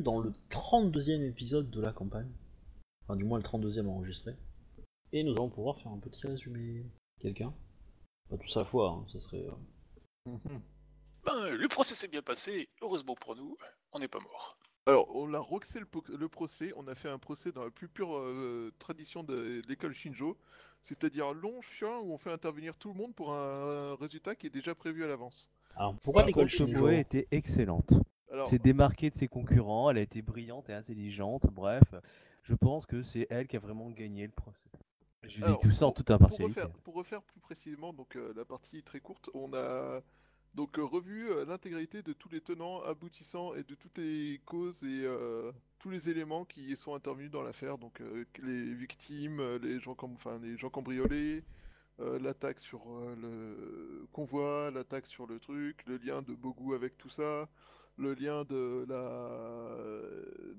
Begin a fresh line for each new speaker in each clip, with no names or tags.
dans le 32e épisode de la campagne, enfin du moins le 32e enregistré, et nous allons pouvoir faire un petit résumé. Quelqu'un Pas tous à la fois, hein, ça serait... euh,
Ben, le procès s'est bien passé, heureusement pour nous, on n'est pas mort.
Alors, on a roxé le, po- le procès, on a fait un procès dans la plus pure euh, tradition de l'école Shinjo, c'est-à-dire long, chiant, où on fait intervenir tout le monde pour un, un résultat qui est déjà prévu à l'avance.
Alors pourquoi
Par
l'école
contre,
Shinjo
Tomoe était excellente.
Alors,
s'est démarquée de ses concurrents, elle a été brillante et intelligente, bref, je pense que c'est elle qui a vraiment gagné le procès. Je dis
Alors,
tout ça en
pour-
toute
pour
impartialité.
refaire, pour refaire plus précisément, donc euh, la partie est très courte, on a donc euh, revu euh, l'intégralité de tous les tenants, aboutissants et de toutes les causes et euh, tous les éléments qui sont intervenus dans l'affaire, donc euh, les victimes, euh, les gens, cam- enfin, les gens cambriolés, euh, l'attaque sur euh, le convoi, l'attaque sur le truc, le lien de Bogu avec tout ça, le lien de la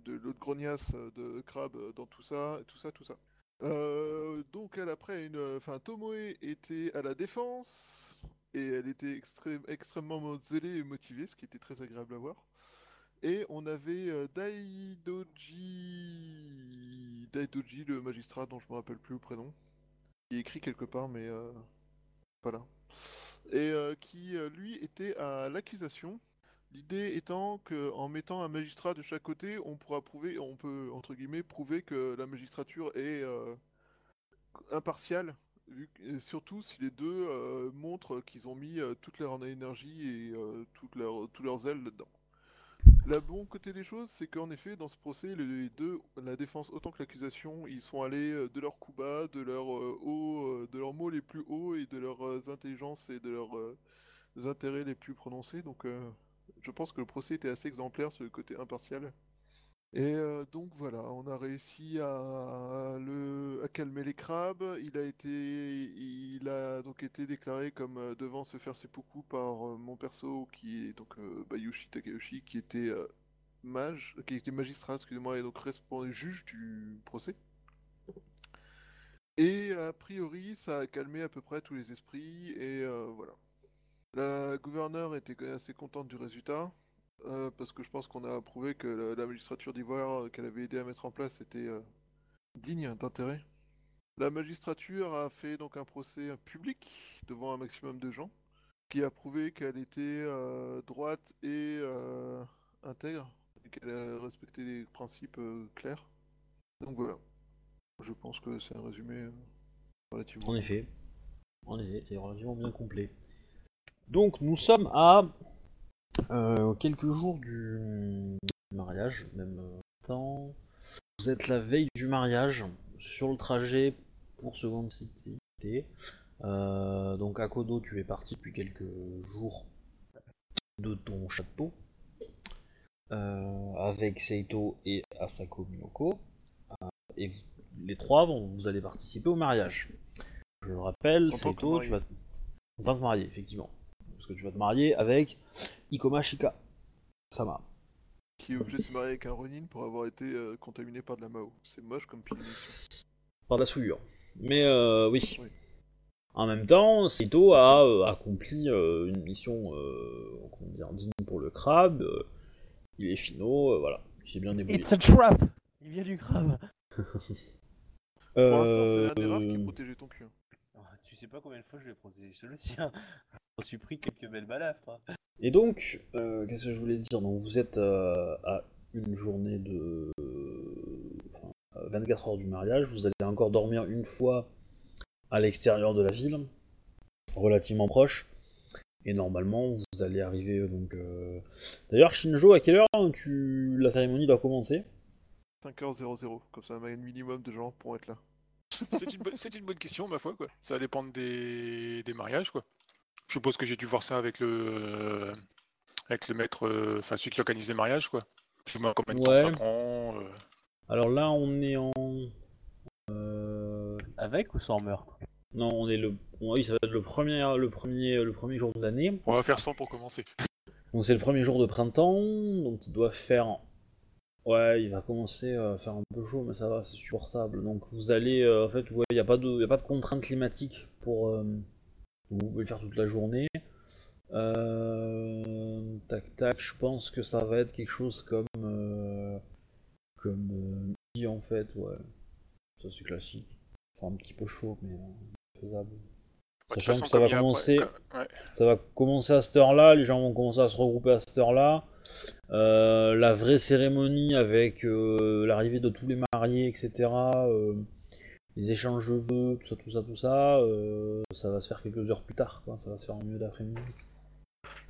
de l'autre grognasse euh, de Crabe dans tout ça, tout ça, tout ça. Euh, donc elle après une, euh, enfin Tomoe était à la défense et elle était extré- extrêmement zélée et motivée, ce qui était très agréable à voir. Et on avait euh, Daidoji, Daidoji le magistrat dont je me rappelle plus le prénom, il est écrit quelque part mais euh, voilà, et euh, qui euh, lui était à l'accusation. L'idée étant que en mettant un magistrat de chaque côté, on pourra prouver, on peut entre guillemets prouver que la magistrature est euh, impartiale, vu que- et surtout si les deux euh, montrent qu'ils ont mis euh, toute leur énergie et euh, toute leur, tous leurs ailes dedans. Le bon côté des choses, c'est qu'en effet, dans ce procès, les deux, la défense autant que l'accusation, ils sont allés euh, de leur coup bas, de leur euh, haut, euh, de leurs mots les plus hauts et de leurs euh, intelligences et de leurs euh, intérêts les plus prononcés. Donc euh, je pense que le procès était assez exemplaire sur le côté impartial. Et euh, donc voilà, on a réussi à, le, à calmer les crabes. Il a été, il a donc été déclaré comme euh, devant se faire seppuku par euh, mon perso qui est donc euh, Bayushi Takayoshi qui était euh, mage, qui était magistrat, excusez-moi, et donc responsable juge du procès. Et a priori, ça a calmé à peu près tous les esprits et euh, voilà. La gouverneure était quand même assez contente du résultat, euh, parce que je pense qu'on a prouvé que la, la magistrature d'Ivoire euh, qu'elle avait aidé à mettre en place était euh, digne d'intérêt. La magistrature a fait donc un procès public devant un maximum de gens, qui a prouvé qu'elle était euh, droite et euh, intègre, et qu'elle euh, respectait des principes euh, clairs. Donc voilà. Je pense que c'est un résumé euh, relativement.
En effet. En effet, c'est relativement bien complet. Donc nous sommes à euh, quelques jours du mariage, même euh, temps. Vous êtes la veille du mariage sur le trajet pour Seconde City. Euh, donc à Kodo, tu es parti depuis quelques jours de ton château euh, avec Seito et Asako Miyoko. Euh, et vous- les trois vont, vous allez participer au mariage. Je le rappelle,
En tant que
Seito,
marié.
tu vas te- en tant que marié, effectivement, parce que tu vas te marier avec Ikoma Shika Sama.
Qui est obligé de se marier avec un Ronin pour avoir été euh, contaminé par de la Mao. C'est moche comme pile.
par la souillure. Mais euh, oui.
Oui.
En même temps, Seto a euh, accompli euh, une mission euh, comment dire, digne pour le crabe. euh, il est finot, euh, voilà. Il s'est bien débrouillé.
It's a trap Il vient du crabe
Pour l'instant, c'est l'un des rares
Euh,
qui protégeait ton cul. hein.
Ah, Tu sais pas combien de fois je l'ai protégé, je le tiens Je suis pris quelques belles balafres. hein.
Et donc, euh, qu'est-ce que je voulais dire Donc, vous êtes euh, à une journée de enfin, à 24 heures du mariage. Vous allez encore dormir une fois à l'extérieur de la ville, relativement proche. Et normalement, vous allez arriver euh, donc. euh, D'ailleurs, Shinjo, à quelle heure hein, tu la cérémonie doit commencer
5h00, comme ça, on a un minimum de gens pour être là.
C'est une, bo- c'est une bonne question, ma foi, quoi. Ça va dépendre des, des mariages, quoi. Je suppose que j'ai dû voir ça avec le, euh, avec le maître, euh, enfin celui qui organise les mariages, quoi. Plus ou moins combien de temps ça
Ouais.
prend. euh.
Alors là, on est en. euh,
Avec ou sans meurtre
Non, on est le. Oui, ça va être le premier, le premier, le premier jour de l'année.
On va faire 100 pour commencer.
Donc c'est le premier jour de printemps, donc il doit faire... Ouais, il va commencer à faire un peu chaud, mais ça va, c'est supportable. Donc vous allez, euh, en fait, ouais, il n'y a, pas de- il y a pas de contrainte climatique pour... euh, vous pouvez le faire toute la journée. Euh, tac tac, je pense que ça va être quelque chose comme... euh, comme euh, midi, en fait, ouais. Ça c'est classique. Enfin, un petit peu chaud, mais euh, faisable.
Bah, de toute
Sachant
façon,
que ça
comme
va
il y a-
commencer-
comme- ouais.
Ça va commencer à cette heure-là, les gens vont commencer à se regrouper à cette heure-là. Euh, la vraie cérémonie avec euh, l'arrivée de tous les mariés, etc. euh, les échanges de vœux, tout ça, tout ça, tout ça, euh, ça va se faire quelques heures plus tard, quoi. ça va se faire en milieu d'après-midi.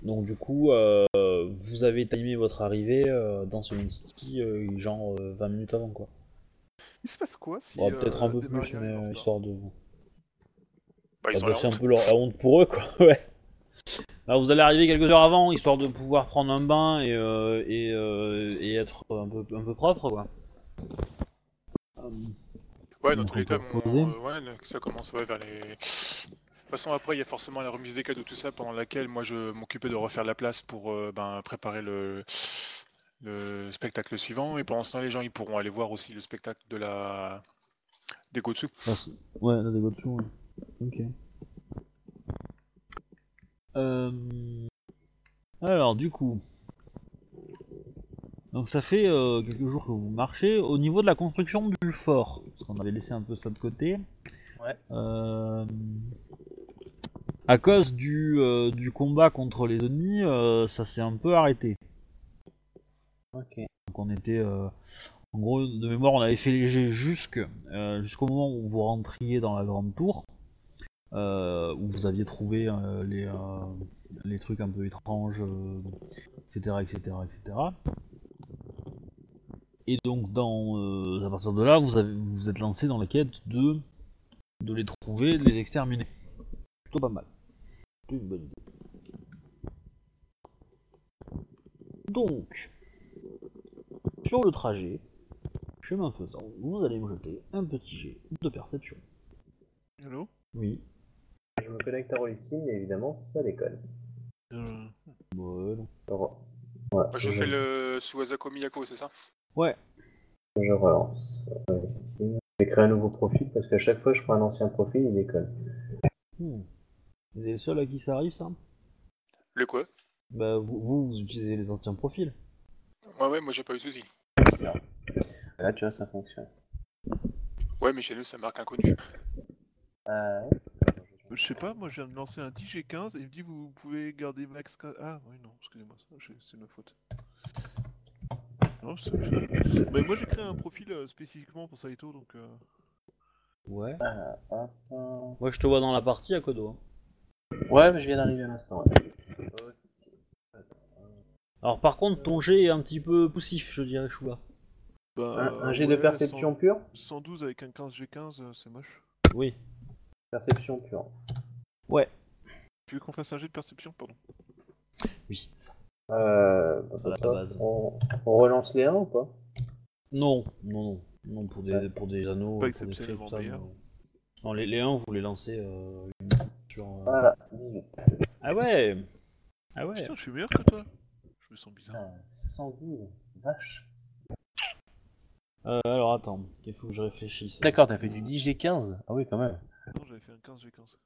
Donc du coup, euh, vous avez timé votre arrivée euh, dans Solon City euh, genre euh, 20 minutes avant quoi.
Il se passe quoi si.
Bon,
euh,
Peut-être un peu
des
plus,
mariés
mais
arrivent en
euh,
retard
histoire de vous.
Bah, ils
Bah,
ont la
bosser un
honte.
peu leur la honte pour eux, quoi. Ouais. Alors, vous allez arriver quelques heures avant, histoire de pouvoir prendre un bain et, euh, et, euh, et être un peu, un peu propre, quoi. Euh,
Ouais, dans
Donc,
tous les
on
cas,
peut
on-
poser.
euh, ouais, là, ça commence ouais, vers les. De toute façon, après, il y a forcément la remise des cadeaux, tout ça, pendant laquelle moi je m'occupais de refaire la place pour euh, ben, préparer le... le spectacle suivant. Et pendant ce temps, les gens ils pourront aller voir aussi le spectacle de la. des Gotsu.
Bah, Ouais, on a des votes sous, ouais. Ok. Euh, Alors, du coup. Donc, ça fait euh, quelques jours que vous marchez. Au niveau de la construction du fort, parce qu'on avait laissé un peu ça de côté.
Ouais.
Euh, À cause du, euh, du combat contre les ennemis, euh, ça s'est un peu arrêté.
Ok.
Donc on était, euh, en gros, de mémoire, on avait fait les jets jusque, euh, jusqu'au moment où vous rentriez dans la grande tour, euh, où vous aviez trouvé euh, les, euh, les trucs un peu étranges, euh, etc., etc., etc. Et donc, dans, euh, à partir de là, vous avez, vous vous êtes lancé dans la quête de, de les trouver, de les exterminer. Plutôt pas mal. Plutôt une bonne idée. Donc, sur le trajet, chemin faisant, vous allez me jeter un petit jet de perception.
Allô
Oui.
Je me connecte à Rollisting et évidemment, ça déconne.
Euh,
Bon.
Alors, ouais,
Moi, je fais le Suwasako Miyako, c'est ça
Je relance. Rollisting. Je vais créer un nouveau profil parce qu'à chaque fois, je prends un ancien profil, il déconne.
Hmm. Vous êtes le seul à qui ça arrive, ça
Le quoi
Bah, vous, vous, vous utilisez les anciens profils.
Ouais, ouais, moi j'ai pas eu de soucis.
Là, tu vois, ça fonctionne.
Ouais, mais chez nous, ça marque inconnu.
Euh...
Je sais pas, moi je viens de lancer un 10G15 et il me dit vous pouvez garder max 15. Ah oui, non, excusez-moi, ça, j'ai- c'est ma faute. Non, c'est- c'est- Mais moi j'ai créé un profil euh, spécifiquement pour Saito donc. euh,
Ouais.
attends.
Moi, je te vois dans la partie à Kodo. hein.
Ouais, mais je viens d'arriver à l'instant. ouais.
Alors, par contre, ton jet est un petit peu poussif, je dirais, Chouba.
bah,
Un, un jet de
ouais,
perception pure
100 112 avec un 15G15, euh, c'est moche.
Oui.
Perception pure.
Tu veux qu'on fasse un jet de perception Pardon.
Oui, ça.
Euh,
la base.
on, on relance les 1 ou pas
Non, non, non. Non, pour des, pour des anneaux,
Pas
pour des traits, tout
exceptionnellement
ça.
meilleur.
Non, Non, les, les 1, vous les lancez euh, sur... euh,
Voilà, 18.
Ah ouais Ah ouais
Putain, je suis meilleur que toi Je me sens bizarre.
Ah, 112, vache.
Euh, Alors, attends, il faut que je réfléchisse.
D'accord, t'as fait du 10G15 Ah oui, quand même.
Non, j'avais fait un 15G15.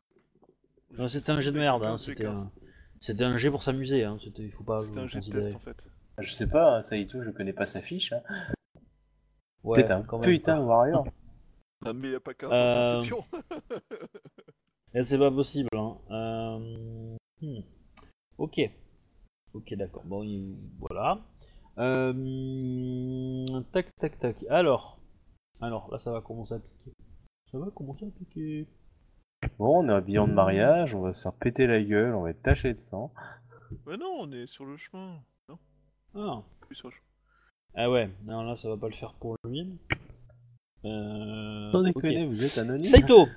Non, c'était un jet de merde, hein, c'était un... C'était un jet pour s'amuser, hein. c'était- il faut pas
C'était un
le
jet de
considérer.
test en fait.
Je sais pas, hein, Saito, je connais pas sa fiche. Hein.
Ouais,
Peut-être un
quand même,
putain de warrior.
Ah, mais il a pas 15
Euh,
en perception
quoi. Eh, C'est pas possible. Hein. Euh, hmm. Ok. Ok, d'accord. Bon, il- voilà. Euh, Tac, tac, tac. Alors. Alors, là, ça va commencer à piquer. Ça va commencer à piquer.
Bon, on est un billon de mariage, on va se faire péter la gueule, on va être taché de sang.
Mais non, on est sur le chemin. Non,
Ah.
plus sur le chemin.
ah ouais, non, là, ça va pas le faire pour lui. Euh...
Sans
ok.
déconner, vous êtes anonyme.
Saito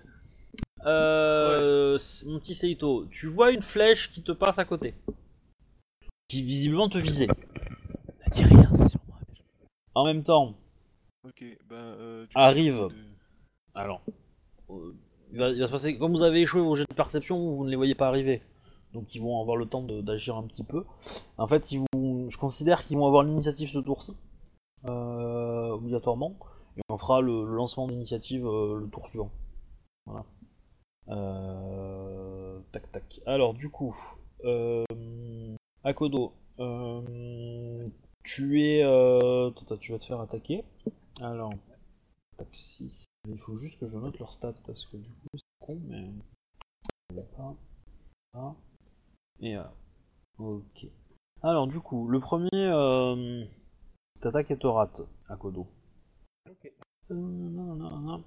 Euh, s- Mon petit Saito, tu vois une flèche qui te passe à côté. Qui visiblement te visait.
Ne dis rien, c'est sur moi.
En même temps,
Ok, bah. euh, du coup,
Arrive.
c'est de-
alors. euh, il, va, il va se passer. Comme vous avez échoué vos jets de perception, vous ne les voyez pas arriver. Donc ils vont avoir le temps de- d'agir un petit peu. En fait, ils vont, je considère qu'ils vont avoir l'initiative ce tour-ci. euh, obligatoirement. Et on fera le, le lancement d'initiative euh, le tour suivant. Voilà. Euh, tac tac. Alors du coup, euh, Akodo, euh, Tu es. euh, attends, tu vas te faire attaquer. Alors. tac, six. Il faut juste que je note leur stats parce que du coup, c'est con, mais. on l'a pas. Ça. Et voilà. Ok. Alors, du coup, le premier. Euh, T'attaques et te rate à Kodo.
Ok.
Euh, non, non, non.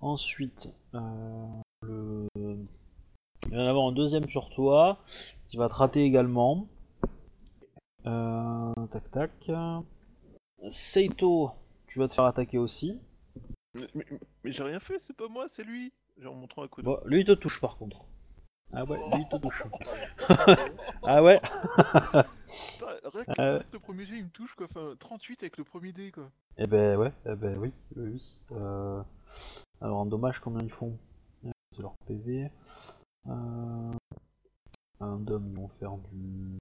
Ensuite, euh, le... il va y en avoir un deuxième sur toi qui va te rater également. Euh, tac tac. Seito, tu vas te faire attaquer aussi.
Mais, mais- mais j'ai rien fait, c'est pas moi, c'est lui J'ai en montrant un coup de.
Bon, lui il te touche par contre. Ah ouais, lui il te touche. Ah ouais
Putain, Ah, rien que
Euh.
le premier jet, il me touche quoi. Enfin, 38 avec le premier dé quoi.
Eh ben ouais, eh ben oui, oui, oui. Euh, Alors en dommage, combien ils font Euh, C'est leur PV. Euh... Un dom, ils vont faire du...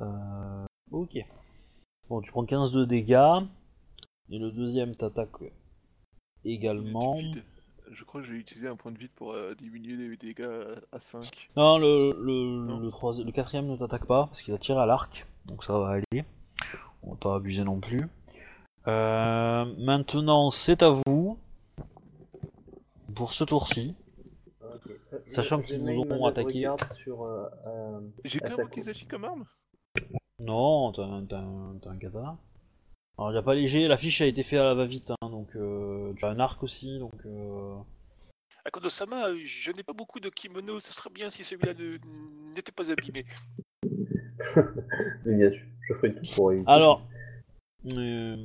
Euh, Ok. Bon, tu prends 15 de dégâts. Et le deuxième t'attaque
Il était
également.
vide. Je crois que j'ai utilisé un point de vide pour euh, diminuer les dégâts à- à 5.
Non, le, le,
Non.
le troisi- le quatrième ne t'attaque pas parce qu'il a tiré à l'arc, donc ça va aller. On va pas abuser non plus. Euh, maintenant, c'est à vous pour ce tour-ci. Sachant qu'ils nous auront attaqué.
sur, euh, euh,
J'ai
Ah,
qu'un
ça
Wakizashi comme arme
Non, t'as un, t'as un- t'as un katana. Alors, il a pas léger, la fiche a été faite à la va-vite, hein, donc euh, tu as un arc aussi, donc. euh,
À Kodo-sama, euh, je n'ai pas beaucoup de kimono, ce serait bien si celui-là ne- n'était pas abîmé.
mais bien sûr, je ferai tout pour éviter.
Alors. euh,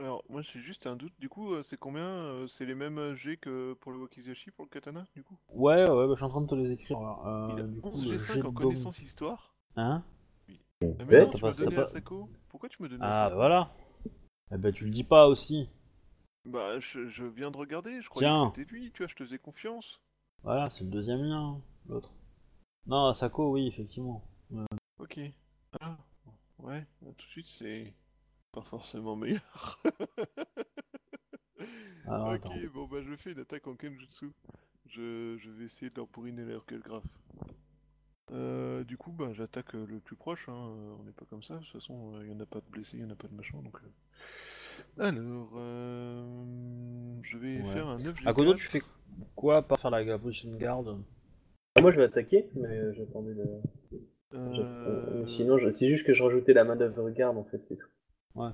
Alors, moi j'ai juste un doute. Du coup, euh, c'est combien euh, C'est les mêmes jets que pour le Wakizashi, pour le katana du coup
Ouais, ouais, bah, je suis en train de te les écrire. Alors, euh,
Il a
du coup,
11
le jet
G5
de
en
bombe-
connaissance histoire
Hein
Ah,
Ouais,
Mais non,
t'as
tu
pas-
m'as
t'as
donné
pas-
un Asako. Pourquoi tu me donnais
Ah, bah
ça
voilà. Eh ben, tu le dis pas aussi.
Bah, je, je viens de regarder, je croyais
Tiens.
que c'était lui, tu vois, je te faisais confiance.
Voilà, c'est le deuxième lien, hein, l'autre. Non, Asako, oui, effectivement.
Ok. Ah, ouais, bah, tout de suite, c'est pas forcément meilleur.
Alors,
ok,
attends.
bon, bah, je fais une attaque en Kenjutsu. Je, je vais essayer de leur bourriner leur gueule grave. Euh, du coup, bah, j'attaque euh, le plus proche, hein, euh, on n'est pas comme ça, de toute façon, euh, il n'y en a pas de blessés, il n'y en a pas de machin, donc... euh. Alors, euh, je vais
Ouais.
faire un 9
À Kodo, tu fais quoi par faire la, la position de garde
Ah, Moi je vais attaquer, mais euh, j'attendais le. j'ai- euh,
Euh,
Sinon, je- c'est juste que je rajoutais la manœuvre garde en fait, c'est tout.
ouais,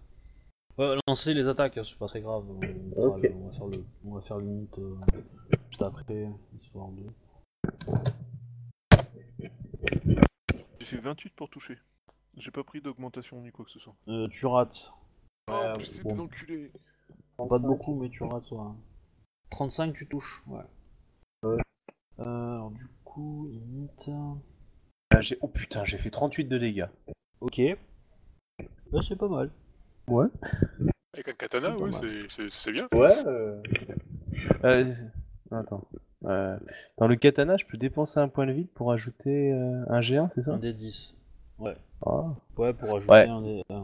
Lancer les attaques, hein, c'est pas très grave. On, on fera
Ok.
le- on va faire le, on va faire le mythe euh, juste après, histoire de.
J'ai fait 28 pour toucher. J'ai pas pris d'augmentation ni quoi que ce soit.
Euh, tu rates.
Ah,
Ouais,
plus c'est
bon.
des enculés.
Pas de beaucoup, mais tu rates, ouais. 35, tu touches, ouais.
Ouais.
Euh, alors, du coup, limite.
Ah, j'ai- Oh putain, j'ai fait 38 de dégâts.
Ok. Bah, c'est pas mal.
Avec un katana,
C'est pas
Ah, oui,
mal.
c'est- c'est c'est bien.
Ouais, euh,
Euh, attends. Euh, dans le katana, je peux dépenser un point de vide pour ajouter euh, un G1, c'est
Un
ça
des 10. Ouais.
Ah.
Ouais, pour ajouter
Ouais.
un des. euh,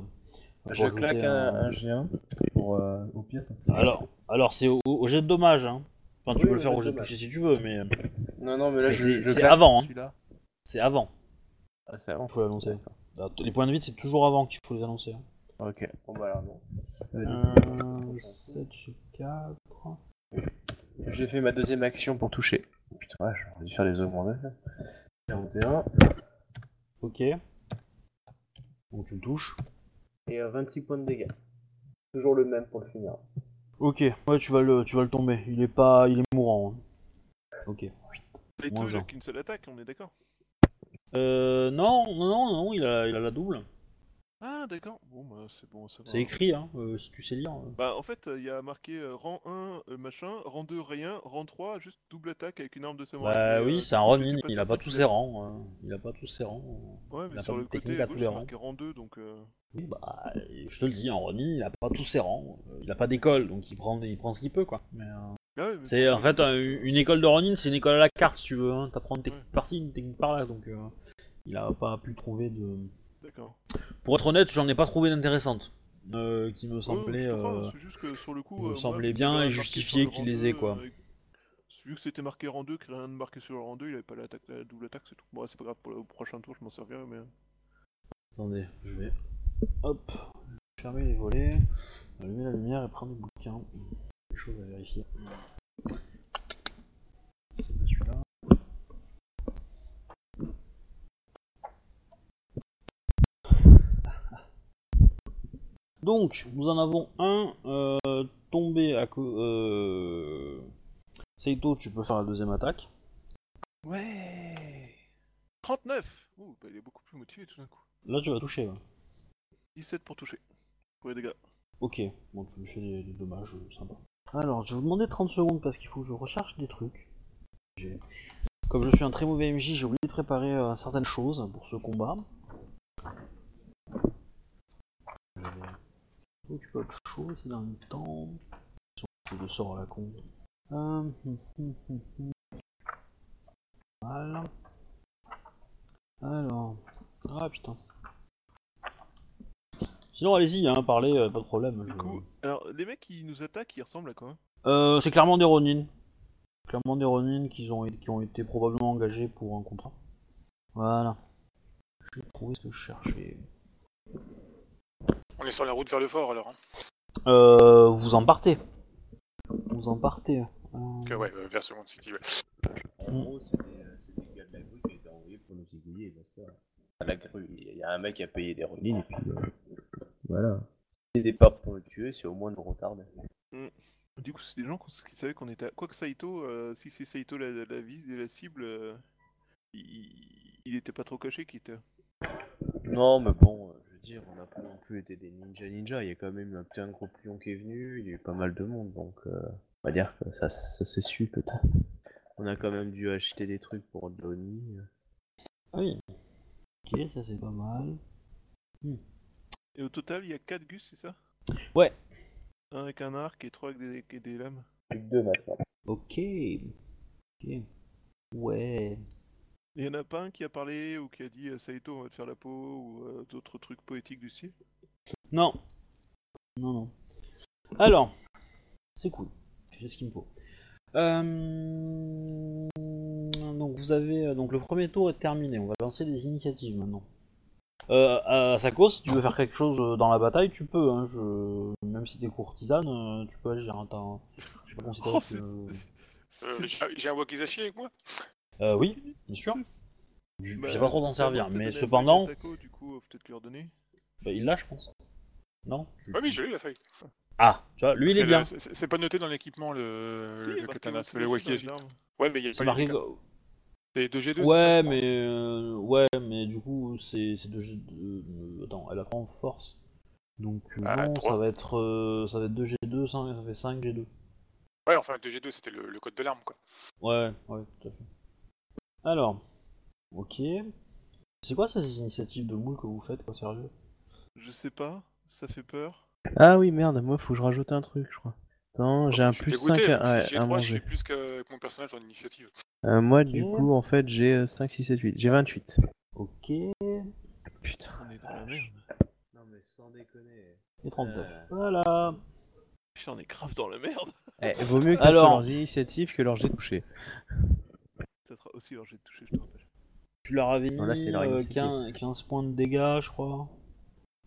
pour
Je
ajouter
claque un,
un-
un G1 pour euh, au pire ça sera-
Alors, alors c'est au, au jet de dommage. Hein. Enfin, tu
Oui,
peux le
au
faire
jet
au
de
jet de
dommage.
toucher si tu veux, mais euh,
Non non mais là
Mais
je,
c'est-
je
c'est
claque
avant, hein.
celui-là.
c'est avant.
Ah c'est avant.
Il faut l'annoncer. Alors, t- Les points de vide, c'est toujours avant qu'il faut les annoncer. hein.
Ok.
Bon bah alors non. Euh, du coup,
Euh,
je-
7 G4.
J'ai fait ma deuxième action pour toucher. Oh, Putain ouais, j'aurais dû faire les augmenter. 41
Ok. Donc tu le touches.
Et euh, 26 points de dégâts. Toujours le même pour le finir.
Ok, ouais, tu vas le, tu vas le tomber. Il est pas, il est mourant. hein. Ok.
Et
Moins
toi, il a
un.
qu'une seule attaque, on est d'accord
Euh, non, non, non, non, il a, il a la double.
Ah, d'accord. Bon, bah, c'est bon, ça va.
C'est écrit, hein, euh, si tu sais lire. euh.
Bah, en fait, euh, il y a marqué euh, rang 1, euh, machin, rang 2, rien, rang 3, juste double attaque avec une arme de samouraï.
Bah
Mais, euh,
oui, c'est un
j'étais
Ronin,
pas
il a
certain
pas
que
tous
tu
ses
l'as-
rangs. euh, Il a pas tous ses rangs. euh. il
Ouais,
a
mais
pas
sur le
de technique
côté
à
à
tous
gauche,
les
c'est
rangs.
marqué rang 2, donc. euh,
Oui, bah, je te le dis, en Ronin, il a pas tous ses rangs, euh, il a pas d'école, donc il prend, il prend ce qu'il peut, quoi. Mais, euh,
Ah ouais, mais
c'est en fait un- une école de Ronin, c'est une école à la carte, si tu veux. Hein. T'apprends une technique
Ouais.
par-ci, une technique par-là, donc euh, il a pas pu trouver de.
D'accord.
Pour être honnête, j'en ai pas trouvé d'intéressante euh, qui me
Ouais,
semblait.
Oh, je te crois,
euh,
c'est juste que sur le coup.
il me
euh, moi,
semblait
vu que
bien
j'avais
et
marqué sur
justifié
le
qu'il
rang
les
2,
ait, quoi.
euh, Vu que c'était marqué rang 2, que rien de euh, marqué sur le rang 2, il avait pas l'attaque, la double attaque, c'est tout. Bon, ouais, c'est pas grave, pour le prochain tour, je m'en servirai, mais.
Attendez, je vais. Hop, fermer les volets, allumer la lumière et prendre le bouquin. Des choses à vérifier. C'est pas celui-là. Donc, nous en avons un euh, tombé à co- euh, Saito, tu peux faire la deuxième attaque.
Ouais 39 Ouh, bah, il est beaucoup plus motivé tout d'un coup.
Là, tu vas toucher. hein. ouais.
17 pour toucher. Pour les dégâts.
Ok, bon, tu lui fais des, des dommages euh, sympas. Alors, je vais vous demander 30 secondes parce qu'il faut que je recherche des trucs. J'ai- Comme je suis un très mauvais MJ, j'ai oublié de préparer euh, certaines choses pour ce combat. J'avais occupé autre chose ces derniers temps. C'est le sort à la con. Euh, hum, hum, hum, hum. Voilà. Alors. Ah putain. Sinon, allez-y, hein, parlez, euh, pas de problème.
Du
je-
coup, alors les mecs qui nous attaquent, ils ressemblent à quoi
euh, c'est clairement des Ronin. Clairement des Ronin qui ont, qui ont été probablement engagés pour un contrat. Voilà. J'ai trouvé ce que je cherchais.
On est sur la route vers le fort alors. Hein.
Euh, vous en partez. Vous en partez. Euh,
Ok, ouais, euh, vers Second City. ouais.
En
Mm.
gros, c'est des, euh, c'est des gars de la grue qui a été envoyés pour nous aiguiller, basta. À la grue, il y a un mec qui a payé des renines et puis. euh, voilà. Si c'est pas pour le tuer, c'est au moins de nous retarder.
Du coup, c'est des gens qu'on- qui savaient qu'on était. À... Quoique Saito, euh, si c'est Saito la, la, la vis- la cible, euh, il... il était pas trop caché qu'il était.
Non, mais bon, euh, je veux dire, on n'a pas non plus été des ninja ninja. Il y a quand même eu un putain de gros pion qui est venu, il y a eu pas mal de monde, donc euh, on va dire que ça, ça s'est su peut-être. On a quand même dû acheter des trucs pour Donnie.
Ah oui. Ok, ça c'est pas mal.
Et au total, il y a 4 gus, c'est ça
Ouais.
Un avec un arc et 3 avec des, et des lames.
Plus que deux maintenant.
Ok. Ok. Ouais.
Il y en a pas un qui a parlé ou qui a dit euh, Saito, on va te faire la peau ou euh, d'autres trucs poétiques du style
Non. Non, non. Alors, c'est cool. J'ai ce qu'il me faut. Euh, Donc vous avez euh, donc le premier tour est terminé. On va lancer des initiatives maintenant. Euh, à Sakos, si tu veux faire quelque chose euh, dans la bataille, tu peux. hein, je... Même si t'es courtisane, euh, tu peux agir. hein, t'as un- je sais pas considéré
Oh,
que-
Euh, j'ai j'ai un Wakizashi avec moi
Euh, oui, bien sûr. Je je
Bah,
sais pas trop t'en
c'est à moi
servir,
que t'as
mais
donné la
cependant,
feuille à Sako, du coup, faut peut-être lui redonner.
bah, il l'a, je pense. Non
Ouais, oui, j'ai eu la feuille.
Ah, tu vois, lui il est
Parce que
bien.
le- c'est- C'est c'est pas noté dans l'équipement le,
Oui,
Euh,
bah,
le
marqué
katana,
aussi
c'est le
dans les
Wakizashi.
armes.
Ouais, mais il y a pas
C'est
eu
marqué
le katana. C'est 2G2.
Ouais,
c'est ça, je crois.
mais euh, ouais, mais du coup, c'est c'est deux G de. euh, Attends, elle apprend en force. Donc euh,
Ah,
non,
trois.
ça va être euh, ça va être 2 G2, ça ça fait 5 G2.
Ouais, enfin 2G2 c'était le, le code de l'arme quoi.
Ouais, ouais, tout à fait. Alors, ok. C'est quoi ces initiatives de moule que vous faites, quoi, sérieux
Je sais pas, ça fait peur.
Ah oui, merde, moi faut que je rajoute un truc, je crois. Attends, j'ai un
Ah, Je suis
plus 5
dégoûté,
à,
mais
ouais,
Si j'ai
à
3, je
manger.
fais plus que, que mon personnage en initiative.
Euh, moi, du
Ok.
coup, en fait,
euh,
j'ai 5, 6, 7, 8. J'ai 28.
Ok. Et
Putain.
On est dans la merde.
Non, mais sans déconner.
39.
Euh.
Voilà.
Ah,
Putain, on est grave dans la merde.
Eh, vaut mieux que ça
Alors.
soit leurs initiatives que leurs jets touchés.
Ça sera aussi leur jet de toucher, je te rappelle.
Tu leur avais mis
Non, là, c'est leur
euh,
initiative.
15, 15 points de dégâts, je crois.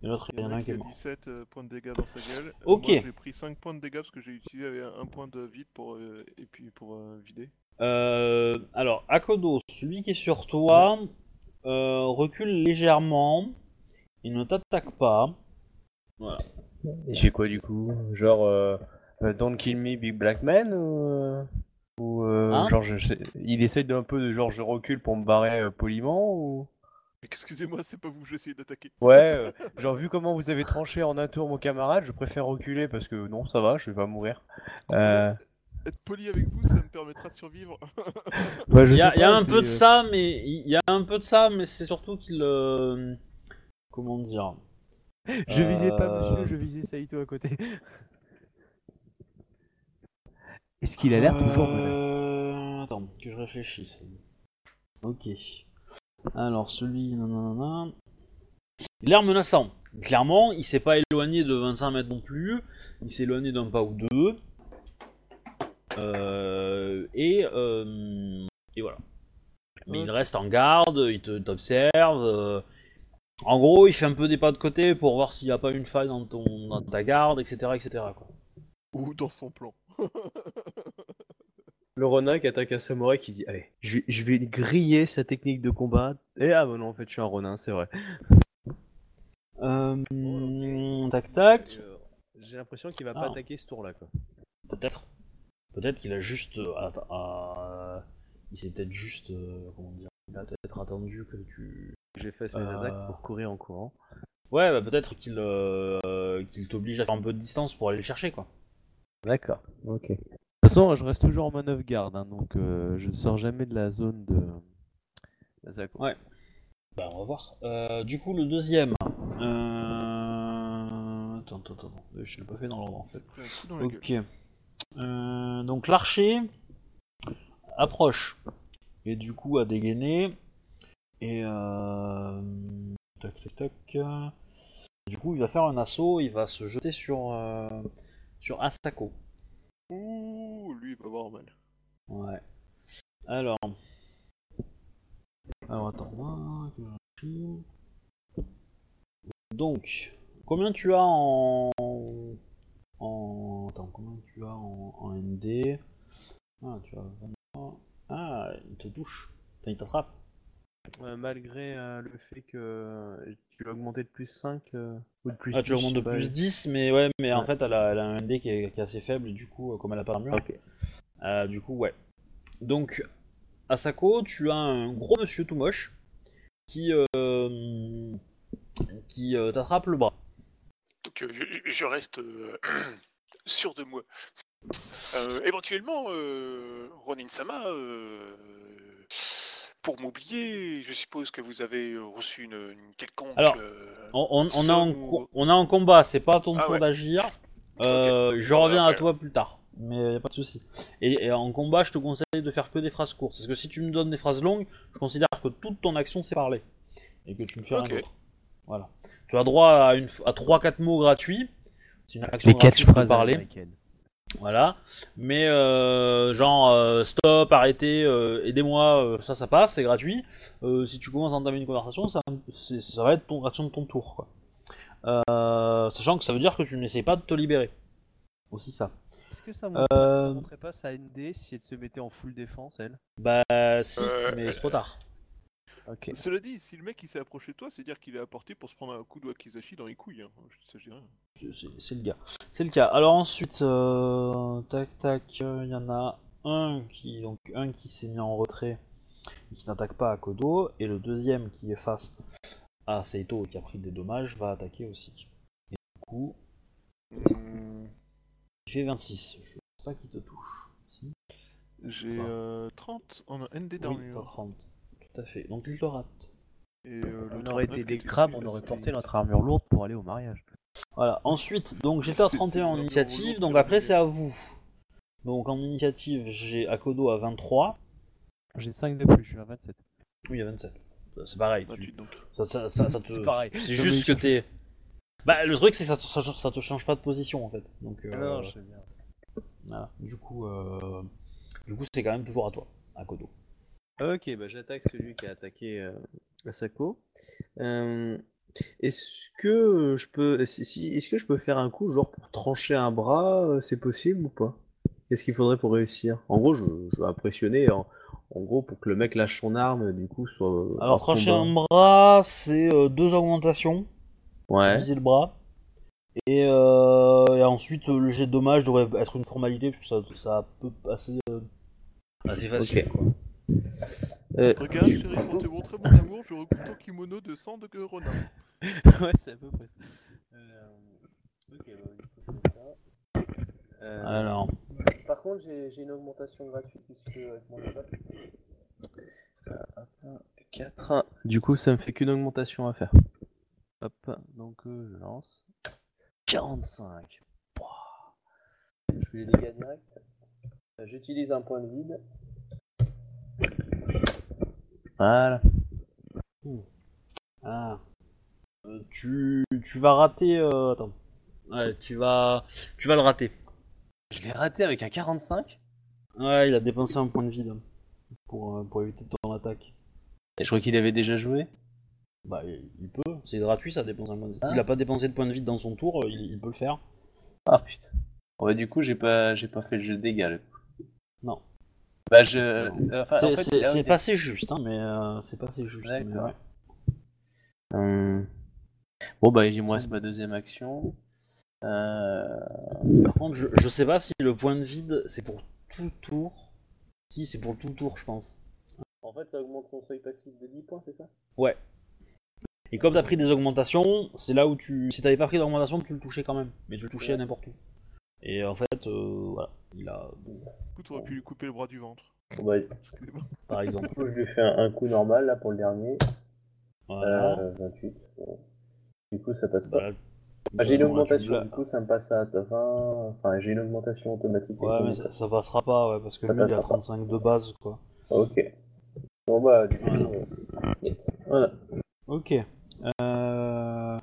Et l'autre,
Il y en a
un qui
qui
est
a
mort.
17 euh, points de dégâts dans sa gueule. Euh,
Ok.
Moi, j'ai pris 5 points de dégâts parce que j'ai utilisé avec un point de vide pour, euh, et puis pour euh, vider.
Euh, alors, Akodo, celui qui est sur toi, euh, recule légèrement. Il ne t'attaque pas.
Et j'ai quoi du coup Genre euh, euh, Don't Kill Me Big Black Man ou, euh, ou, euh,
Hein
genre je sais- il essaie d'un peu de genre je recule pour me barrer euh, poliment ou
Excusez-moi, c'est pas vous que j'ai essayé d'attaquer.
Ouais, euh, genre vu comment vous avez tranché en un tour mon camarade, je préfère reculer parce que non ça va, je vais pas mourir. Euh,
Être poli avec vous, ça me permettra de survivre.
bah, je
Il y a,
sais
il y a
pas,
un
c'est,
peu de
euh,
ça, mais il y a un peu de ça, mais c'est surtout qu'il, euh, comment dire,
Je visais pas
Euh.
monsieur, je visais Saito à côté. Est-ce qu'il a l'air toujours menaçant
Euh, Attends, que je réfléchisse. Ok. Alors, celui. nanana. Il a l'air menaçant. Clairement, il s'est pas éloigné de 25 mètres non plus. Il s'est éloigné d'un pas ou deux. Euh, et, euh, et voilà. Mais il reste en garde, il te- t'observe. euh, En gros, il fait un peu des pas de côté pour voir s'il n'y a pas une faille dans, ton, dans ta garde, etc. etc. quoi.
Ou dans son plan.
Le Ronin qui attaque un samouraï qui dit Allez, je, vais- je vais griller sa technique de combat. Et ah, bah non, en fait, je suis un Ronin, c'est vrai.
Euh,
Bon,
Hmm,
Tac tac.
Et, euh, J'ai l'impression qu'il va
Ah.
pas attaquer ce tour-là, quoi.
Peut-être. Peut-être qu'il a juste. euh, att- à- Il s'est peut-être juste. euh, comment dire Il a peut-être attendu que tu.
J'ai fait mes
Euh.
attaques pour courir en courant.
Ouais, bah peut-être qu'il euh, qu'il t'oblige à faire un peu de distance pour aller le chercher, quoi.
D'accord, ok.
De toute façon, je reste toujours en manœuvre garde, hein, donc euh, je ne sors jamais de la zone de. Masako.
Bah, on va voir. Euh, du coup, le deuxième. Euh... Attends, attends, attends. Je l'ai pas fait dans l'ordre, en fait.
Ça te pris un coup dans la gueule.
Ok. Euh, donc l'archer approche et du coup a dégainé et euh, tac tac tac. Du coup il va faire un assaut, il va se jeter sur euh, sur Asako.
Ouh, lui, il va avoir mal.
Ouais. Alors. Alors attends. hein, que j'ai pris. Donc, combien tu as en. en... Attends, combien tu as en, en ND Ah, tu as 23. Ah, il te touche. Enfin, il t'attrape.
Ouais, malgré euh, le fait que euh, tu l'as augmenté de plus 5 euh, ou de plus
Ah, tu
10,
augmentes de
bah,
plus 10, mais ouais, mais en
Ouais.
fait, elle a, elle a un ND qui est, qui est assez faible, et du coup, euh, comme elle a pas d'armure.
Ok.
Euh, du coup, ouais. Donc, Asako, tu as un gros monsieur tout moche qui, euh, qui euh, t'attrape le bras.
Donc euh, je, je- je reste euh, sûr de moi. Euh, éventuellement, euh, Ronin-sama, euh, pour m'oublier, je suppose que vous avez reçu une, une quelconque...
Alors,
euh,
On, on- on est,
Ça,
en,
ou-
co- on est en combat, c'est pas ton
Ah
tour
ouais.
d'agir. Euh,
Ok, bah, donc
je
on va
reviens à
après.
toi plus tard, mais y a pas de souci. Et, et en combat, je te conseille de faire que des phrases courtes, parce que si tu me donnes des phrases longues, je considère que toute ton action c'est parler et que tu me fais
Ok.
rien d'autre. Voilà. Tu as droit à, une, f- à 3-4 mots gratuits. C'est une action
Les
gratuite de
catchphrases
parler.
américaines.
Voilà. Mais euh, genre euh, stop, arrêtez, euh, aidez-moi, euh, ça ça passe, c'est gratuit. Euh, si tu commences à entamer une conversation, ça, c'est- ça va être ton action de ton tour. Quoi. Euh, sachant que ça veut dire que tu n'essayes pas de te libérer. Aussi ça.
Est-ce que ça montre pas-
Euh,
ça montrait pas sa ND si elle se mettait en full défense, elle
Bah si,
Euh,
mais c'est trop tard.
Ok.
Cela dit, si le mec il s'est approché de toi, c'est dire qu'il est apporté pour se prendre un coup de wakizashi dans les couilles. Hein. Je- Ça, je dis rien.
C'est- C'est c'est le gars. C'est le cas. Alors ensuite, euh, tac tac, il y en a un qui donc un qui s'est mis en retrait et qui n'attaque pas à Kodo, et le deuxième qui est face à Seito et qui a pris des dommages va attaquer aussi. Et du coup,
Mmh,
j'ai 26. Je sais pas qui te touche. Si
J'ai
Bah.
euh, 30 en un ND
oui, t'as
d'armure.
30. Tout à fait. Donc il te rate.
Et, euh, le
On aurait
39
été des
était
crabes,
celui
on
de
aurait
Sony.
porté notre armure lourde pour aller au mariage.
Voilà. Ensuite, donc j'étais à
C'est- c'est
31 en
une armure
initiative,
lourde,
donc
c'est la
après
meilleure.
c'est à vous. Donc en initiative, j'ai Akodo à 23.
J'ai 5 de plus, je suis à 27.
Oui, à 27. C'est pareil. tu-
28 donc.
Ça, ça, ça, ça te...
C'est pareil.
C'est juste que t'es. Bah, le truc, c'est que ça, te- ça, ça te change pas de position en fait. Donc, euh,
Non, je sais bien.
voilà. du coup, euh, du coup, c'est quand même toujours à toi, à Kodo.
Ok, bah j'attaque celui qui a attaqué euh, Asako. Euh, est-ce que euh, je peux, si, si- est-ce que je peux faire un coup, genre pour trancher un bras, euh, c'est possible ou pas? Qu'est-ce qu'il faudrait pour réussir? En gros, je, je veux impressionner, en, en gros, pour que le mec lâche son arme, du coup, soit euh,
Alors,
hors
trancher
combat.
un bras, c'est euh, deux augmentations,
Ouais.
viser le bras. Et, euh, et ensuite, euh, le jet de dommage devrait être une formalité, parce que ça, ça peut assez, euh, assez facile.
Ok. Euh,
Regarde,
tu-
chérie, pour te montrer mon amour, je recoupe ton kimono de sang de Ronin.
ouais, c'est à peu près ça. Euh, Ok, bah, du coup, je fais ça.
euh,
Alors,
Par contre, j'ai j'ai une augmentation gratuite puisque avec mon Euh, attaque. 4. Du coup, ça me fait qu'une augmentation à faire. Hop, donc euh, je lance. 45. Pouah. Je fais les dégâts directs. Euh, J'utilise un point de vide. Voilà.
ah. Euh, tu, tu vas rater. euh, attends. Ouais, tu vas, tu vas le rater.
Je l'ai raté avec un 45
Ouais, il a dépensé un point de vide hein, pour, euh, pour éviter ton attaque.
Et Je crois qu'il avait déjà joué.
Bah, il il peut, c'est gratuit, ça dépense un point de vie.
Hein
S'il a pas dépensé de points de vie dans son tour, euh, il, il peut le faire.
Ah putain. Bon, bah, du coup, j'ai pas, j'ai pas fait le jeu de dégâts. le coup.
Non.
Bah, je. euh, enfin, en
C'est
fait, il
c'est-
a un
c'est
des-
passé juste, hein, mais euh, c'est passé juste. mais
D'accord.
ouais.
Hum. Bon, bah, il me reste ma deuxième action. Euh...
Par contre, je, je sais pas si le point de vide c'est pour tout le tour. Si, c'est pour tout le tour, je pense.
En fait, ça augmente son seuil passif de 10 points, c'est ça
Et comme t'as pris des augmentations, c'est là où tu. Si t'avais pas pris d'augmentation, tu le touchais quand même. Mais tu le touchais à n'importe où. Et en fait, euh, voilà. Il a.
Écoute, t'aurais pu lui couper le bras du ventre.
Bon, bah, du
Excusez-moi.
Par exemple.
coup, je lui fais un, un coup normal, là, pour le dernier.
voilà.
Euh, 28. Bon. Du coup, ça passe pas.
Bah,
Ah, j'ai une
bon, tu
augmentation,
l'as-
du coup, ça me passe à 20. Enfin, j'ai une augmentation automatique.
Ouais, mais ça, ça passera pas, ouais, parce que
Ça
lui il a
passera pas.
35 de base, quoi.
Ok. Bon, bah, du coup.
Voilà.
euh, yes. Voilà.
Ok. Euh,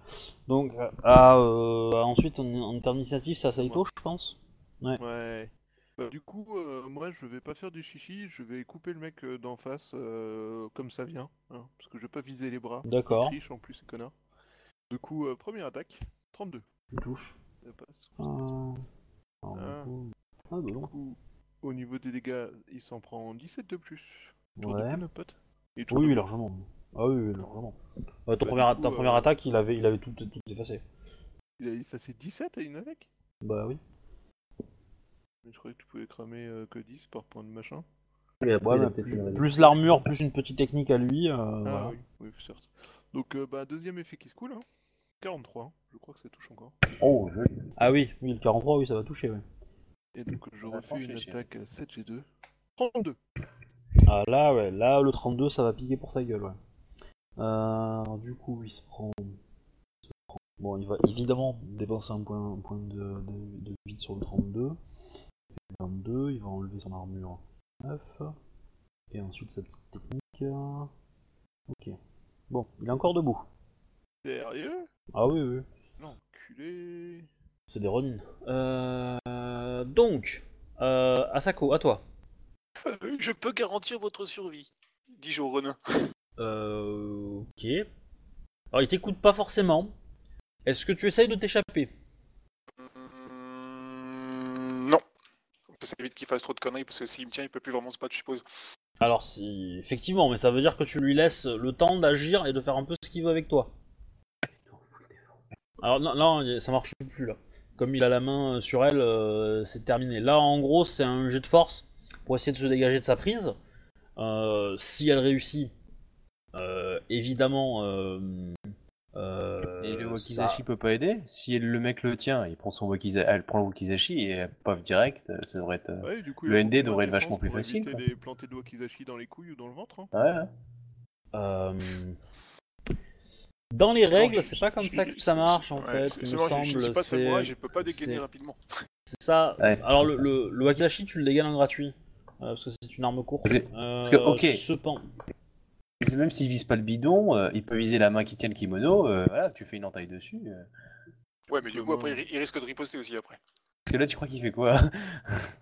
Donc, ah, euh, ensuite, en, en termes d'initiative, c'est à Saito, je pense.
Ouais. Bah, du coup, euh, moi, je vais pas faire du chichi, je vais couper le mec euh, d'en face euh, comme ça vient, hein, parce que je vais pas viser les bras.
D'accord.
Triche en plus, ces connards. Du coup, euh, première attaque, 32.
Tu touches.
Ça passe.
Euh, alors,
Ah.
du coup- Ah, bah
Du
non.
coup, au niveau des dégâts, il s'en prend 17 de plus. Tour de
Ouais.
coup, notre pote. Et tour
Oui,
de
oui,
coup.
largement. Ah oui, oui, largement. Euh, ton
Bah,
première,
du coup,
ta
euh,
première attaque, il avait, il avait tout, tout effacé.
Il a effacé 17 à une attaque
Bah oui.
Mais je croyais que tu pouvais cramer euh, que 10 par point de machin.
Et après,
Ouais,
il a
mais
peut-être
plus,
une raison.
plus l'armure, plus une petite technique à lui. euh, voilà.
Ah oui, oui, certes. Donc, euh, bah, deuxième effet qui se coule, hein. 43, hein. je crois que ça touche encore.
Oh, joli.
Ah oui, oui, le 43, oui, ça va toucher, ouais.
Et donc,
Ça
je
va
refais une
trancher, chérie.
attaque à 7G2. 32
Ah là, ouais, là, le 32, ça va piquer pour sa gueule, ouais. Euh, alors, du coup, il se prend. il se prend- Bon, il va évidemment dépenser un point, un point de, de, de vide sur le 32. Le 22, il va enlever son armure 9. Et ensuite sa petite technique. euh, Ok. Bon, il est encore debout.
Sérieux
Ah oui, oui.
L'enculé
C'est des Ronin. Euh, donc, euh, Asako, à toi.
Euh, je peux garantir votre survie, dis-je au renin.
Euh, ok. Alors, il t'écoute pas forcément. Est-ce que tu essayes de t'échapper
Mm, non. Ça évite qu'il fasse trop de conneries parce que s'il me tient, il peut plus vraiment se battre, je suppose.
Alors, si... effectivement, mais ça veut dire que tu lui laisses le temps d'agir et de faire un peu ce qu'il veut avec toi. Alors, non, non, ça marche plus là. Comme il a la main euh, sur elle, euh, c'est terminé. Là, en gros, c'est un jet de force pour essayer de se dégager de sa prise. Euh, si elle réussit, euh, évidemment. euh, euh,
Et le
ça-
Wakizashi peut pas aider Si le mec le tient, il prend son Wakizashi, elle prend le Wakizashi et paf direct, euh, ça devrait être.
Ouais, du coup,
Ah. Le
il a
ND
plus de
devrait être
défense
vachement plus
pour éviter
facile, quoi.
les planter de Wakizashi dans les couilles ou dans le ventre. hein.
Ouais, ouais.
Euh, Dans les règles,
Non, je-
c'est pas comme
je-
ça que ça marche en
ouais,
fait.
c'est-
Il
c'est
me
vrai, je- Je
semble,
suis pas samouraï, je
c'est
peux pas dégainer
c'est-
rapidement.
c'est ça.
Ouais, c'est
Alors
vrai.
le, le, le wakizashi, tu le dégaines en gratuit euh, parce que c'est une arme courte. Euh,
Parce que- que, ok.
Cependant,
Parce que Même s'il vise pas le bidon, euh, il peut viser la main qui tient le kimono, euh, voilà, tu fais une entaille dessus. euh.
Ouais, mais du coup,
Comment-
après, il ri- il risque de riposter aussi après.
Parce que là, tu crois qu'il fait quoi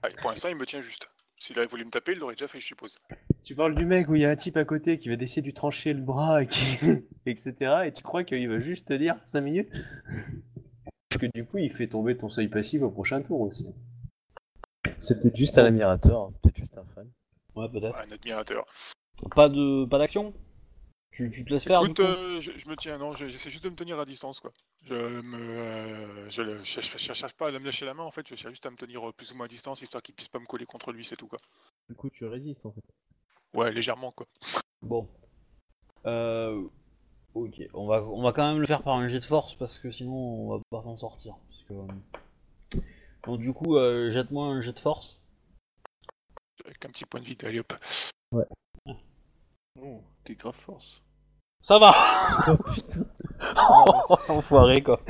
Ah, et pour l'instant, il me tient juste. S'il avait voulu me taper, il l'aurait déjà fait, je suppose.
Tu parles du mec où il y a un type à côté qui va essayer de lui trancher le bras, et qui... etc. Et tu crois qu'il va juste te dire 5 minutes Parce que du coup, il fait tomber ton seuil passif au prochain tour aussi. C'est peut-être juste un admirateur, peut-être juste un fan.
ouais peut-être.
Un admirateur.
Pas de pas d'action. Tu, tu te laisses faire.
Écoute,
du coup
euh, je, je me tiens, non, je- j'essaie juste de me tenir à distance, quoi. Je me, euh, je, le- je- je- je cherche pas à me lâcher la main, en fait, je cherche juste à me tenir euh, plus ou moins à distance, histoire qu'il puisse pas me coller contre lui, c'est tout, quoi.
Du coup, tu résistes en fait.
Ouais, légèrement, quoi.
Bon. Euh, ok, on va, on va quand même le faire par un jet de force parce que sinon on va pas s'en sortir. parce que, euh, Donc du coup, euh, jette-moi un jet de force.
Avec un petit point de vide, allez hop.
Oh, t'es grave force.
Ça va
Oh putain
Enfoiré quoi.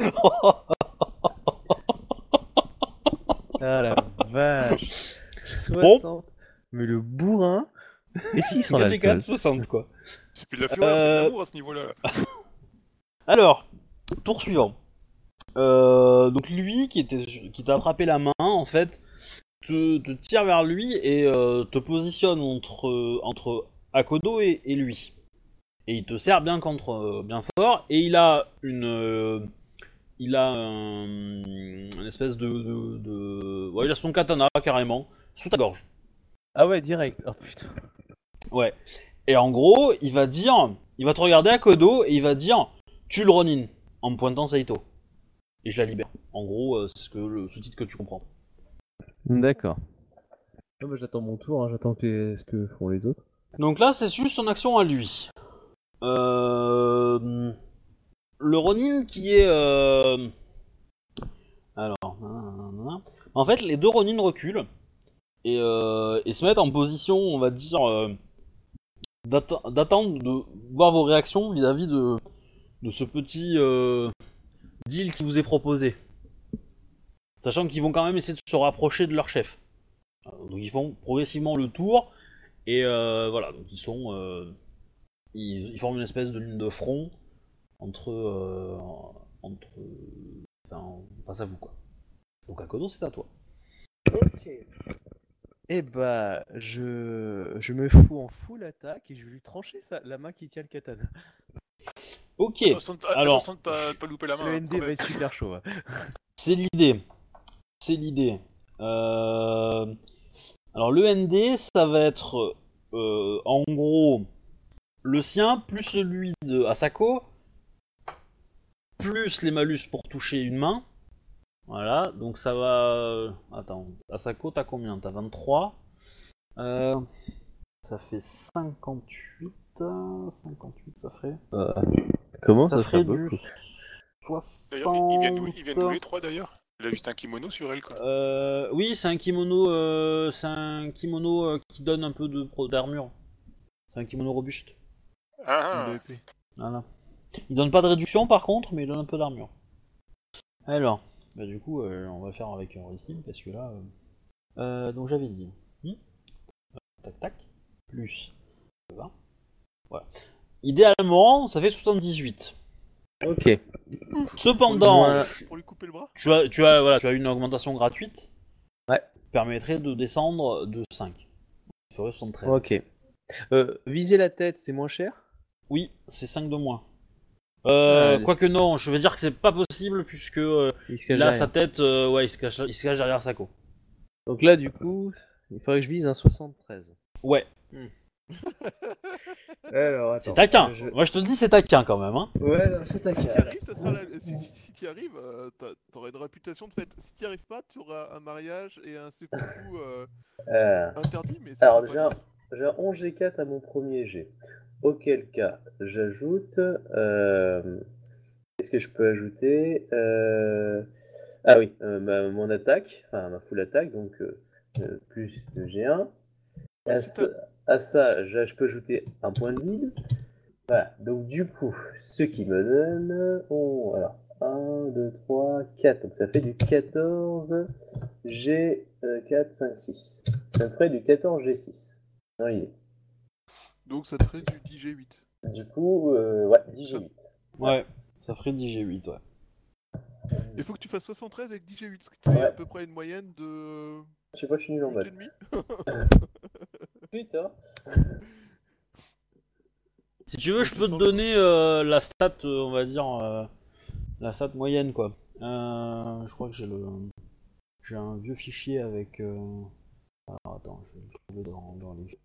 Ah la vache 60
Bon.
Mais le bourrin Et s'il sent
Quatre des quatre,
l'alcool
60 quoi.
C'est plus de la fureur, c'est
Euh,
de l'amour à ce niveau-là. là.
Alors, tour suivant. Euh, donc lui qui était qui t'a attrapé la main en fait te, te tire vers lui et euh, te positionne entre entre Akodo et, et lui. et il te serre bien contre, euh, bien fort, et il a une, euh, il a un, une espèce de, de, de- ouais, il a son katana carrément sous ta gorge.
Ah ouais, direct. Oh putain.
Ouais. Et en gros, il va dire, il va te regarder à Kodo et il va dire, tue le Ronin, en me pointant Saito. Et je la libère. En gros, euh, c'est ce que le sous-titre que tu comprends.
D'accord.
Non, mais j'attends mon tour, hein, j'attends que- ce que font les autres.
Donc là, c'est juste son action à lui. Euh... Le Ronin qui est. euh, Alors. nanana. En fait, les deux Ronin reculent et, euh, et se mettent en position, on va dire, euh, d'atte- d'attendre de voir vos réactions vis-à-vis de, de ce petit euh, deal qui vous est proposé. Sachant qu'ils vont quand même essayer de se rapprocher de leur chef. Euh, Donc ils font progressivement le tour. Et euh, voilà, donc ils sont. euh, ils, ils forment une espèce de ligne de front entre. euh, entre. Enfin, on passe à vous quoi. Donc à Kodo, c'est à toi.
Ok. Eh bah, je... je me fous en full attaque et je vais lui trancher ça, la main qui tient le katana.
Ok,
Attention de pas-
alors,
attention de pas, pas louper la main.
Le
hein,
ND
quand
va
même.
être super chaud. hein.
c'est l'idée. C'est l'idée. Euh, Alors le ND, ça va être euh, en gros le sien plus celui de Asako, plus les malus pour toucher une main. Voilà, donc ça va. Attends, Asako, t'as combien T'as 23. Euh, Ça fait 58. euh, 58, ça ferait.
Comment
Ça,
ça,
ferait
fait
du
beaucoup
60.
D'ailleurs, ils- ils viennent d'où- ils viennent d'où les trois d'ailleurs Elle a juste un kimono sur elle quoi.
Euh, oui, c'est un kimono, euh, c'est un kimono euh, qui donne un peu de pro- d'armure. C'est un kimono robuste.
Ah,
Une
ah,
épée.
Voilà. Il donne pas de réduction par contre, mais il donne un peu d'armure. Alors, bah du coup, euh, on va faire avec un récit parce que là, euh, euh, donc j'avais dit, hmm, euh, tac tac, plus 20. Voilà. Idéalement, ça fait 78.
Ok.
Cependant,
Loin.
Pour lui couper le bras
tu as, tu as, voilà, tu as une augmentation gratuite.
Ouais.
Qui permettrait de descendre de 5. Tu ferais 73.
Ok. Euh, viser la tête, c'est moins cher
Oui, c'est 5 de moins. Euh,
Allez.
Quoique non, je veux dire que c'est pas possible puisque euh,
Il se cache
là,
derrière.
sa tête, euh, ouais, il se, cache, il se cache derrière Sako.
Donc là, du coup, il faudrait que je vise un Hmm. 73.
Ouais,
Alors,
c'est taquin. Moi, je te le dis, c'est taquin quand même. Hein.
Ouais, non, c'est
Si t'y
taquin.
arrives, ça sera la- si, si- si t'y arrives, euh, t'a- t'auras une réputation de fête. Si t'y arrives pas, tu auras un mariage et un seppuku euh,
Euh,
interdit. Mais ça,
alors
c'est
déjà,
pas-
j'ai un 11 G4 à mon premier G. Auquel cas, j'ajoute. euh, Qu'est-ce que je peux ajouter Euh, Ah oui, euh, ma- mon attaque, enfin ma full attaque, donc euh, euh, plus le G1. À
si
ça, à ça, je, je peux ajouter un point de vide. Voilà, donc du coup, ce qui me donne. Oh, alors, 1, 2, 3, 4. Donc ça fait du euh, 14 G4, 5, 6. Ça me ferait du 14 G6 dans l'idée.
Donc ça te ferait du 10 G8.
Du coup, euh, ouais, 10 G8.
Ouais, ça ferait 10 G8, ouais.
Il faut que tu fasses 73 avec 10 G8, ce qui te fait
Ouais. bah.
à peu près une moyenne de
Je sais pas, je suis nul en hein,
8,5.
mode. Putain.
Si tu veux, je
Je
peux te
sens-
donner euh, la stat, euh, on va dire, euh, la stat moyenne, quoi. Euh, je crois que j'ai le, j'ai un vieux fichier avec. euh, Alors attends, je vais le trouver dans, dans les.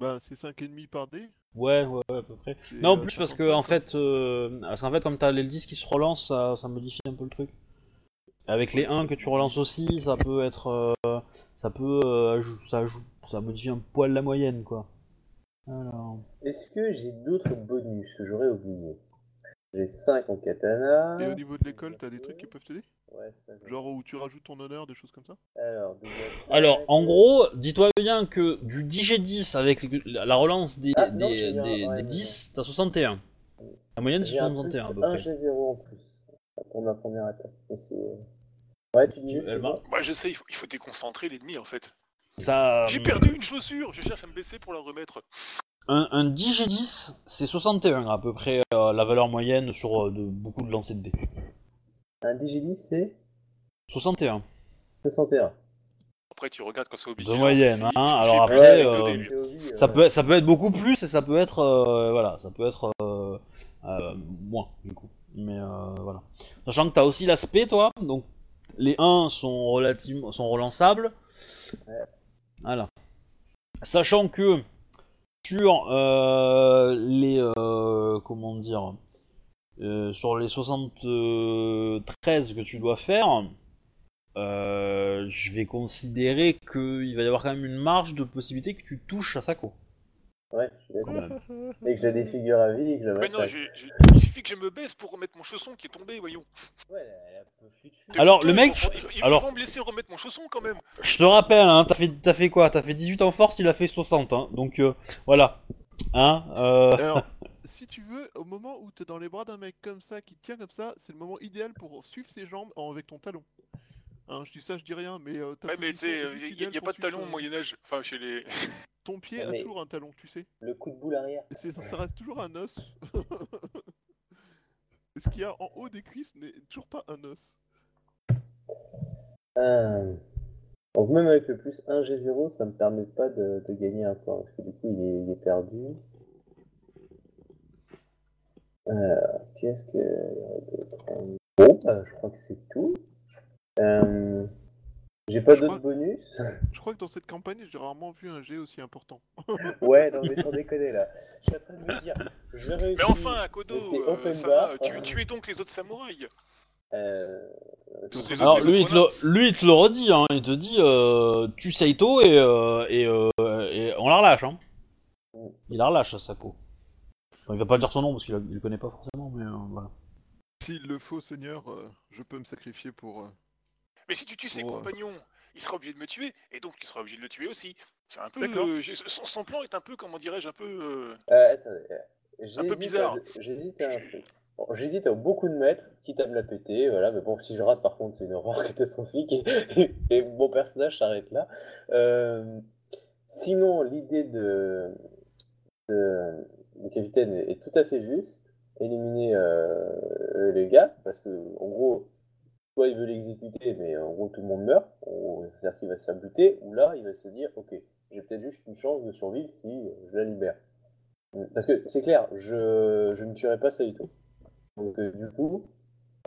Bah c'est 5,5 par dé.
Ouais, ouais, ouais, à peu près.
c'est,
Non, en
euh,
plus parce que
55,
en fait, euh, parce qu'en fait, comme t'as les 10 qui se relancent, ça, ça modifie un peu le truc. Avec les 1 que tu relances aussi, ça peut être, euh, ça peut, euh, ajou- ça ajoute, ça modifie un poil la moyenne, quoi. Alors.
Est-ce que j'ai d'autres bonus que j'aurais oublié J'ai 5 en
Et
katana.
au niveau de l'école, t'as des trucs qui peuvent t'aider
Ouais, ça va.
Genre où tu rajoutes ton honneur, des choses comme ça
Alors, double attaque.
Alors, en gros, dis-toi bien que du 10G10 avec la relance des,
Ah, non,
des-
j'ai eu un-
des-
ouais,
des
mais
10, t'as 61. La moyenne, c'est
j'ai un
61 à peu
plus 1
près.
G0 en plus pour ma première attaque. Mais c'est... euh, Ouais, tu disais.
Elle marque.
excuse-moi.
Moi Bah, je sais, il faut, il faut déconcentrer l'ennemi en fait.
Ça, euh,
J'ai perdu une chaussure, je cherche à me baisser pour la remettre.
un, un 10G10, c'est 61 à peu près euh, la valeur moyenne sur euh, de, beaucoup de lancers de dés.
Un DG10, c'est
61.
61.
après tu regardes quand c'est obligé.
De moyenne, hein, alors
plus
après,
les deux
euh,
débuts.
C'est obligé,
Ça
ouais.
peut, ça peut être beaucoup plus et ça peut être euh, voilà, ça peut être euh, euh, moins du coup. Mais euh, voilà. Sachant que t'as aussi l'aspect toi, donc les 1 sont relativement sont relançables. Voilà. Sachant que sur euh, les euh, comment dire euh, sur les 73 que tu dois faire, euh, je vais considérer qu'il va y avoir quand même une marge de possibilité que tu touches à Sako.
Ouais, je suis d'accord.
Quand même.
Et que je la défigure à vie, que je la
Mais non,
massacre.
j'ai- j'ai- il suffit que je me baisse pour remettre mon chausson qui est tombé, voyons.
Ouais, elle a un peu fut fut.
Alors, le
Ils
mec-
vont- ils- ils
alors-
vont me laisser remettre mon chausson quand même.
Je te rappelle, hein, t'as fait, t'as fait quoi T'as fait 18 en force, il a fait 60, hein. donc euh, voilà. Hein euh,
Alors, si tu veux, au moment où t'es dans les bras d'un mec comme ça, qui te tient comme ça, c'est le moment idéal pour suivre ses jambes en- avec ton talon. Hein, je dis ça, je dis rien, mais euh, ta
Ouais, mais tu
position
sais,
est
euh,
juste
il y-
idéale
il y a
pour
pas de
suivre
talon au
son-
Moyen-Âge. Enfin, chez les.
Ton pied a
Mais-
toujours un talon, tu sais.
Le coup de boule arrière.
C'est- Ça reste toujours un os. Ce qu'il y a en haut des cuisses n'est toujours pas un os.
Euh, Donc même avec le plus 1 G0, ça me permet pas de, de gagner un point, parce que du coup il est, il est perdu. Euh, Qu'est-ce qu'il y aurait d'autre Bon, bah, je crois que c'est tout. Euh, J'ai pas
Je
d'autres
crois-
bonus
Je crois que dans cette campagne, j'ai rarement vu un jet aussi important.
Ouais, non mais sans déconner là. Je suis en train de me dire, je réussis.
Mais enfin, à Kodo,
Mais c'est
euh,
open
ça
bar. hein.
va, tu, tu es donc les autres samouraïs.
Euh,
Toutes les
Alors
autres-
lui
les
il,
autres
te le, lui, il te le redit, hein, il te dit euh, tu Saito et, euh, et, euh, et on la relâche. Hein. Il la relâche à Sako. Enfin, il va pas dire son nom parce qu'il a- il le connaît pas forcément, mais euh, voilà.
S'il le faut, Seigneur, euh, je peux me sacrifier pour. euh,
Mais si tu tues ses
Ouais.
compagnons, il sera obligé de me tuer, et donc il sera obligé de le tuer aussi. C'est un peu.
D'accord.
euh, j'ai- son, son plan est un peu, comment dirais-je, un peu. euh,
Euh, attendez, euh, j'hésite
bizarre.
à- J'hésite à un
Je-
truc. Bon, J'hésite à beaucoup de mètres, quitte à me la péter, voilà, mais bon, si je rate, par contre, c'est une horreur catastrophique et, et- et mon personnage s'arrête là. Euh, sinon, l'idée de, de- du capitaine est, est tout à fait juste. Éliminer euh, les gars, parce que, en gros, soit il veut l'exécuter, mais en gros, tout le monde meurt, en gros, c'est-à-dire qu'il va se faire buter, ou là, il va se dire, ok, j'ai peut-être juste une chance de survivre si je la libère. Parce que c'est clair, je, je ne tuerai pas Saito. Donc euh, du coup,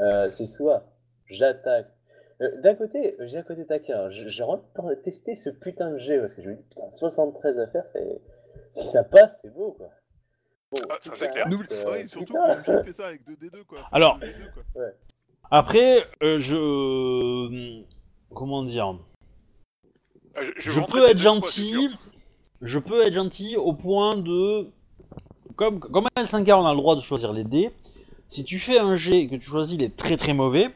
euh, c'est soit j'attaque. Euh, D'un côté, j'ai un côté taquin. Je- J'ai envie de t- tester ce putain de jet parce que je me dis, putain, 73 à faire, c'est- si ça passe, c'est beau quoi. Bon,
Ah,
si
ça, c'est clair.
rate,
N'oublie-
euh,
ouais, surtout
putain.
que j'ai fait ça avec 2D2 quoi. Enfin,
Alors-
2D2, quoi.
Après, euh, je. Comment dire
ah, je,
Je,
je rentrais
peux être
des deux fois, c'est
gentil.
sûr.
Je peux être gentil au point de. Comme, comme à L5A, on a le droit de choisir les dés. Si tu fais un G et que tu choisis les très très mauvais,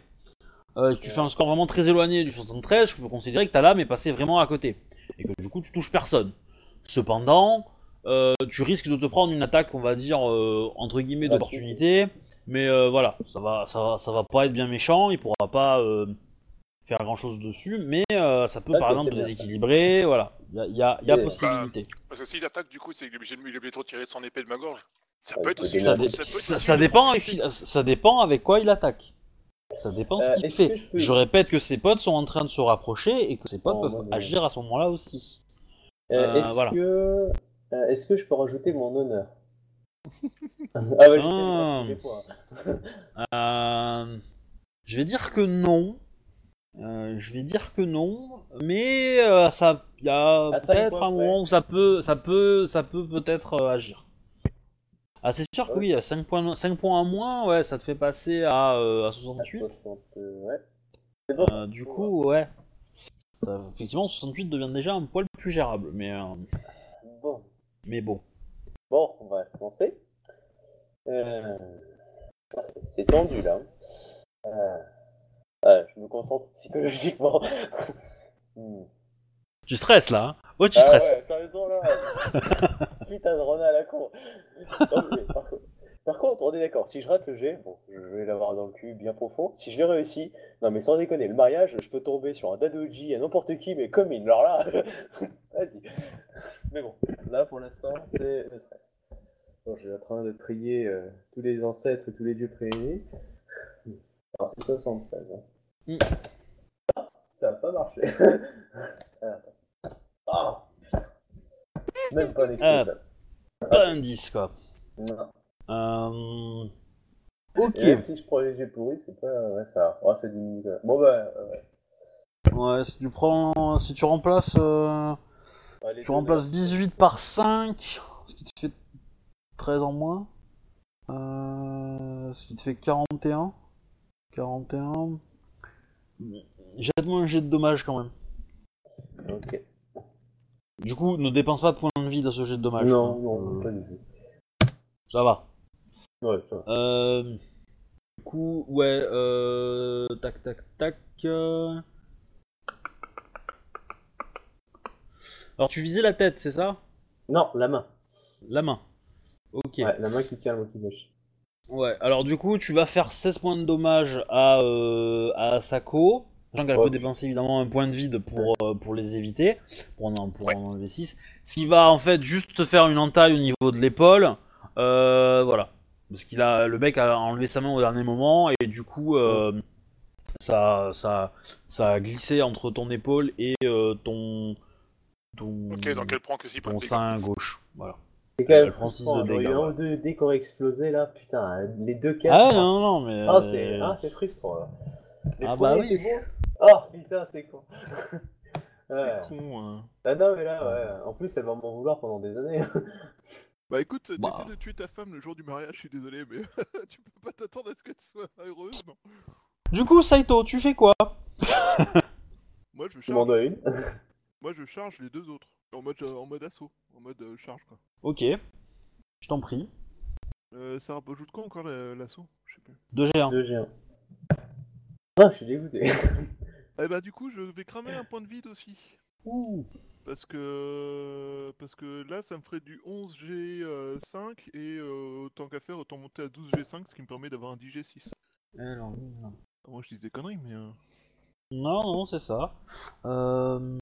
euh, tu
Ouais.
fais un score vraiment très éloigné du 73, je peux considérer que ta lame est passée vraiment à côté. Et que du coup, tu touches personne. Cependant, euh, tu risques de te prendre une attaque, on va dire, euh, entre guillemets,
Gratuite.
d'opportunité. Mais euh, voilà, ça va, ça, va, ça va pas être bien méchant, il pourra pas euh, faire grand chose dessus, mais euh, ça peut
Ah,
par
mais
exemple
c'est bien, ça.
déséquilibrer, voilà. Il y a, y a- y a
Et-
possibilité.
Parce que s'il attaque, du coup, c'est qu'il est obligé de, il est obligé de tirer de son épée de ma gorge. Ça
Ouais,
peut
Ah,
être
il
aussi.
peut
Ça,
une-
dé-
peut être
ça-
aussi
ça
une
dépend hein, avec,
opportunité.
ça dépend avec quoi il attaque. Ça dépend
Euh,
ce qu'il
est-ce que
fait.
je peux-
Je répète que ses potes sont en train de se rapprocher et que ses potes
Oh,
peuvent
moi, non.
agir à ce moment-là aussi.
Euh,
Euh,
Est-ce
voilà.
que... euh, est-ce que je peux rajouter mon honneur Ah ouais, je sais,
Ah.
les points.
Euh, je vais dire que non. Euh, je vais dire que non, mais euh, ça, il y a
À cinq
peut-être
points
un
près.
moment où ça peut, ça peut, ça peut peut-être euh, agir. Ah, c'est sûr que oui, à 5 points, 5 points à moins, ouais, ça te fait passer à, euh, à
À
68.
60, euh, ouais.
Euh, du coup, ouais. Ça- effectivement, 68 devient déjà un poil plus gérable, mais, euh,
Bon.
mais bon.
Bon, on va se lancer. Euh, ah, c'est- C'est tendu là. Euh, ah, je me concentre psychologiquement. Hmm.
Tu stresses là, hein Oh, tu
ah
stresses
ouais, sérieusement là. Putain de Rona à la con. Non, mais par, co- par contre, on est d'accord. Si je rate le jet, bon, je vais l'avoir dans le cul bien profond. Si je le réussis, non mais sans déconner, le mariage, je peux tomber sur un dadoji, à n'importe qui, mais comme il, alors là, vas-y. Mais bon, là pour l'instant, c'est le stress. Bon, je suis en train de prier euh, tous les ancêtres, tous les dieux prévenus.
Ah,
Alors c'est 73. hein.
Mm.
Hmm.
Ah, Ça n'a pas marché.
Ah, putain. Même pas les
Ah.
seize.
Pas un 10, quoi.
Non.
Euh, Ok.
Et même si je prends les jets pourris, c'est pas. Ouais, ça. Oh, va. Ouais, ça diminue quand même. Bon, bah. ouais.
Ouais, si tu prends, si tu remplaces, euh,
Ouais, les
tu
deux,
remplaces
là.
18 par 5, ce qui te fait 13 en moins, Euh, ce qui te fait 41, 41. Jette-moi un jet de dommage quand même.
Ok.
Du coup, ne dépense pas de points de vie dans ce jet de dommage.
non,
hein.
non,
Euh,
pas du tout.
ça va.
Ouais, ça va.
Euh, du coup, ouais, euh, tac, tac, tac. euh. Alors tu visais la tête, c'est ça
Non, la main.
La main. Ok. Ouais.
Ouais, la main qui tient le moquisage.
Alors du coup, tu vas faire 16 points de dommage à, euh, à Sako. Sachant qu'elle
Ouais.
peut dépenser évidemment un point de vide pour, euh, pour les éviter, pour en, pour en enlever 6. Ce qui va en fait juste te faire une entaille au niveau de l'épaule. Euh, voilà. Parce qu'il a le mec a enlevé sa main au dernier moment et du coup euh, ça, ça, ça a glissé entre ton épaule et euh, ton, ton,
Ok, donc elle prend que 6 points
ton
de dégâts.
sein gauche. Voilà.
C'est quand même
Le Francis
frustrant,
de
j'aurais eu
dégâts,
un
ouais.
ou deux dés qui auraient explosé là, putain, les deux cas.
Ah
ah,
non, non, mais.
Ah, c'est ah, c'est frustrant là. Les
Ah, bah
premiers
oui.
étaient bons. Ah putain, c'est con. ouais.
C'est con. hein.
Ah non, mais là, ouais. En plus, elle va m'en vouloir pendant des années. hein.
Bah écoute,
Bah.
t'essaies de tuer ta femme le jour du mariage, je suis désolé, mais tu peux pas t'attendre à ce qu'elle soit heureuse. Non.
Du coup, Saito, tu fais quoi
Moi je
Je m'en
charge,
dois une.
moi je charge les deux autres. En mode, euh, en mode assaut, en mode euh, charge quoi.
Ok. Je t'en prie.
Euh, ça rajoute quoi encore la- l'assaut Je sais plus.
2G1.
Deux géants. Ah, je suis dégoûté.
Eh bah du coup je vais cramer un point de vide aussi.
Ouh.
Parce que parce que là ça me ferait du 11G5 et euh, autant qu'à faire autant monter à 12G5 ce qui me permet d'avoir un 10G6.
Alors,
Ah, Moi je dis des conneries mais euh,
non, non, c'est ça. Euh...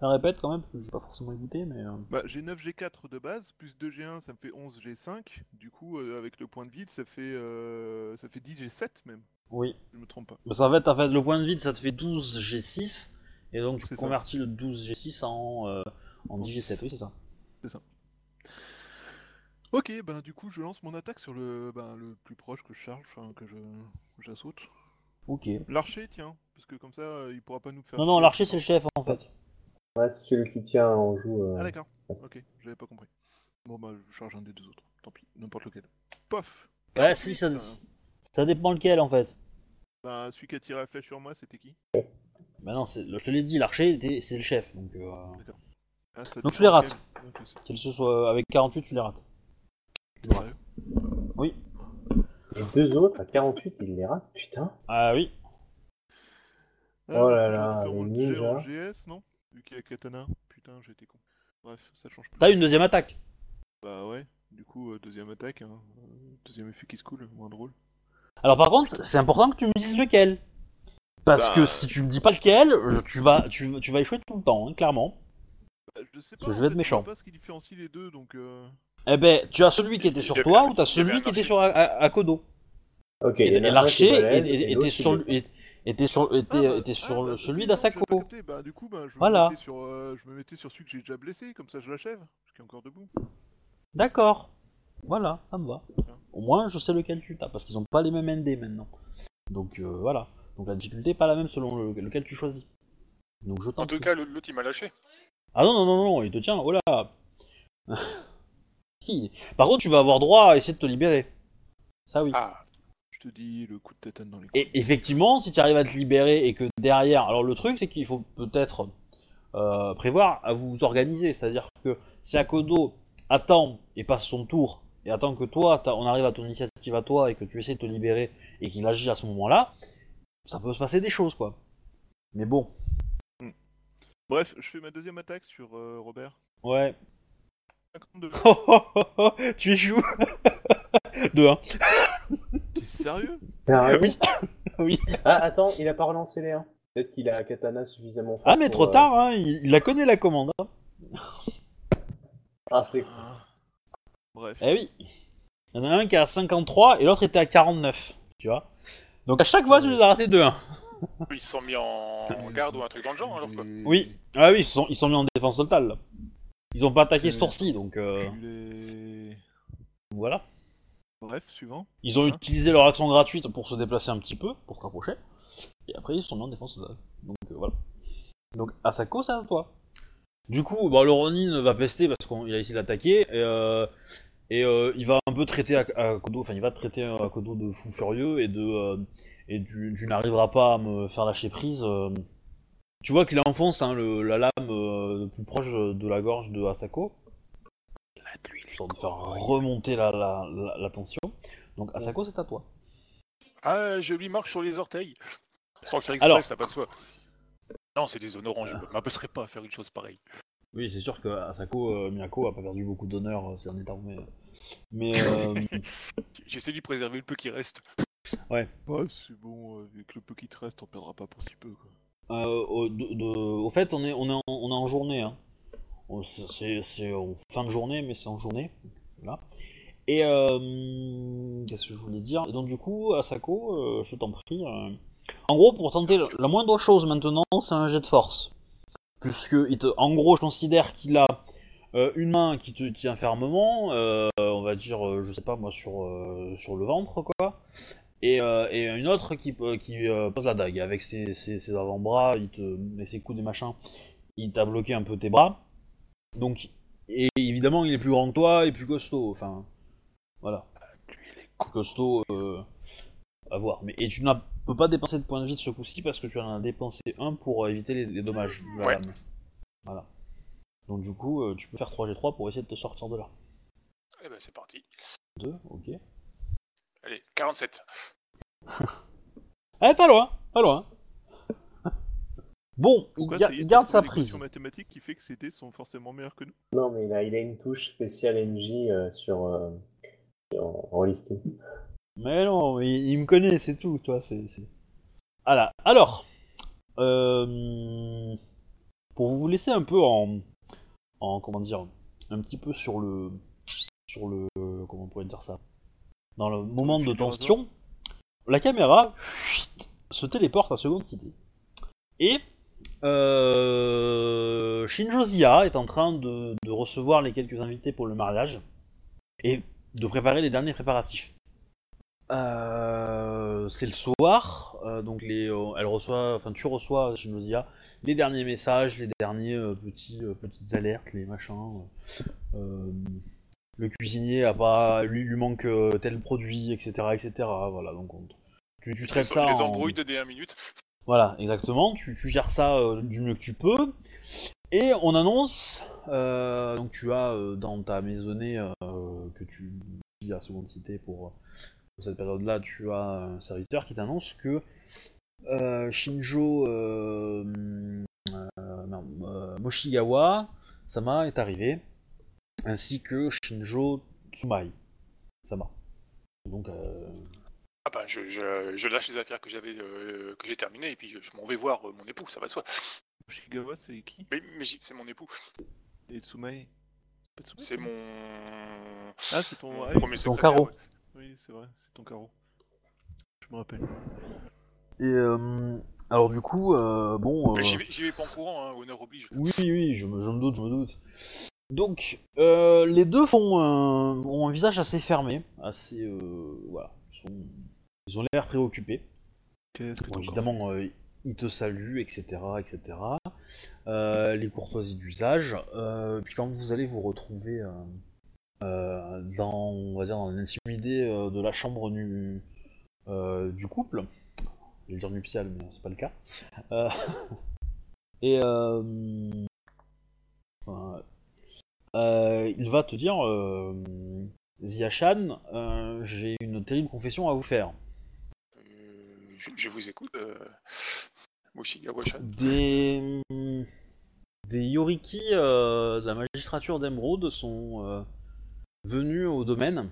Je répète quand même, parce que j'ai pas forcément écouté, mais. euh,
bah, j'ai 9G4 de base plus 2G1 ça me fait 11G5 du coup euh, avec le point de vide ça fait euh, ça fait 10G7 même
Oui.
si je me trompe pas.
Mais Bah, ça va être, en fait, le point de vide, ça te fait 12 G6. Et donc, tu
C'est ça.
convertis le 12 G6 en, euh, en 10 G7. Oui, c'est ça.
OK, ben du coup je lance mon attaque sur le ben, le plus proche que je charge enfin que je j'assaute.
Ok.
L'archer tiens parce que comme ça euh, il pourra pas nous faire
Non, non,
chier.
l'archer, c'est le chef, en fait.
Ouais, c'est celui qui tient en joue. euh.
Ah d'accord, ok, j'avais pas compris. Bon bah je charge un des deux autres, tant pis, n'importe lequel. Pof
Ouais, si, ça, ça dépend lequel, en fait.
Bah celui qui a tiré la flèche sur moi c'était qui
Bah non, c'est- je te l'ai dit, l'archer, était- c'est le chef. Donc, euh,
ah, ça
Donc, tu
dépend
les rates.
lequel. Ok, c'est-
quel ce soit, avec 48, tu les rates.
sérieux
Les deux autres, à 48, il les rate, putain.
Ah oui.
Ah,
Oh
bah,
là
je vais
là,
faire
les
mon
nuls,
jet en
là.
GS non Vu qu'il y a katana, putain j'ai été con. Bref, ça change plus.
T'as une deuxième attaque.
Bah ouais, du coup euh, deuxième attaque, hein. Euh, deuxième effet qui se coule, moins drôle.
Alors par contre, c'est important que tu me dises lequel. Parce
Bah,
que
euh,
si tu me dis pas lequel, je- tu vas, tu, tu vas échouer tout le temps, hein, clairement.
Bah, je sais pas,
que
en
je vais être
fait,
méchant.
sais pas ce qui différencie les deux donc euh...
Eh ben, tu as celui qui était
Il y
sur
avait
toi
un-
ou t'as
il y avait
celui
un
qui était
archer.
sur A- A- Akodo.
Ok,
Et,
il y en a
et
un
l'archer
qui est balèze,
était-
et
était
l'autre qui
sur,
l'est pas.
était- était sur, était,
ah, bah,
était
ah,
euh, sur celui
bah, oui, non, j'avais pas
d'Asako.
capté. Bah du coup bah, je,
Voilà.
me mettais sur, euh, je me mettais sur celui que j'ai déjà blessé, comme ça je l'achève, parce qu'il est encore debout.
D'accord. Voilà, ça me va.
Bien.
Au moins, je sais lequel tu t'as, parce qu'ils ont pas les mêmes ND maintenant. Donc euh, voilà. Donc la difficulté est pas la même selon le- lequel tu choisis. Donc je t'en
En tout
prie.
cas, l'autre l'autre, il m'a lâché.
Ah non, non, non, non, il te tient, oh là Hi. Par contre, tu vas avoir droit à essayer de te libérer. Ça oui.
Ah,
Je te dis le coup de tatane dans les couilles.
Et effectivement, si tu arrives à te libérer et que derrière. Alors le truc, c'est qu'il faut peut-être euh, prévoir à vous organiser. C'est-à-dire que si Akodo attend et passe son tour, et attend que toi, t'as- on arrive à ton initiative à toi et que tu essaies de te libérer et qu'il agit à ce moment-là, ça peut se passer des choses quoi. Mais bon,
Bref, je fais ma deuxième attaque sur euh, Robert.
ouais.
52.
tu échoues 2-1.
T'es sérieux
T'as raison.
Oui. Oui.
Ah, attends, il a pas relancé les 1. Peut-être qu'il a un katana suffisamment fort.
Ah mais
pour,
trop
euh,
tard, hein, il, il la connaît la commande. hein.
Ah, c'est.
Bref.
Eh oui. Il y en a un qui a 53 et l'autre était à 49, tu vois. Donc à chaque fois tu les as ratés hein. de 1.
Ils se sont mis en, en garde ou un truc dans le genre, alors quoi.
Oui. Ah oui, ils se sont, ils se sont mis en défense totale. là. Ils ont pas attaqué ce
Euh.
tour-ci, donc euh,
Enculés.
voilà.
Bref, suivant.
Ils ont
Hein
utilisé leur action gratuite pour se déplacer un petit peu, pour se rapprocher. Et après, ils se sont mis en défense totale. Donc euh, voilà. Donc Asako, ça à toi. Du coup, bah, le Ronin va pester parce qu'il a essayé d'attaquer. Et, euh, et, euh, il va un peu traiter Ak- Akodo, enfin il va traiter euh, Akodo de fou furieux et de euh, et tu, tu n'arriveras pas à me faire lâcher prise. euh. Tu vois qu'il enfonce hein, le- la lame euh, plus proche de la gorge de Asako. Pour faire remonter la, la, la- la tension. Donc Asako, c'est à toi.
Ah, je lui marche sur les orteils. Sans le faire exprès,
Alors.
ça passe pas. Non, c'est déshonorant, je ne m'abaisserai pas à faire une chose pareille.
Oui, c'est sûr que Asako euh, Miyako a pas perdu beaucoup d'honneur euh, ces derniers temps, mais. Mais. euh,
J'essaie de lui préserver le peu qui reste.
Bref, c'est bon, euh, vu que le peu qui te reste, on perdra pas pour si peu. Quoi.
euh, au, de- de- au fait, on est, on est, en, on est en journée. Hein. On- C'est c'est en fin de journée, mais c'est en journée. Voilà. Et. euh, Qu'est-ce que je voulais dire Et Donc, du coup, Asako, euh, je t'en prie. euh, En gros, pour tenter la- la moindre chose maintenant, c'est un jet de force. Puisque, il te... en gros, je considère qu'il a. euh, une main qui te tient fermement, euh, on va dire, euh, je sais pas moi, sur, euh, sur le ventre, quoi. Et, euh, et une autre qui, euh, qui euh, pose la dague. Avec ses, ses- ses avant-bras, il te et ses coudes et machin, il t'a bloqué un peu tes bras. Donc, et évidemment, il est plus grand que toi et plus costaud. Enfin, voilà. Plus costaud euh, à voir. Mais, et tu ne peux pas dépenser de points de vie de ce coup-ci parce que tu en as dépensé un pour euh, éviter les, les dommages de la
Ouais.
lame. Voilà. Donc, du coup, euh, tu peux faire 3G3 pour essayer de te sortir de là.
Eh ben, c'est parti.
2, ok.
Allez, 47.
Eh, pas loin, pas loin. Bon, il,
Pourquoi,
ga-
ça y est,
il garde
t'as
sa
trouvé
prise.
l'équation mathématique qui fait que ses dés sont forcément meilleurs que nous.
Non, mais il a, il a une touche spéciale MJ euh, sur. euh, en, en listing.
Mais non, il, il me connaît, c'est tout, toi, c'est... c'est- Voilà, alors... euh, pour vous laisser un peu en... en... comment dire... un petit peu sur le... sur le... comment on pourrait dire ça Dans le moment
fil
de
du rasoir.
tension, la caméra chuit, se téléporte à Seconde Cité. Et... Euh, Shinjo Zia est en train de, de recevoir les quelques invités pour le mariage et de préparer les derniers préparatifs. Euh, c'est le soir, euh, donc les, euh, elle reçoit, enfin tu reçois chez Nosia les derniers messages, les derniers euh, petits, euh, petites alertes, les machins. euh, euh, le cuisinier a pas, lui lui manque euh, tel produit, etc., etc. Voilà, donc on- tu, tu traites ça.
les
en-
embrouilles de D1 minute.
voilà, exactement. Tu, tu gères ça euh, du mieux que tu peux. Et on annonce, euh, donc tu as euh, dans ta maisonnée euh, que tu vis à Seconde Cité pour, euh, pour cette période-là, tu as un serviteur qui t'annonce que euh, Shinjo euh, euh, non, euh, Moshigawa Sama est arrivé, ainsi que Shinjo Tsumai Sama. Donc euh,
Ah ben, je, je- je lâche les affaires que j'avais, euh, que j'ai terminées, et puis je, je m'en vais voir euh, mon époux, ça va de soi.
Shigawa, c'est qui
Mais, mais j'y- c'est mon époux,
Et Tsumae C'est pas Tsumae,
c'est
ça
mon...
Ah, c'est ton. ah,
premier
oui,
ton
secrétaire,
carreau.
ouais.
Oui, c'est vrai, c'est ton carreau. Je me rappelle.
et euh, alors du coup, euh, bon.
Mais
euh,
J'y vais, j'y vais pas en courant, hein, honneur oblige.
Oui, oui, je me, je me doute, je me doute. Donc, euh, les deux font un, ont un visage assez fermé, assez... euh, voilà, ils, sont- ils ont l'air préoccupés.
Qu'est-ce que
Bon,
ton
évidemment, euh, ils te saluent, etc., etc. Euh, les courtoisies d'usage. Euh, puis quand vous allez vous retrouver euh, euh, dans, on va dire, dans l'intimité euh, de la chambre nu, euh, du couple, je vais dire nuptial, mais c'est pas le cas. Euh, et euh, euh, euh, il va te dire, euh, Zia-chan, euh, j'ai une terrible confession à vous faire.
Euh, je, je vous écoute, euh... Moshigawa-chan.
Des, des Yoriki euh, de la magistrature d'Emeraude sont euh, venus au domaine.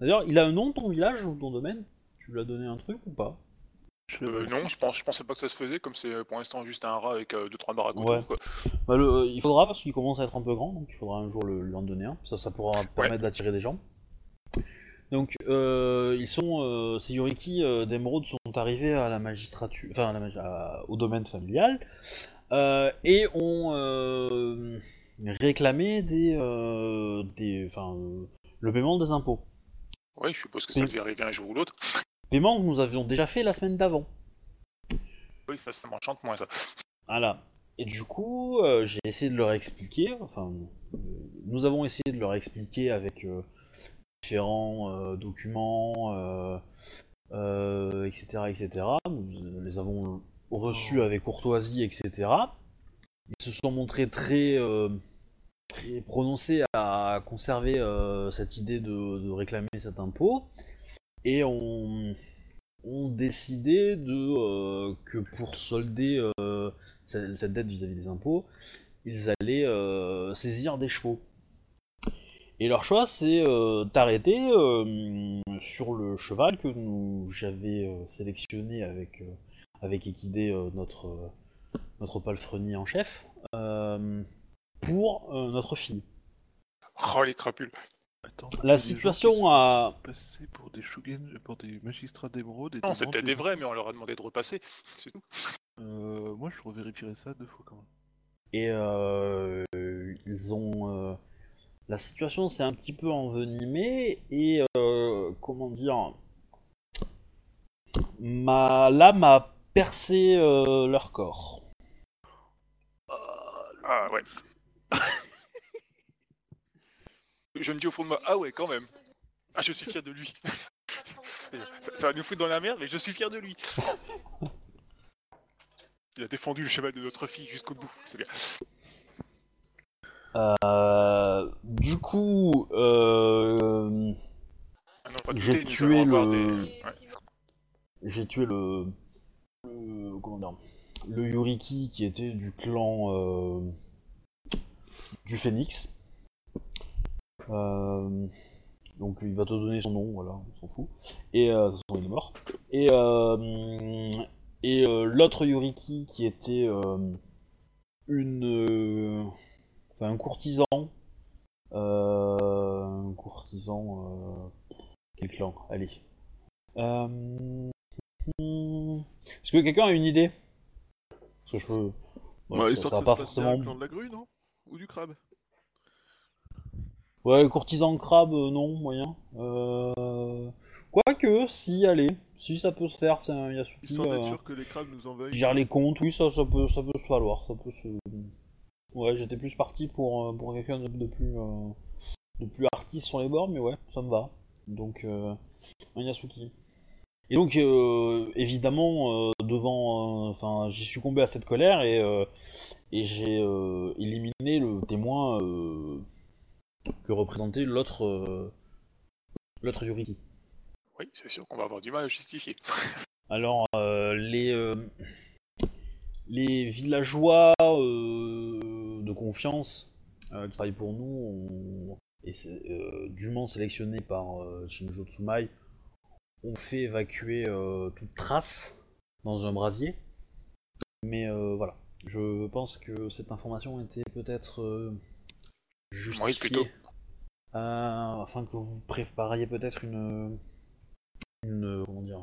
D'ailleurs, il a un nom ton village ou ton domaine Tu lui as donné un truc ou pas
Euh, non, je, pense, je pensais pas que ça se faisait, comme c'est euh, pour l'instant juste un rat avec 2 deux trois baraques
Ouais.
autour, quoi.
bah, le- euh, Il faudra parce qu'il commence à être un peu grand, donc il faudra un jour le, lui en donner un. Ça, ça pourra permettre d'attirer des gens. Donc, euh, ils sont, euh, ces Yoriki euh, d'Emeraude sont sont arrivés à la magistrature, enfin à la magi- à- au domaine familial, euh, et ont euh, réclamé des, euh, des, enfin, euh, le paiement des impôts.
Oui, je suppose que ça
Oui.
devait arriver un jour ou l'autre.
Paiement que nous avions déjà fait la semaine d'avant.
Oui, ça, ça m'enchante moins, ça.
Voilà. Et du coup, euh, j'ai essayé de leur expliquer, enfin, euh, nous avons essayé de leur expliquer avec euh, différents euh, documents, euh, euh, etc., etc. Nous euh, les avons reçus avec courtoisie, etc. Ils se sont montrés très, euh, très prononcés à conserver euh, cette idée de, de réclamer cet impôt et ont, ont décidé de euh, que pour solder euh, cette, cette dette vis-à-vis des impôts, ils allaient euh, saisir des chevaux. Et leur choix, c'est euh, d'arrêter euh, sur le cheval que nous j'avais euh, sélectionné avec euh, avec Equidé, euh, notre euh, notre palefrenier en chef, euh, pour euh, notre fille.
Oh, les crapules.
Attends,
La
les gens qui sont
situation a
Passés pour des shogun- pour des magistrats d'émeraude. et
Non, c'est
demandent
peut-être des vrais, mais
impôts.
on leur a demandé de repasser. C'est tout.
Euh, moi, je revérifierai ça deux fois quand même.
Et euh, ils ont. euh, la situation s'est un petit peu envenimée et euh, comment dire. Ma lame a percé euh, leur corps.
Ah ouais. je me dis au fond de moi, ah ouais, quand même. Ah, je suis fier de lui. ça, ça va nous foutre dans la merde, mais je suis fier de lui. Il a défendu le cheval de notre fille jusqu'au bout, c'est bien.
Euh, du coup, euh,
Ah non, pas
J'ai
douter, nous
tué
allons avoir
le-
des- ouais.
j'ai tué le, le- comment dire, le Yuriki qui était du clan euh, du Phénix. Euh, donc il va te donner son nom, voilà, on s'en fout. Et euh, de toute façon, il est mort. Et, euh, et euh, l'autre Yuriki qui était euh, une, euh, enfin un courtisan, euh, un courtisan, euh, quel clan Allez. Euh, Hmm. Est-ce que quelqu'un a une idée Parce que je peux. Bon, ça- ça
Bah, histoire
va
que
pas
se passe bien
forcément.
avec l'an de la grue, non Ou du crabe
Ouais, courtisan crabe, euh, non, moyen. Euh... Quoique, si, allez. Si ça peut se faire, c'est un Yasuki.
Histoire
euh,
d'être sûr que les crabes nous envahissent.
qui gère les comptes, oui, ça, ça, peut, ça peut se valoir. Ça peut se... Ouais, j'étais plus parti pour, euh, pour quelqu'un de, de plus, euh, de plus artiste sur les bords, mais ouais, ça me va. Donc, euh, un Yasuki. Et donc, euh, évidemment, euh, devant. euh, Enfin, j'ai succombé à cette colère et, euh, et j'ai euh, éliminé le témoin euh, que représentait l'autre. euh, l'autre Yuriki.
Oui, c'est sûr qu'on va avoir du mal à justifier.
Ah Alors, euh, les, euh, les villageois euh, de confiance euh, qui travaillent pour nous, ont- et c'est, euh, dûment sélectionnés par euh, Shinjo Tsumai, ont fait évacuer euh, toute trace dans un brasier. Mais euh, voilà, je pense que cette information était peut-être euh, justifiée.
plutôt.
Euh, afin que vous prépariez peut-être une, une, comment dire,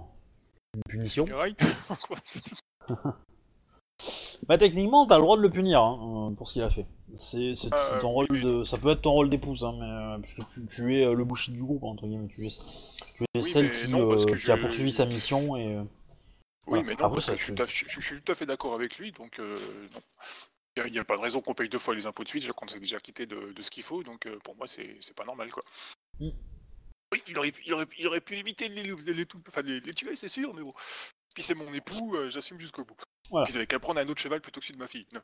une punition.
Pareil.
Bah techniquement, t'as le droit de le punir hein, euh, pour ce qu'il a fait. C'est c'est-
Euh,
c'est ton
oui,
rôle de, ça peut être ton rôle d'épouse, hein, mais euh, puisque tu, tu es euh, le boucher du groupe entre guillemets, tu es, tu es
Oui,
celle
mais
qui,
non, parce
euh,
que
qui a
je-
poursuivi sa mission et euh,
Oui,
Voilà.
mais non,
Après,
parce
ça,
que je suis,
c'est-
tout à- je- je suis tout à fait d'accord avec lui, donc euh, non. Il n'y a, pas de raison qu'on paye deux fois les impôts de suite, quand on s'est déjà quitté de, de ce qu'il faut, donc euh, pour moi, c'est c'est pas normal, quoi.
Mm.
Oui, il aurait, pu- il, aurait, il aurait pu éviter de les, de les tout- enfin, de les- de les tuer, c'est sûr, mais bon. Puis c'est mon époux, euh, j'assume jusqu'au bout.
Voilà.
Puis ils avaient qu'à prendre un autre cheval plutôt que celui de ma fille. Non.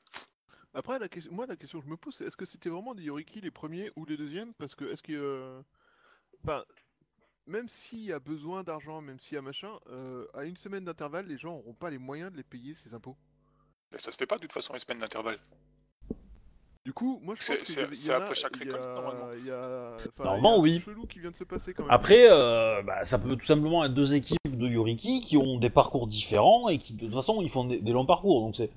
Après, la question- moi, la question que je me pose, c'est est-ce que c'était vraiment des Yoriki les premiers ou les deuxièmes Parce que, est-ce que. euh, Enfin, même s'il y a besoin d'argent, même s'il y a machin, euh, à une semaine d'intervalle, les gens n'auront pas les moyens de les payer ces impôts.
Mais ça se fait pas de toute façon les semaines d'intervalle.
Du coup, moi je
C'est-
pense qu'il
c'est-
y avait- il y
c'est
en a-
après chaque
il y
récolte,
a-
normalement.
il y a- enfin, il y a un
Normalement,
truc
oui.
chelou qui vient de se passer quand même.
après, euh, bah, ça peut tout simplement être deux équipes de Yoriki qui ont des parcours différents et qui de toute façon ils font des, des longs parcours. Donc c'est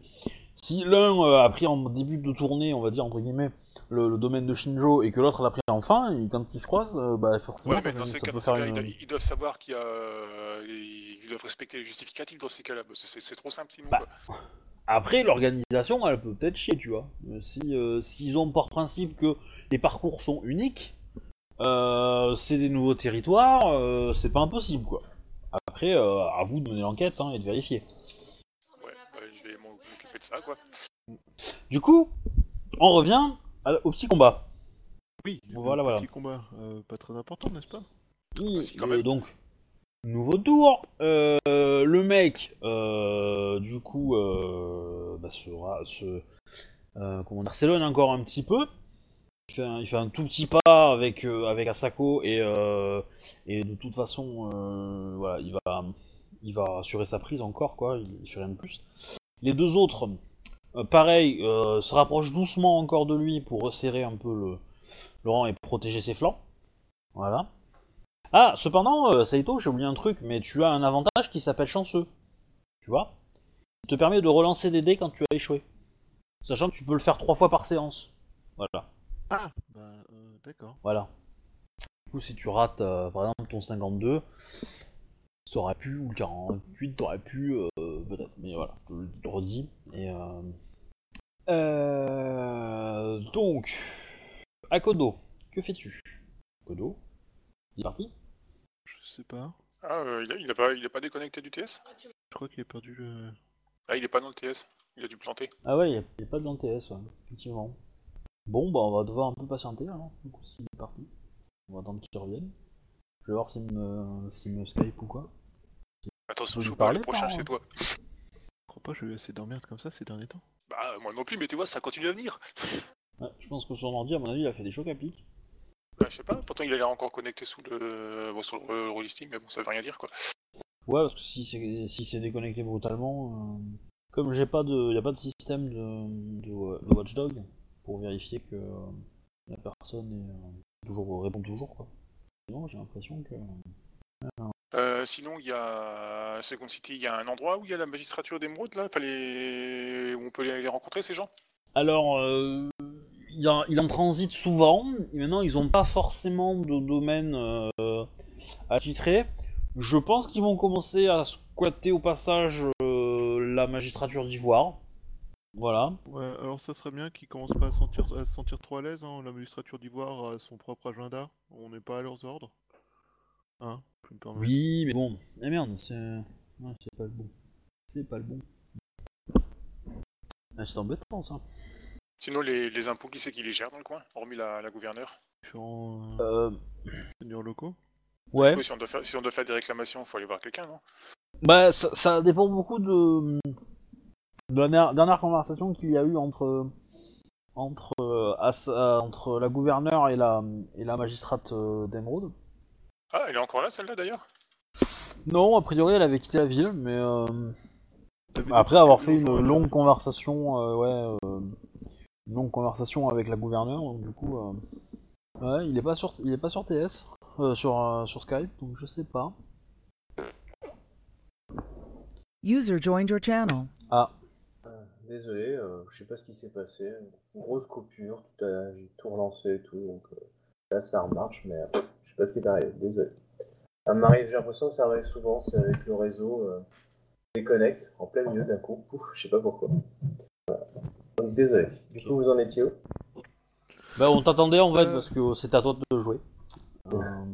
si l'un euh, a pris en début de tournée, on va dire entre guillemets, le, le domaine de Shinjo et que l'autre l'a pris en fin, et quand ils se croisent, euh, bah forcément
Ouais, mais
ça,
dans
ça
ces cas,
peut
dans ces
faire
cas, ils,
une.
do- ils doivent savoir qu'il y a euh, les doivent respecter les justificatifs dans ces cas-là. parce que C'est c'est trop simple sinon.
Bah,
quoi.
Après, l'organisation, elle peut peut-être chier, tu vois. Euh, Si euh, s'ils ont par principe que les parcours sont uniques, euh, c'est des nouveaux territoires, euh, c'est pas impossible, quoi. Après, euh, à vous de mener l'enquête hein, et de vérifier.
Ouais, bah, je vais m'en- m'occuper de ça, quoi.
Du coup, on revient à- au petit combat.
Oui,
Voilà, voilà.
petit combat, euh, pas très important, n'est-ce pas
Oui,
si, Ah, quand
et
même.
donc, nouveau tour. Euh, le mec, euh, du coup, euh, bah, sera, se, euh, comment dire, s'éloigne encore un petit peu. Il fait un, il fait un tout petit pas avec, euh, avec Asako et, euh, et de toute façon, euh, voilà, il va, il va assurer sa prise encore, quoi. Il, il fait rien de plus. Les deux autres, euh, pareil, euh, se rapprochent doucement encore de lui pour resserrer un peu le, le rang et protéger ses flancs. Voilà. Ah, cependant, euh, Saito, j'ai oublié un truc, mais tu as un avantage qui s'appelle chanceux. Tu vois Il te permet de relancer des dés quand tu as échoué. Sachant que tu peux le faire trois fois par séance. Voilà,
Ah Bah, euh, d'accord.
voilà. Du coup, si tu rates, euh, par exemple, ton 52, ça aurait pu, ou le 48, t'aurais pu, euh, peut-être. Mais voilà, je te le redis. Et, euh... Euh... Donc, Akodo, que fais-tu Akodo Il est parti
Je sais pas.
Ah, euh, il, a, il a pas, il a pas déconnecté du TS
Je crois qu'il a perdu le.
Ah, il est pas dans le TS. Il a dû planter.
Ah ouais, il n'y a, pas de l'NTS, ouais, effectivement. Bon, bah on va devoir un peu patienter, alors, du coup, s'il est parti. On va attendre qu'il revienne. Je vais voir s'il me, s'il me Skype ou quoi.
Attention,
Vous
je
lui
pas,
parlez,
le prochain,
par-
c'est toi.
Je crois pas, que j'ai eu assez d'emmerdes comme ça ces derniers temps.
Bah, moi non plus, mais tu vois, ça continue à venir.
Ouais, je pense que son ordi, à mon avis, il a fait des chocs à pic.
Bah, je sais pas, pourtant il a l'air encore connecté sous le... Bon, sur le, le relisting, mais bon, ça veut rien dire, quoi.
Ouais, parce que si c'est, si c'est déconnecté brutalement, euh, comme j'ai pas de, y a pas de système de, de- de watchdog pour vérifier que euh, la personne est, euh, toujours, répond toujours, quoi. Sinon, j'ai l'impression que...
Euh, sinon, il y a... Second City, il y a un endroit où il y a la magistrature d'Emeraude, là fallait... où on peut les, les rencontrer, ces gens
Alors, euh, il, en, il en transite souvent. Maintenant, ils n'ont pas forcément de domaine euh, attitré. Je pense qu'ils vont commencer à squatter au passage euh, la magistrature d'Ivoire. Voilà.
Ouais, alors ça serait bien qu'ils commencent pas à, sentir, à se sentir trop à l'aise. hein. La magistrature d'Ivoire a son propre agenda. On n'est pas à leurs ordres. Hein Je peux me permettre.
Oui, mais bon. Eh merde, c'est. ouais, c'est pas le bon. C'est pas le bon. Ah, c'est embêtant ça.
Sinon, les, les impôts, qui c'est qui les gère dans le coin Hormis la, la gouverneure
Différents euh,
Euh,
seigneurs locaux.
ouais.
Oui, si, on doit faire, si on doit faire des réclamations, faut aller voir quelqu'un, non
Bah, ça, ça dépend beaucoup de, de la dernière- dernière conversation qu'il y a eu entre entre euh, As- euh, entre la gouverneure et la et la magistrate euh, d'Emeraude.
Ah, elle est encore là, celle-là, d'ailleurs
Non, a priori, elle avait quitté la ville, mais euh,
T'avais des
après
trucs euh,
avoir
à
fait
dire,
une
genre,
longue conversation, euh, ouais, euh, une longue conversation avec la gouverneure, donc du coup, euh, ouais, il est pas sur il est pas sur TS, euh, sur euh, sur Skype, donc je sais pas.
User joined your channel.
Ah,
Désolé, euh, je sais pas ce qui s'est passé. Grosse coupure, tout à- j'ai tout relancé et tout. Donc euh, là, ça remarche, mais euh, je sais pas ce qui est arrivé. Désolé. Ça m'arrive, j'ai l'impression que ça arrive souvent. C'est avec le réseau. euh, déconnecte en plein milieu d'un coup. Pouf, je sais pas pourquoi. Voilà. Donc désolé. Du coup, vous en étiez où
bah on t'attendait en fait
Euh.
parce que c'était à toi de jouer. Euh,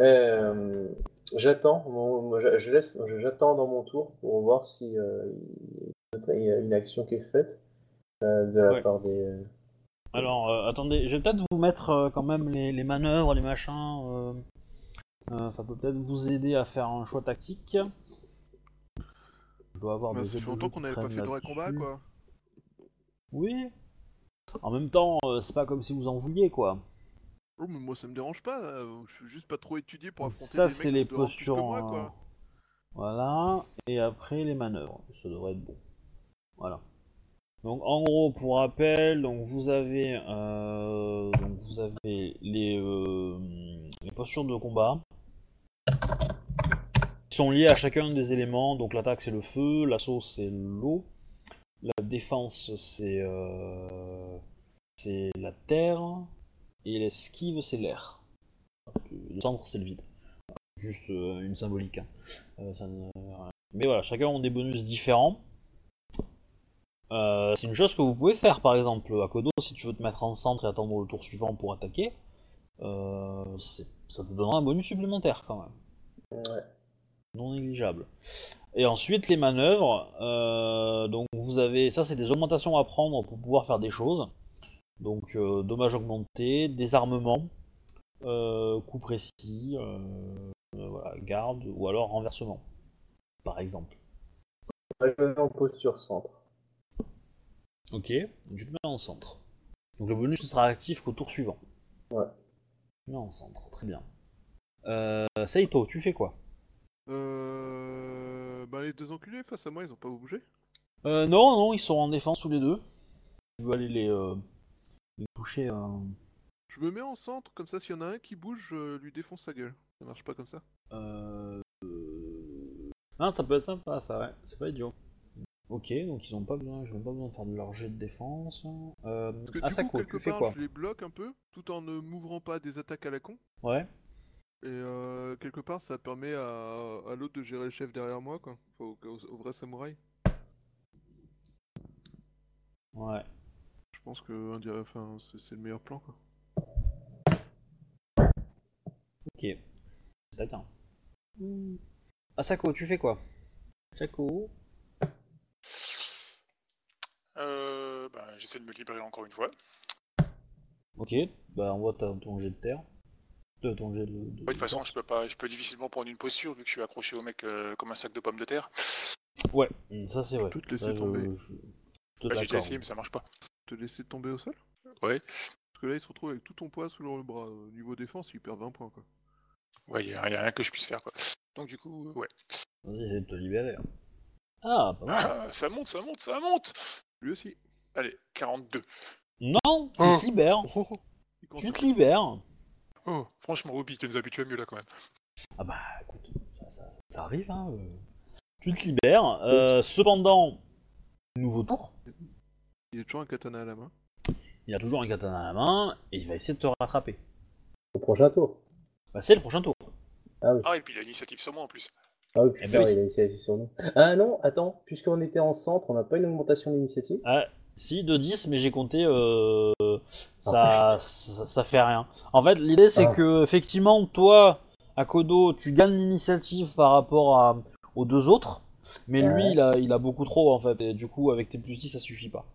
Euh, j'attends, mon- moi, je, je laisse, je- j'attends dans mon tour pour voir si euh, il y a une action qui est faite euh, de la
Ouais.
part des. euh,
Alors, euh, attendez, je vais peut-être vous mettre euh, quand même les, les manœuvres, les machins. euh, euh, ça peut peut-être vous aider à faire un choix tactique. Je dois avoir
Bah,
des
ça fait
jeux de
longtemps
jeu
qu'on
qui
n'avait pas
traînent
fait de vrai combat,
là-dessus.
quoi.
Oui. En même temps, euh, c'est pas comme si vous en vouliez, quoi.
Oh, mais moi ça me dérange pas. euh, Je suis juste pas trop étudié pour affronter
Ça,
des
c'est
mecs
les
de rang plus que
postures. hein.
moi,
en-
quoi.
Voilà. Et après, les manœuvres. Ça devrait être bon. Voilà. Donc, en gros, pour rappel, donc vous avez, euh, donc vous avez les, euh, les postures de combat qui sont liées à chacun des éléments. Donc, l'attaque, c'est le feu. L'assaut, c'est l'eau. La défense, c'est euh, c'est la terre. Et l'esquive, c'est l'air. Le centre, c'est le vide. juste euh, une symbolique. hein. Euh, ça ne- Mais voilà, chacun ont des bonus différents. Euh, c'est une chose que vous pouvez faire, par exemple, à Kodo, si tu veux te mettre en centre et attendre le tour suivant pour attaquer, euh, c'est- ça te donnera un bonus supplémentaire quand même
Ouais.
non négligeable. Et ensuite, les manœuvres. euh, donc, vous avez. Ça, c'est des augmentations à prendre pour pouvoir faire des choses. Donc, euh, dommages augmentés, désarmement, euh, coup précis, euh, euh, voilà, garde, ou alors renversement, par exemple.
Moi, je me mets en posture centre.
Ok, donc tu te mets en centre. Donc, le bonus ne sera actif qu'au tour suivant.
Ouais.
Tu te mets en centre, très bien. Euh, Saito, tu fais quoi
Euh... Bah, les deux enculés face à moi, ils ont pas bougé.
Euh, non, non, ils sont en défense tous les deux. Tu veux aller les, euh, les toucher. euh,
Je me mets en centre, comme ça, s'il y en a un qui bouge, je lui défonce sa gueule. Ça marche pas comme ça.
euh, euh, Non, ça peut être sympa, ça, ouais. C'est pas idiot. Ok, donc ils ont pas besoin, ils ont pas besoin de faire de leur jet de défense. Euh,
Parce que du coup,
Asako,
quelque
tu fais
part,
quoi
je les bloque un peu, tout en ne m'ouvrant pas des attaques à la con.
Ouais.
Et euh, quelque part, ça permet à, à l'autre de gérer le chef derrière moi, quoi. Enfin, au, au- au vrai samouraï.
Ouais.
Je pense que on dirait- enfin, c'est c'est le meilleur plan, quoi.
Ok. C'est hein. taquin. Hmm. Asako, tu fais quoi Asako.
Euh, bah, J'essaie de me libérer encore une fois.
Ok, bah on voit ton jet de terre. De ton jet de. de-
Ouais, de toute façon, je peux pas, je peux difficilement prendre une posture vu que je suis accroché au mec euh, comme un sac de pommes de terre.
Ouais, ça c'est vrai.
Tout te laisser
Ça, je-
tomber.
je- je te
Bah, J'ai déjà
l'accorde.
essayé, mais ça marche pas.
Te laisser tomber au sol
Ouais.
Parce que là, il se retrouve avec tout ton poids sous le bras. Au niveau défense, il perd 20 points, quoi.
Ouais, il y, a y a rien que je puisse faire quoi. Donc du coup, ouais.
Vas-y, j'essaie de te libérer. Ah, pas mal.
Ah, ça monte, ça monte, ça monte.
Lui aussi.
Allez, 42.
Non, tu
Oh.
te libères.
Oh, oh,
Tu
il
te
consomme.
libères.
Oh, franchement, Obi, tu nous habitues à mieux là quand même.
Ah bah écoute, ça, ça- ça arrive. Hein, euh. Tu te libères. Euh, cependant, nouveau tour.
Il a toujours un katana à la main.
Il a toujours un katana à la main et il va essayer de te rattraper.
Au prochain tour.
Bah c'est le prochain tour.
Ah oui,
Ah, et puis il a l'initiative sur moi en plus.
ah, oui
Eh
putain,
ben oui.
il a initiative sur nous. Ah non, attends, puisqu'on était en centre, on n'a pas une augmentation d'initiative
Si, de 10, mais j'ai compté, euh, ça, ça, ça fait rien. En fait, l'idée c'est
Ah.
que, effectivement, toi, Akodo, tu gagnes l'initiative par rapport à, aux deux autres, mais lui,
Ouais.
il a, il a beaucoup trop, en fait, et du coup, avec tes plus 10, ça suffit pas.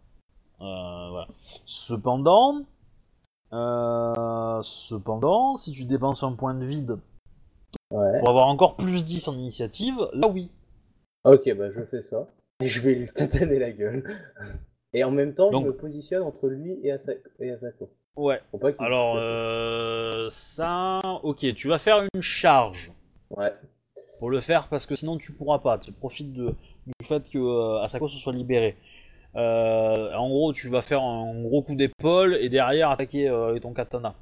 Euh, voilà. Cependant, euh, cependant, si tu dépenses un point de vide
Ouais.
pour avoir encore plus 10 en initiative, là oui.
Ok, bah je fais ça. Et je vais lui tataner la gueule. Et en même temps,
Donc-
je me positionne entre lui et Asa- et Asako.
Ouais.
Faut pas qu'il-
Alors, euh, ça, ok, tu vas faire une charge.
Ouais.
pour le faire parce que sinon tu pourras pas. Tu profites de, du fait que euh, Asako se soit libéré. Euh, en gros, tu vas faire un gros coup d'épaule et derrière attaquer euh, avec ton katana.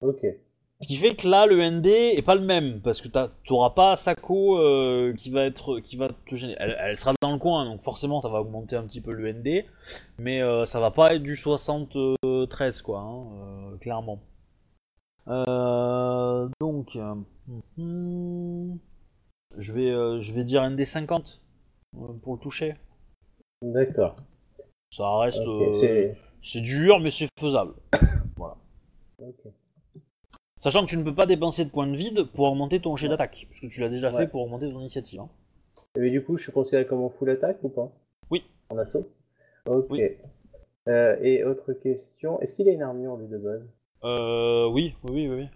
Ok.
Ce qui fait que là, le ND est pas le même parce que t'as- t'auras pas Asako euh, qui va être qui va te gêner. Elle, elle sera dans le coin, donc forcément ça va augmenter un petit peu le ND, mais euh, ça va pas être du 73 quoi, hein, euh, clairement. Euh, donc, euh, hmm, je vais euh, je vais dire ND 50 euh, pour le toucher.
D'accord.
Ça reste
Ok,
euh,
c'est-
c'est dur mais c'est faisable.
ok.
Sachant que tu ne peux pas dépenser de points de vide pour augmenter ton jet
Ouais.
d'attaque, puisque tu l'as déjà
Ouais.
fait pour augmenter ton initiative. hein.
Mais du coup, je suis considéré comme en full attaque ou pas
Oui.
En assaut Ok.
Oui.
Euh, et autre question, est-ce qu'il a une armure lui de base
Euh, oui, oui, oui, oui.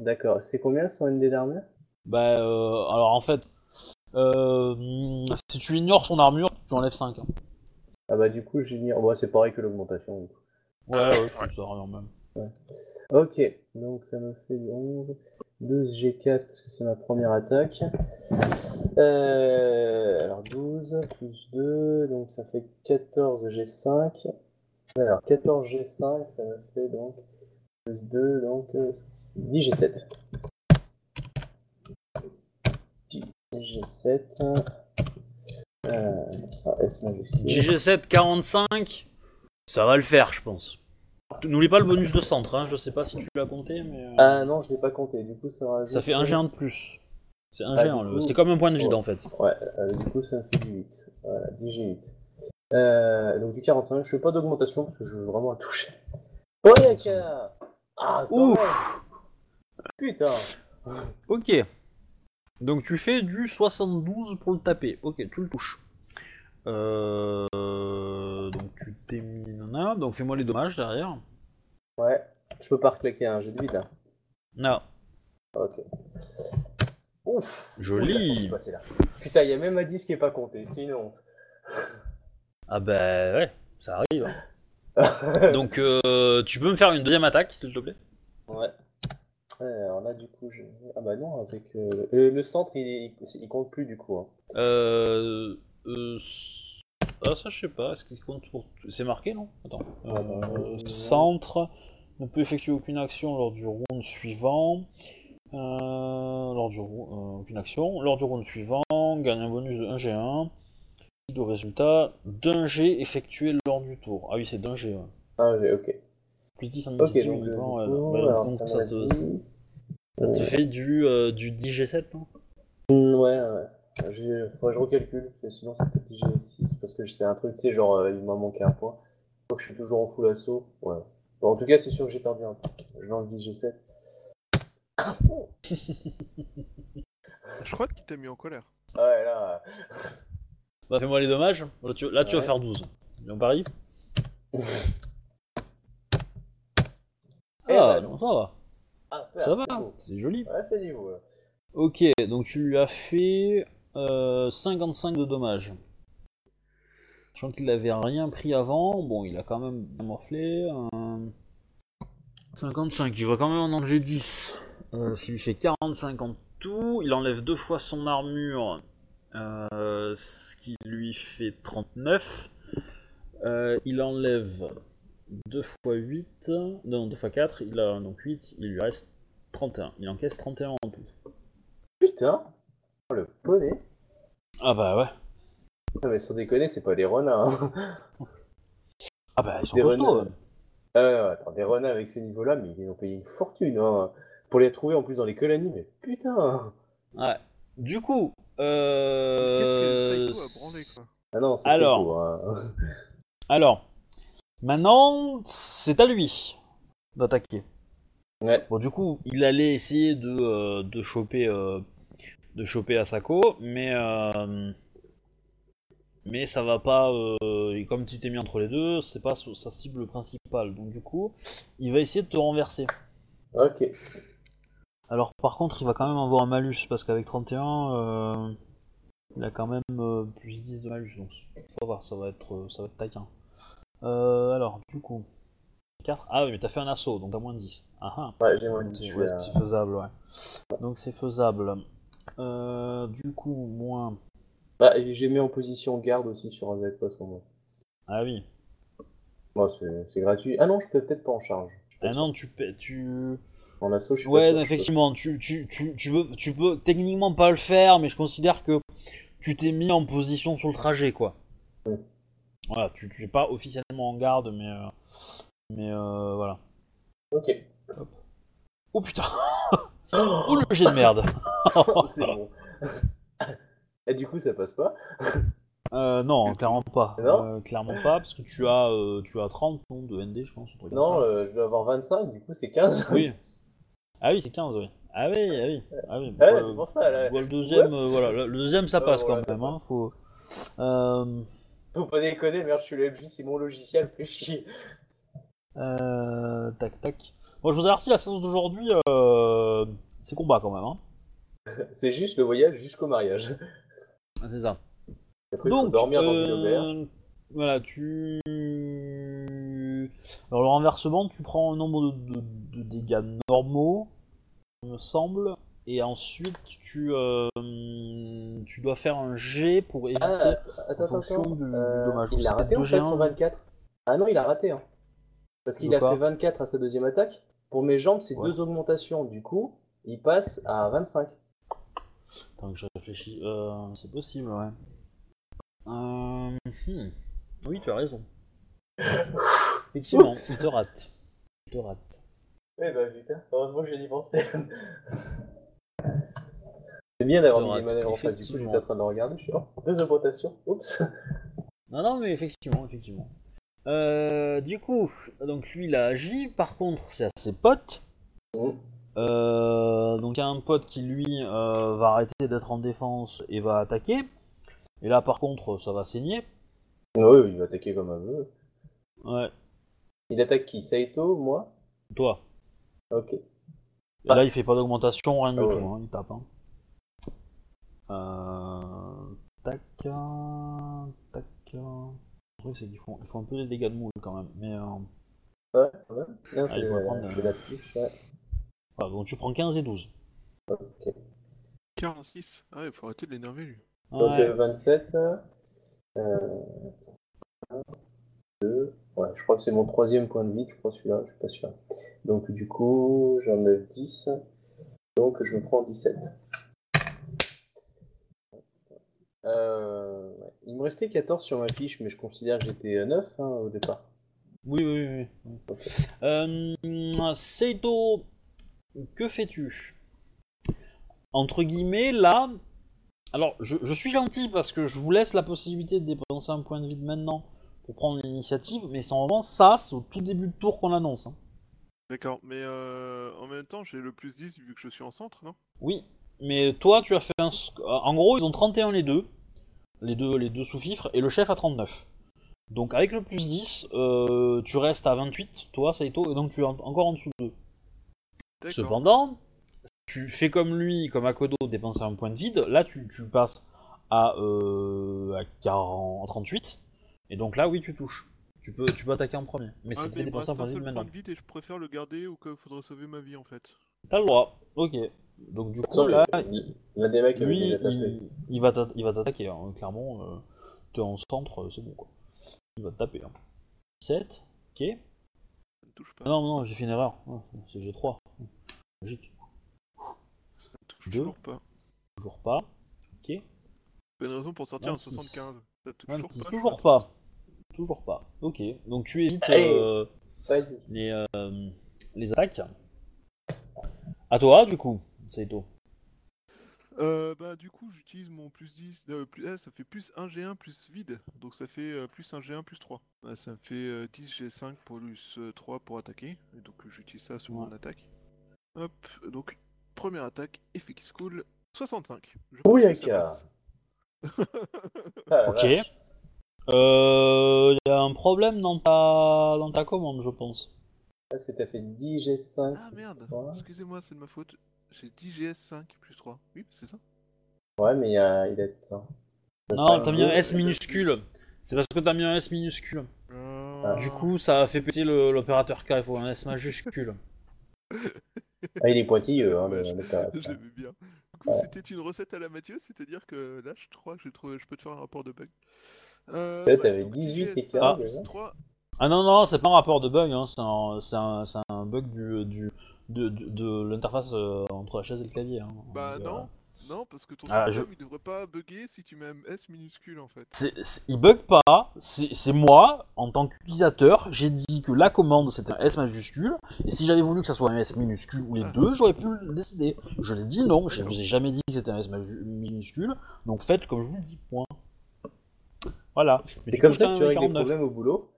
D'accord, c'est combien son ND d'armure
Bah, euh, alors en fait, euh, hmm, si tu ignores son armure, tu enlèves 5. hein.
Ah bah du coup, j'ignore. Bon, c'est pareil que l'augmentation. du coup.
Ouais,
Ah,
ouais,
ouais.
c'est ça, rien même.
Ok, donc ça me fait 11, 12 G4 parce que c'est ma première attaque. Euh, alors 12 plus 2, donc ça fait 14 G5. Alors 14 G5, ça me fait donc plus 2, donc euh, 10 G7. 10 G7. Euh, ça, S majuscule.
GG7 45, ça va le faire, je pense. N'oublie pas le bonus de centre, hein, je sais pas si tu l'as compté, mais euh,
Ah non, je l'ai pas compté, du coup ça rajoute.
ça fait un géant de plus. C'est un
Ah,
jet,
du
hein, le-
coup.
c'est comme un point de vide
Ouais.
en fait.
Ouais, euh, du coup, ça me fait du 8. Voilà, 10 G8. Euh, donc du 45, je fais pas d'augmentation parce que je veux vraiment le toucher. Oh, Oyaka Ah, quand
Ouf
même. Putain
Ok. Donc tu fais du 72 pour le taper. Ok, tu le touches. Euh, Donc tu t'es mis nana. Donc fais-moi les dommages derrière.
Ouais, je peux pas reclaquer un jet de 8 là.
Non.
Ok. Ouf
Joli.
Oh, la chance de passer là. Putain, il y a même un 10 qui est pas compté, c'est une honte.
Ah bah ouais, ça arrive. hein. Donc euh, tu peux me faire une deuxième attaque s'il te plaît.
Ouais. Alors là, du coup, je... Ah bah non, avec... euh, euh, le centre, il, est- il compte plus du coup. hein.
Euh... euh, Ah ça je sais pas, est-ce qu'il compte pour... C'est marqué non Attends. Euh, centre, ne peut effectuer aucune action lors du round suivant. Euh, lors du rou- euh, aucune action. Lors du round suivant, gagne un bonus de 1G1. De résultat d'un G effectué lors du tour. Ah oui c'est d'un G. ouais.
Ah, j'ai- ok.
Plus 10 en
Ok,
dix,
donc,
on
euh, du
prend, euh,
coup,
bah,
alors,
donc,
ça
ça
m'a
se-
dit-
Ça te
Ouais.
fait du, euh, du 10G7 non
Mm, Ouais, ouais. Je, faudrait que je recalcule, parce que sinon c'est peut-être G6, parce que c'est un truc, tu sais, genre, euh, il m'a manqué un point. Je crois que je suis toujours en full assaut. Ouais. Bon, en tout cas, c'est sûr que j'ai perdu un point. Je lance 10 G7.
Je crois qu'il t'a mis en colère.
Ouais, là. euh,
Bah fais-moi les dommages. Là tu, là, tu vas
Ouais.
faire 12. On parie
euh. Eh
Ah
ben,
non, ça va.
ah,
Ça
merde,
va.
c'est beau.
C'est joli.
Ouais, c'est niveau. ouais.
Ok, donc tu lui as fait euh, 55 de dommages. Sachant qu'il n'avait rien pris avant, bon il a quand même bien morflé. euh, 55, il va quand même en enlever 10. Euh, ce qui lui fait 45 en tout. Il enlève deux fois son armure, euh, ce qui lui fait 39. Euh, il enlève 2 fois 8, non 2 fois 4, il a donc 8, il lui reste 31. Il encaisse 31 en tout.
Putain! Oh, le poney!
Ah bah ouais.
Non, mais sans déconner, c'est pas des renards. Hein.
Ah bah ils sont
Des
costauds.
renards. Euh, attends, des renards avec ce niveau-là, mais ils ont payé une fortune. Hein. Pour les trouver en plus dans les colonies, mais putain!
ouais. Ouais. Du coup,
Qu'est-ce que
euh...
le Saito a branlé, quoi
Ah non, ça, c'est
Alors.
beau, hein.
alors, maintenant c'est à lui d'attaquer.
Ouais.
Bon du coup, il allait essayer de, euh, de choper euh, de choper Asako, mais euh, mais ça va pas. euh, et comme tu t'es mis entre les deux, c'est pas sa sa cible principale. Donc du coup, il va essayer de te renverser.
Ok.
Alors par contre, il va quand même avoir un malus parce qu'avec 31, euh, il a quand même euh, plus 10 de malus, donc ça va, ça va être, euh, ça va être taquin. Euh, alors du coup, 4. Ah oui, mais t'as fait un assaut, donc t'as moins 10. Ah ah.
Ouais, j'ai moins
Ouais,
de
c'est
tissu,
ouais,
là.
c'est faisable, ouais. Donc c'est faisable. Euh, du coup, moins.
Bah, et j'ai mis en position garde aussi sur un Z parce moi.
Ah oui.
Moi, c'est c'est gratuit. Ah non, je peux peut-être pas en charge. Je suis
Ah
pas
non, tu. pa- tu...
sûr. En assaut, je suis
Ouais,
pas sûr,
effectivement, tu, tu, tu, tu, peux, tu peux techniquement pas le faire, mais je considère que tu t'es mis en position sur le trajet, quoi.
Ouais.
Voilà, tu, tu es pas officiellement en garde, mais. euh, mais euh, voilà.
je peux. Ok.
Oh putain Oh le jet de merde
c'est bon. Et du coup, ça passe pas.
euh, Non, clairement pas.
Non
Euh, clairement pas, parce que tu as, euh, tu as 30 non, de ND, je pense. un truc comme
Non,
ça.
euh, je dois avoir 25, du coup, c'est 15.
Oui. Ah oui, c'est 15, oui. Ah oui, ah oui. Ah oui,
Ah ouais,
bah,
c'est pour ça, là.
bah, le deuxième,
Oups.
euh, voilà, le le deuxième ça
Ah,
passe
voilà,
quand
ça
même, hein, faut... Euh...
Faut pas déconner, merde, je suis le MJ, c'est mon logiciel, fait chier.
Euh, tac tac. Moi je vous avertis, la séance d'aujourd'hui, euh, c'est combat quand même. Hein.
C'est juste le voyage jusqu'au mariage. Ah,
C'est ça.
Après, il faut dormir dans une auberge.
euh, voilà, tu. Alors le renversement, tu prends un nombre de, de- de dégâts normaux, il me semble, et ensuite tu, euh, tu dois faire un G pour éviter.
Ah, att- attends, attends,
fonction
attends.
du- du
Euh,
dommage.
Il
C'est
a raté en fait
deux G1.
son 24. Ah non, il a raté. Hein. Parce qu'il
De
a
quoi
fait 24 à sa deuxième attaque. Pour mes jambes, c'est
Ouais.
deux augmentations. Du coup, il passe à 25.
Attends que je réfléchisse. Euh, c'est possible, ouais. Euh, hmm. Oui, tu as raison. Effectivement,
Oups.
il te rate. Il te rate.
ben, Eh bah putain, heureusement que j'ai dû penser. C'est bien d'avoir
T'auras-
mis des manœuvres en face. Du coup,
effectivement.
j'étais en train de regarder. Je suis oh, deux augmentations. Oups.
Non, non, mais effectivement, effectivement. Euh, du coup, donc lui il a agi, par contre c'est à ses potes.
Mhm.
Euh, donc il y a un pote qui lui euh, va arrêter d'être en défense et va attaquer. Et là par contre ça va saigner.
Oui, il va attaquer comme un veut.
Ouais,
Il attaque qui Saito, moi
toi.
Ok.
Et là il fait pas d'augmentation, rien du
Ah ouais.
tout, hein, il tape. Hein. Euh, tac, hein, tac. hein. Le truc c'est qu'ils font, ils font un peu des dégâts de moule quand même. Mais euh,
Ouais, quand même. Non, c'est
Ah, il faut prendre,
c'est la touche, ouais.
voilà, donc tu prends 15 et 12.
Ok.
46. Ah ouais, faut arrêter de l'énerver lui.
Donc
Ah Ouais.
euh, 27. euh, Euh... 2. Ouais, je crois que c'est mon troisième point de vie, je crois celui-là, je suis pas sûr. Donc du coup, j'en ai 10. Donc je me prends 17. Euh, ouais. Il me restait 14 sur ma fiche, mais je considère que j'étais à 9 hein, au départ.
Oui, oui, oui, oui. Euh, Seito, que fais-tu Entre guillemets, là. Alors, je, je suis gentil parce que je vous laisse la possibilité de dépenser un point de vie de maintenant pour prendre l'initiative, mais c'est en revanche ça, c'est au tout début de tour qu'on annonce. hein.
D'accord, mais euh, en même temps, j'ai le plus 10 vu que je suis en centre, non
Oui, mais toi, tu as fait un. sc- En gros, ils ont 31 les deux, les deux, les deux sous-fifres, et le chef a 39. Donc, avec le plus 10, euh, tu restes à 28, toi, Saito, et donc tu es en- encore en dessous de 2.
D'accord.
Cependant, tu fais comme lui, comme Akodo, dépenser un point de vide. Là, tu, tu passes à, euh, à 40, 38. Et donc là, oui, tu touches. Tu peux, tu peux attaquer en premier. Mais
Ah,
c'est
mais il me
dépenser un
reste
point
un
de vide
seul point
maintenant.
de vide et je préfère le garder ou qu'il faudrait sauver ma vie en fait.
T'as le droit. Ok. Donc du coup,
Sans
là,
il il y a des mecs qui avaient
lui,
déjà tapé.
il, il va t'a- il va t'attaquer. hein. Clairement, euh, t'es en centre, euh, c'est bon quoi. Il va te taper. 7. Ok.
Ça ne touche pas.
Ah Non, non, j'ai fait une erreur. Ah, C'est G3. Logique.
ça ne touche
deux.
toujours pas.
Toujours pas.
Bonne raison pour sortir un
26.
75. Ça touche
Même
toujours
si-
pas.
toujours pas. Toujours pas. Ok, donc tu évites
Allez.
euh,
Pas dit.
les, euh, les attaques. À toi, du coup, Saito.
Euh, bah du coup j'utilise mon plus 10, euh, plus, ah, ça fait plus 1 G1 plus vide, donc ça fait euh, plus 1 G1 plus 3. Ah, ça me fait euh, 10 G5 plus euh, 3 pour attaquer, et donc euh, j'utilise ça sur mon attaque. Hop, donc première attaque, effet qui se coule, 65. Je
Oh,
pense que ça
Ouyaka.
passe.
Ah, la
Ok.
vache.
Euh, Il y a un problème dans ta, dans ta commande, je pense.
Est-ce que t'as fait 10 G5
Ah merde,
Ouais.
excusez-moi c'est de ma faute, j'ai 10 GS5 plus 3, oui c'est ça
Ouais, mais il, y a... il hein. a. attends. Ça,
Non,
ça
t'as
me-
mis un S
il a-
minuscule. C'est parce que t'as mis un S minuscule.
Euh,
Bah, Du coup, ça a fait péter le- l'opérateur K. Il faut un S majuscule.
Ah, il est pointilleux, hein, le,
Ouais,
le pirate, hein.
J'aimais bien. Du coup, c'était une recette à la Mathieu, c'est-à-dire que là, je crois que j'ai trouvé, je peux te faire un rapport de bug. Euh,
Ouais,
bref,
t'avais
donc,
18
10 GS5
écart,
plus
déjà.
3,
Ah non, non, c'est pas un rapport de bug. Hein. C'est un, c'est un, c'est un bug du, du, de, de- de l'interface euh, entre la chaise et le clavier. hein.
Bah
Donc, euh,
non, non, parce que ton
Ah,
système, il devrait pas bugger si tu mets un S minuscule en fait.
C'est- c'est- il bug pas, c'est c'est moi, en tant qu'utilisateur, j'ai dit que la commande c'était un S majuscule, et si j'avais voulu que ça soit un S minuscule ou les
Ah.
deux, j'aurais pu le décider. Je l'ai dit non, je vous ai jamais dit que c'était un S maju- minuscule, donc faites comme je vous le dis, point. Voilà. Mais
C'est
tu
comme
touches
ça
quand
que tu
même
règles des
49.
problèmes au boulot.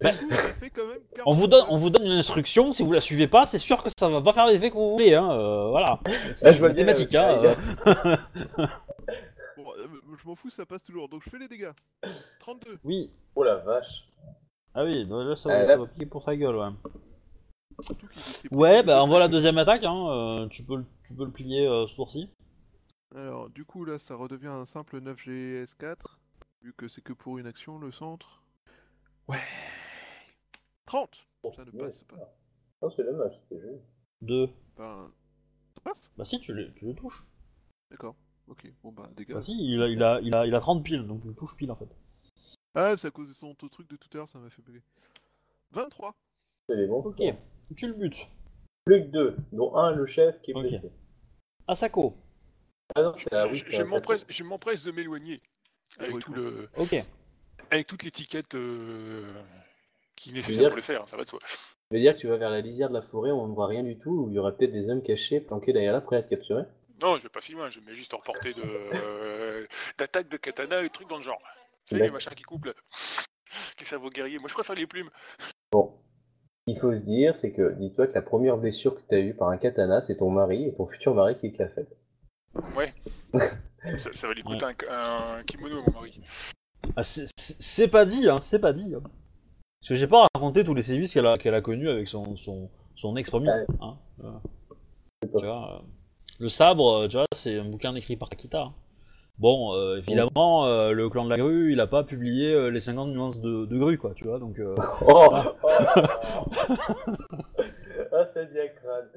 Bah.
Du coup, ça fait quand même
On vous, donne, on vous donne une instruction, si vous la suivez pas, c'est sûr que ça va pas faire l'effet que vous voulez, hein, euh, voilà. C'est
Ah, je vois bien,
mathématique,
euh,
hein,
il a-
euh.
Bon, euh, je m'en fous, ça passe toujours, donc je fais les dégâts. 32.
Oui,
Oh la vache.
ah oui, là ça,
Euh,
va- ça va piquer pour sa gueule, ouais.
surtout qu'il s'est pris
Ouais,
des
bah
deux
envoie la
attaques.
deuxième attaque, hein, euh, tu, peux, le- tu peux le plier euh, ce tour-ci.
Alors, du coup, là, ça redevient un simple 9GS4, vu que c'est que pour une action, le centre. Ouais. 30. Ça ne
ouais.
passe pas.
Non, c'est dommage, c'était joli.
Deux.
Ben, ça passe
Bah si, tu le, tu le touches.
D'accord. Ok, bon bah dégâts.
Bah si, il a, il, a, il, a, il a 30 piles, donc tu le touches pile en fait.
Ah, c'est à cause de son taux de truc de tout à l'heure, ça m'a fait bugger. 23
C'est les bons.
Ok,
points.
tu le butes.
Plus que deux, dont un, le chef, qui est
Ok.
blessé.
Asako,
Ah non, c'est ah oui,
Je-
c'est
je
un
m'empresse-
sacré.
je m'empresse de m'éloigner avec, tout le,
ok.
avec toute l'étiquette euh, qui est
dire-
nécessaire pour le faire, hein, ça va de soi.
veux dire que tu vas vers la lisière de la forêt, on ne voit rien du tout, où il y aurait peut-être des hommes cachés, planqués derrière là, prêts à te capturer
Non, je vais pas si loin, je mets juste en portée de, euh, d'attaque de katana et trucs dans le genre. Tu sais, les
D'accord.
machins qui coupent, là. qui savent aux guerriers. Moi, je préfère les plumes.
Bon. Ce qu'il faut se dire, c'est que dis-toi que la première blessure que tu as eue par un katana, c'est ton mari et ton futur mari qui te l'a faite.
Ça, ça va lui coûter un, un kimono, mon mari.
Ah, c'est- c'est c'est pas dit, hein, c'est pas dit. hein. Parce que j'ai pas raconté tous les sévices qu'elle a, qu'elle a connus avec son, son, son ex-premier.
Ouais.
hein, euh,
C'est pas
tu vois, euh, le sabre, euh, tu vois, c'est un bouquin écrit par Akita. hein. Bon, euh, évidemment, euh, le clan de la grue, il a pas publié euh, les 50 nuances de, de grue, quoi, tu vois, donc... euh,
Oh Ah, ça diacrane.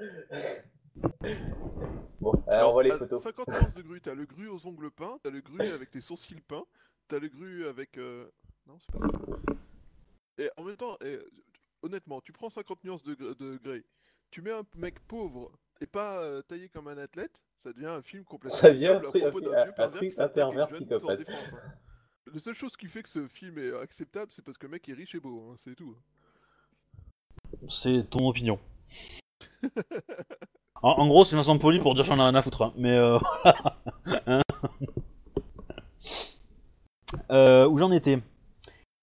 Bon, alors on voit Euh, les
t'as
photos.
50 nuances de grue. T'as le gru aux ongles peints, t'as le gru avec les sourcils peints, t'as le gru avec. euh, Non, c'est pas ça. Et en même temps, eh, honnêtement, tu prends 50 nuances de, gr- de grey, tu mets un mec pauvre et pas euh, taillé comme un athlète, ça devient un film complètement.
Ça devient un
à
truc- un
propos
truc-
d'un
un-
vieux
un
pervers
truc
qui s'attaque à une
pervers
jeune
psychopathe.
sans défense, hein. La seule chose qui fait que ce film est acceptable, c'est parce que le mec il est riche et beau, hein, c'est tout.
C'est ton opinion. en, en gros, c'est une façon polie pour dire j'en ai rien à foutre, hein, mais euh, voilà. Euh, où j'en étais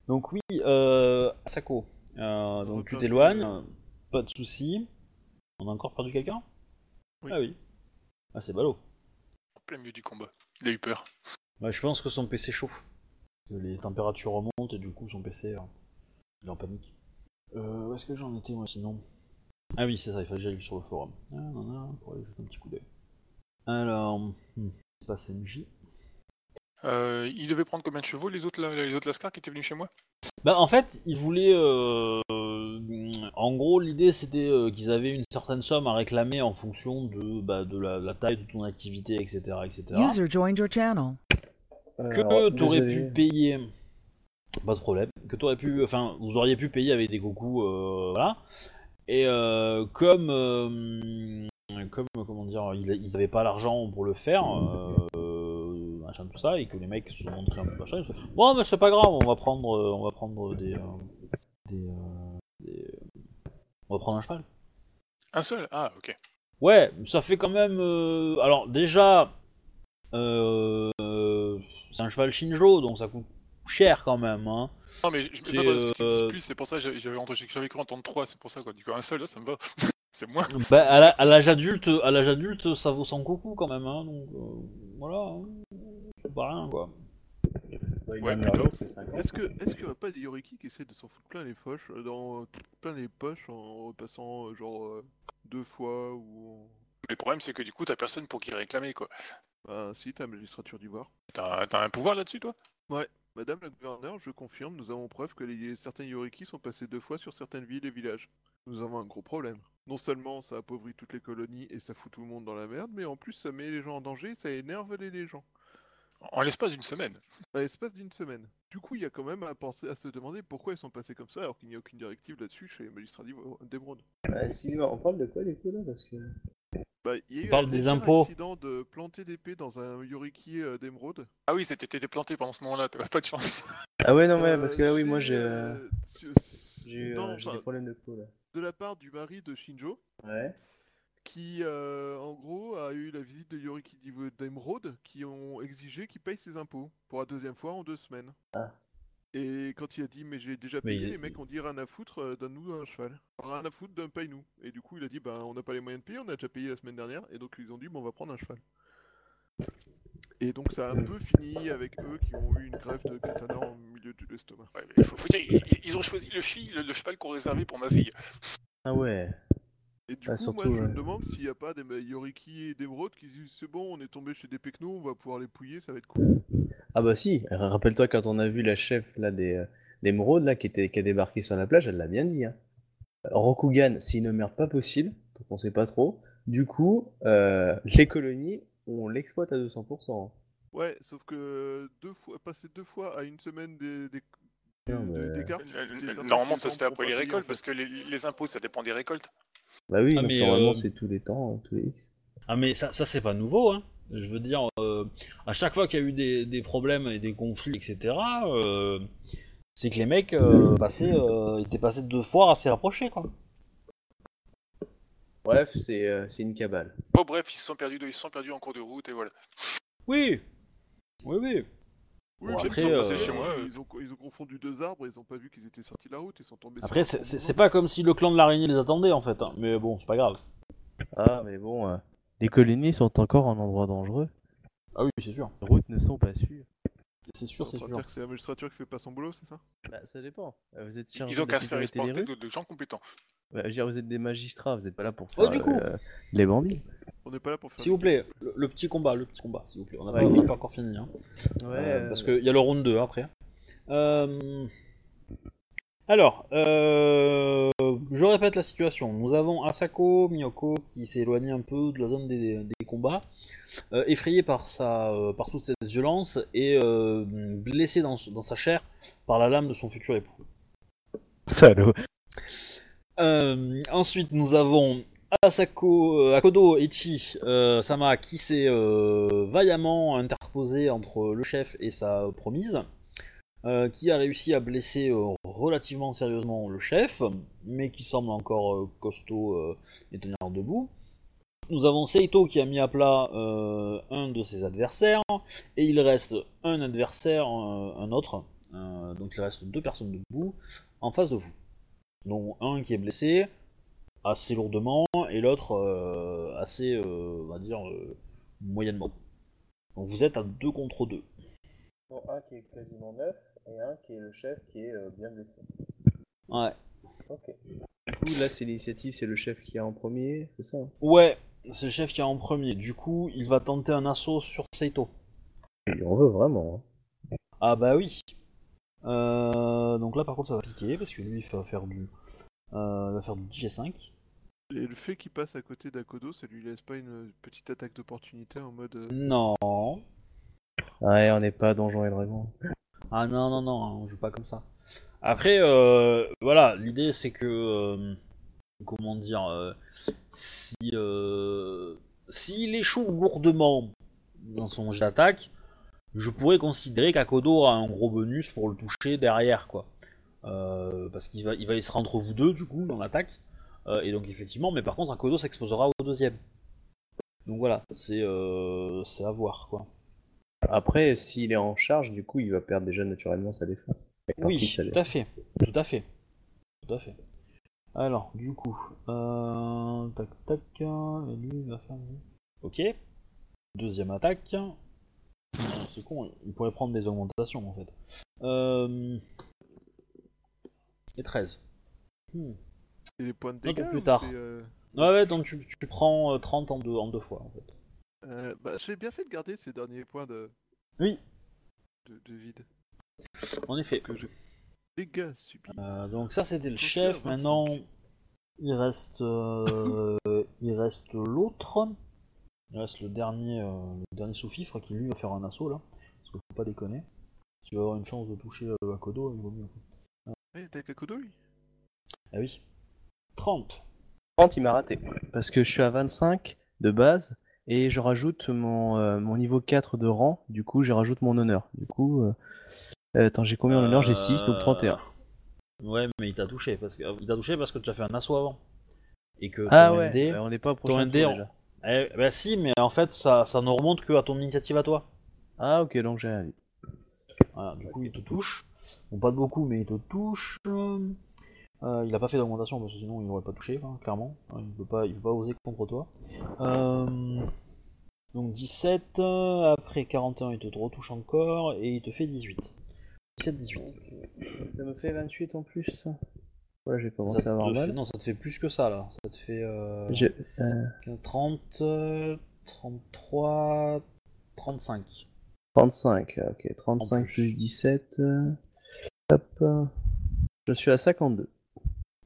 Donc oui, euh, Asako. Euh, donc tu t'éloignes, euh, pas de souci. On a encore perdu quelqu'un
Oui.
Ah oui. Ah c'est ballot.
En plein milieu du combat. Il a eu peur.
Bah, je pense que son PC chauffe. Les températures remontent et du coup son PC euh, il est en panique. Euh, où est-ce que j'en étais moi sinon Ah oui c'est ça, il fallait que j'aille sur le forum. Ah non non, pour aller jeter un petit coup d'œil. Alors, hmm, c'est pas CMJ.
Euh, il devait prendre combien de chevaux, les autres, la- les autres Lascar qui étaient venus chez moi
Bah en fait, ils voulaient... euh, En gros, l'idée c'était euh, qu'ils avaient une certaine somme à réclamer en fonction de, bah, de la, la taille de ton activité, etc. etc.
User joined your channel.
que t'aurais pu payer Euh, pas de problème que t'aurais pu enfin vous auriez pu payer avec des goku euh, voilà et euh, comme euh, comme comment dire ils, ils avaient pas l'argent pour le faire euh, euh, machin tout ça et que les mecs se sont montrés un peu machin ils se sont dit, bon mais c'est pas grave on va prendre euh, on va prendre des, euh, des, euh, des, euh, on va prendre un cheval
Un seul Ah, ok.
Ouais, ça fait quand même. euh, Alors déjà, euh, euh, c'est un cheval Shinjo, donc ça coûte cher quand même. Hein.
Non, mais je
C'est,
me demande ce que tu me
euh,
dis plus, c'est pour ça que j'avais- j'avais entendu- j'avais cru entendre 3, c'est pour ça, quoi. Du coup, un seul, là, ça me va. c'est moins.
Bah, à la- à l'âge adulte, à l'âge adulte, ça vaut 100 coucou quand même. Hein, donc euh, voilà, hein. c'est pas rien quoi.
Ouais,
c'est 50.
Est-ce que est-ce qu'il n'y aurait pas des Yoriki qui essaient de s'en foutre plein les poches euh, dans plein les poches en repassant euh, genre euh, deux fois ou
Le problème, c'est que du coup, t'as personne pour qui réclamer, quoi.
bah si t'as la magistrature d'Ivoire.
T'as t'as un pouvoir là-dessus, toi
Madame la gouverneure, je confirme, nous avons preuve que les, certains Yoriki sont passés deux fois sur certaines villes et villages. Nous avons un gros problème. Non seulement ça appauvrit toutes les colonies et ça fout tout le monde dans la merde, mais en plus ça met les gens en danger et ça énerve les, les gens.
En l'espace d'une semaine.
À l'espace d'une semaine. Du coup, il y a quand même à penser à se demander pourquoi ils sont passés comme ça alors qu'il n'y a aucune directive là-dessus chez les magistrats d'Ivo- d'Emeraude.
Euh, Excusez-moi, on parle de quoi du coup là Parce que.
Bah, il y a eu
On parle
un
des
légère
impôts.
accident de planter d'épée dans un Yoriki euh, d'Emeraude.
Ah oui, c'était t'étais planté pendant ce moment-là, t'avais pas de chance.
Ah ouais, non, ouais, parce
Euh,
que là, oui,
chez,
moi j'ai. euh,
euh, su-
J'ai eu,
dans-
euh, j'ai
enfin,
des problèmes de peau là.
de la part du mari de Shinjo,
Ouais.
qui euh, en gros a eu la visite de Yoriki d'Ivo- d'Emeraude, qui ont exigé qu'il paye ses impôts pour la deuxième fois en deux semaines.
Ah.
Et quand il a dit mais j'ai déjà
Mais
payé,
il-
les mecs ont dit rien à foutre, euh, donne-nous un cheval. Rien à foutre, donne paye nous. Et du coup il a dit bah on n'a pas les moyens de payer, on a déjà payé la semaine dernière, et donc ils ont dit bon on va prendre un cheval. Et donc ça a un peu fini avec eux qui ont eu une grève de katana au milieu de l'estomac.
Ouais, mais faut, faut dire, ils, ils ont choisi le, fille, le, le cheval qu'on réservait pour ma fille.
Ah ouais.
Et du
Ah,
Bah,
coup, moi,
surtout,
je
ouais.
me demande s'il n'y a pas des des Yoriki et d'Emeraude qui se disent c'est bon, on est tombé chez des Pecnos, on va pouvoir les pouiller, ça va être cool.
Ah bah si, r- rappelle-toi quand on a vu la chef là des euh, d'Emeraude là qui était qui a débarqué sur la plage, elle l'a bien dit hein. Euh, Rokugan, c'est une merde pas possible, donc on sait pas trop. Du coup, euh, les colonies, on l'exploite à 200%.
Ouais, sauf que deux fois, passer deux fois à une semaine des, des, des,
Non, mais-
cartes.
Euh, Normalement, ça se fait après les récoltes, parce que les, les impôts, ça dépend des récoltes.
Bah oui,
Ah,
donc
mais,
normalement
euh,
c'est tous les temps, euh, tous les X.
Ah mais ça, ça c'est pas nouveau. Hein. Je veux dire, euh, à chaque fois qu'il y a eu des, des problèmes et des conflits, etc. euh, c'est que les mecs euh, passaient, euh, étaient passés de deux fois assez rapprochés quoi.
Bref, c'est euh, c'est une cabale.
Bon, bref, ils se sont perdus, de- ils se sont perdus en cours de route et voilà.
Oui Oui, oui
Oui,
Bon,
mais
après,
ils, sont
euh,
passés chez moi,
euh,
ils, ont, ils ont confondu deux arbres, ils ont pas vu qu'ils étaient sortis de la route, ils sont tombés
Après,
sur un
c'est- c'est
trou de
c'est pas comme si le clan de l'araignée les attendait en fait, hein. mais bon, c'est pas grave.
Ah, mais bon, euh, les colonies sont encore un endroit dangereux.
Ah oui, c'est sûr.
Les routes ne sont pas sûres.
C'est
bois.
sûr,
T'es
c'est
en train de
sûr.
dire que C'est la magistrature qui fait pas son boulot, c'est ça
Bah, ça dépend. Euh, Vous êtes
Ils-
chargé
Ils ont
de
qu'à
la
se faire
sécurité des
escorter
rues.
de, de gens compétents.
Bah, je veux dire, vous êtes des magistrats, vous êtes pas là pour faire
Oh, du coup.
euh, les bandits.
On n'est pas là pour faire.
S'il vous plaît, le, le petit combat, le petit combat, s'il vous plaît. On n'a
Ouais.
pas, on n'a pas encore fini, hein.
Ouais,
Euh, parce qu'il y a le round 2 après. Euh, Alors, euh, je répète la situation. Nous avons Asako Miyoko qui s'est éloigné un peu de la zone des, des combats, euh, effrayé par, sa, euh, par toute cette violence et euh, blessé dans, dans sa chair par la lame de son futur époux.
Salaud.
Euh, ensuite, nous avons Asako, euh, Akodo Echi euh, Sama qui s'est euh, vaillamment interposé entre le chef et sa promise, euh, qui a réussi à blesser euh, relativement sérieusement le chef, mais qui semble encore euh, costaud euh, et tenir debout. Nous avons Seito qui a mis à plat euh, un de ses adversaires, et il reste un adversaire, euh, un autre, euh, donc il reste deux personnes debout en face de vous dont un qui est blessé assez lourdement et l'autre euh, assez, euh, on va dire, euh, moyennement. Donc vous êtes à 2 contre 2.
Bon, un qui est quasiment neuf et un qui est le chef qui est euh, bien blessé.
Ouais.
Ok.
Du coup, là, c'est l'initiative, c'est le chef qui a en premier, c'est ça hein
Ouais, c'est le chef qui est en premier. Du coup, il va tenter un assaut sur Seito.
Il en veut vraiment.
hein.
Ah bah oui. Euh, donc là par contre ça va piquer parce que lui il va faire du euh, il va faire du DG5.
Et le fait qu'il passe à côté d'Akodo, ça lui laisse pas une petite attaque d'opportunité en mode. euh,
Non.
Ouais, on n'est pas Donjon et Dragon.
Ah non non non, on joue pas comme ça. Après euh, voilà, l'idée c'est que euh, comment dire euh, si euh, s'il échoue lourdement dans son jet d'attaque, je pourrais considérer qu'Akodo a un gros bonus pour le toucher derrière quoi. Euh, parce qu'il va il va se rendre entre vous deux du coup dans l'attaque. Euh, et donc effectivement, mais par contre Akodo s'exposera au deuxième. Donc voilà, c'est euh, c'est à voir quoi.
Après, s'il est en charge, du coup, il va perdre déjà naturellement sa défense. Et par
Oui,
contre, ça l'est.
tout à fait, tout à fait, tout à fait. Alors, du coup, euh, tac tac, euh, et lui il va faire. lui. Ok, deuxième attaque. C'est con, il pourrait prendre des augmentations en fait. Euh, Et 13. Hmm.
C'est les points de
Non, pour
dégâts
plus
ou
tard.
c'est, euh,
Ouais, ouais, donc tu, tu prends euh, 30 en deux, en deux fois en fait.
euh, bah, J'ai bien fait de garder ces derniers points de,
Oui,
de, de vide.
en effet.
Que je... Dégâts subis.
Euh, donc ça c'était le
Construit à
chef,
25.
maintenant il reste euh, il reste l'autre. Il reste le dernier euh, le dernier sous-fifre qui lui va faire un assaut là. Parce que faut pas déconner. S'il veut avoir une chance de toucher euh, Akodo, il vaut mieux.
Ouais, Eh, t'as Akodo lui
Ah oui. 30.
30, il m'a raté. Parce que je suis à 25 de base, et je rajoute mon, euh, mon niveau 4 de rang, du coup, je rajoute mon honneur. Du coup, euh, euh, attends, j'ai combien en honneur J'ai 6, donc 31.
Euh, Ouais mais il t'a touché parce que il t'a touché parce que tu as fait un assaut avant. Et
Euh,
que
Ah
ton
ouais,
ND
ouais, on n'est pas au
ton
prochain tour,
ND
déjà.
Eh, bah si mais en fait ça, ça ne remonte que à ton initiative à toi.
Ah ok, donc j'ai rien vu.
Voilà, du coup, il te touche. Bon, pas de beaucoup, mais il te touche. Euh, il n'a pas fait d'augmentation parce que sinon il n'aurait pas touché, hein, clairement. Hein, Il ne peut, pas- il peut pas oser contre toi. Euh, donc 17, euh, après 41, il te retouche encore et il te fait 18. 17-18.
Ça me fait 28 en plus. Ouais, j'ai
Ça
commencé à avoir
te fait-
mal.
non, ça te fait plus que ça là. Ça te fait euh,
Je- euh,
30, euh, 33, 35.
35, ah, ok. 35
plus.
plus 17. euh, Hop. Je suis à 52.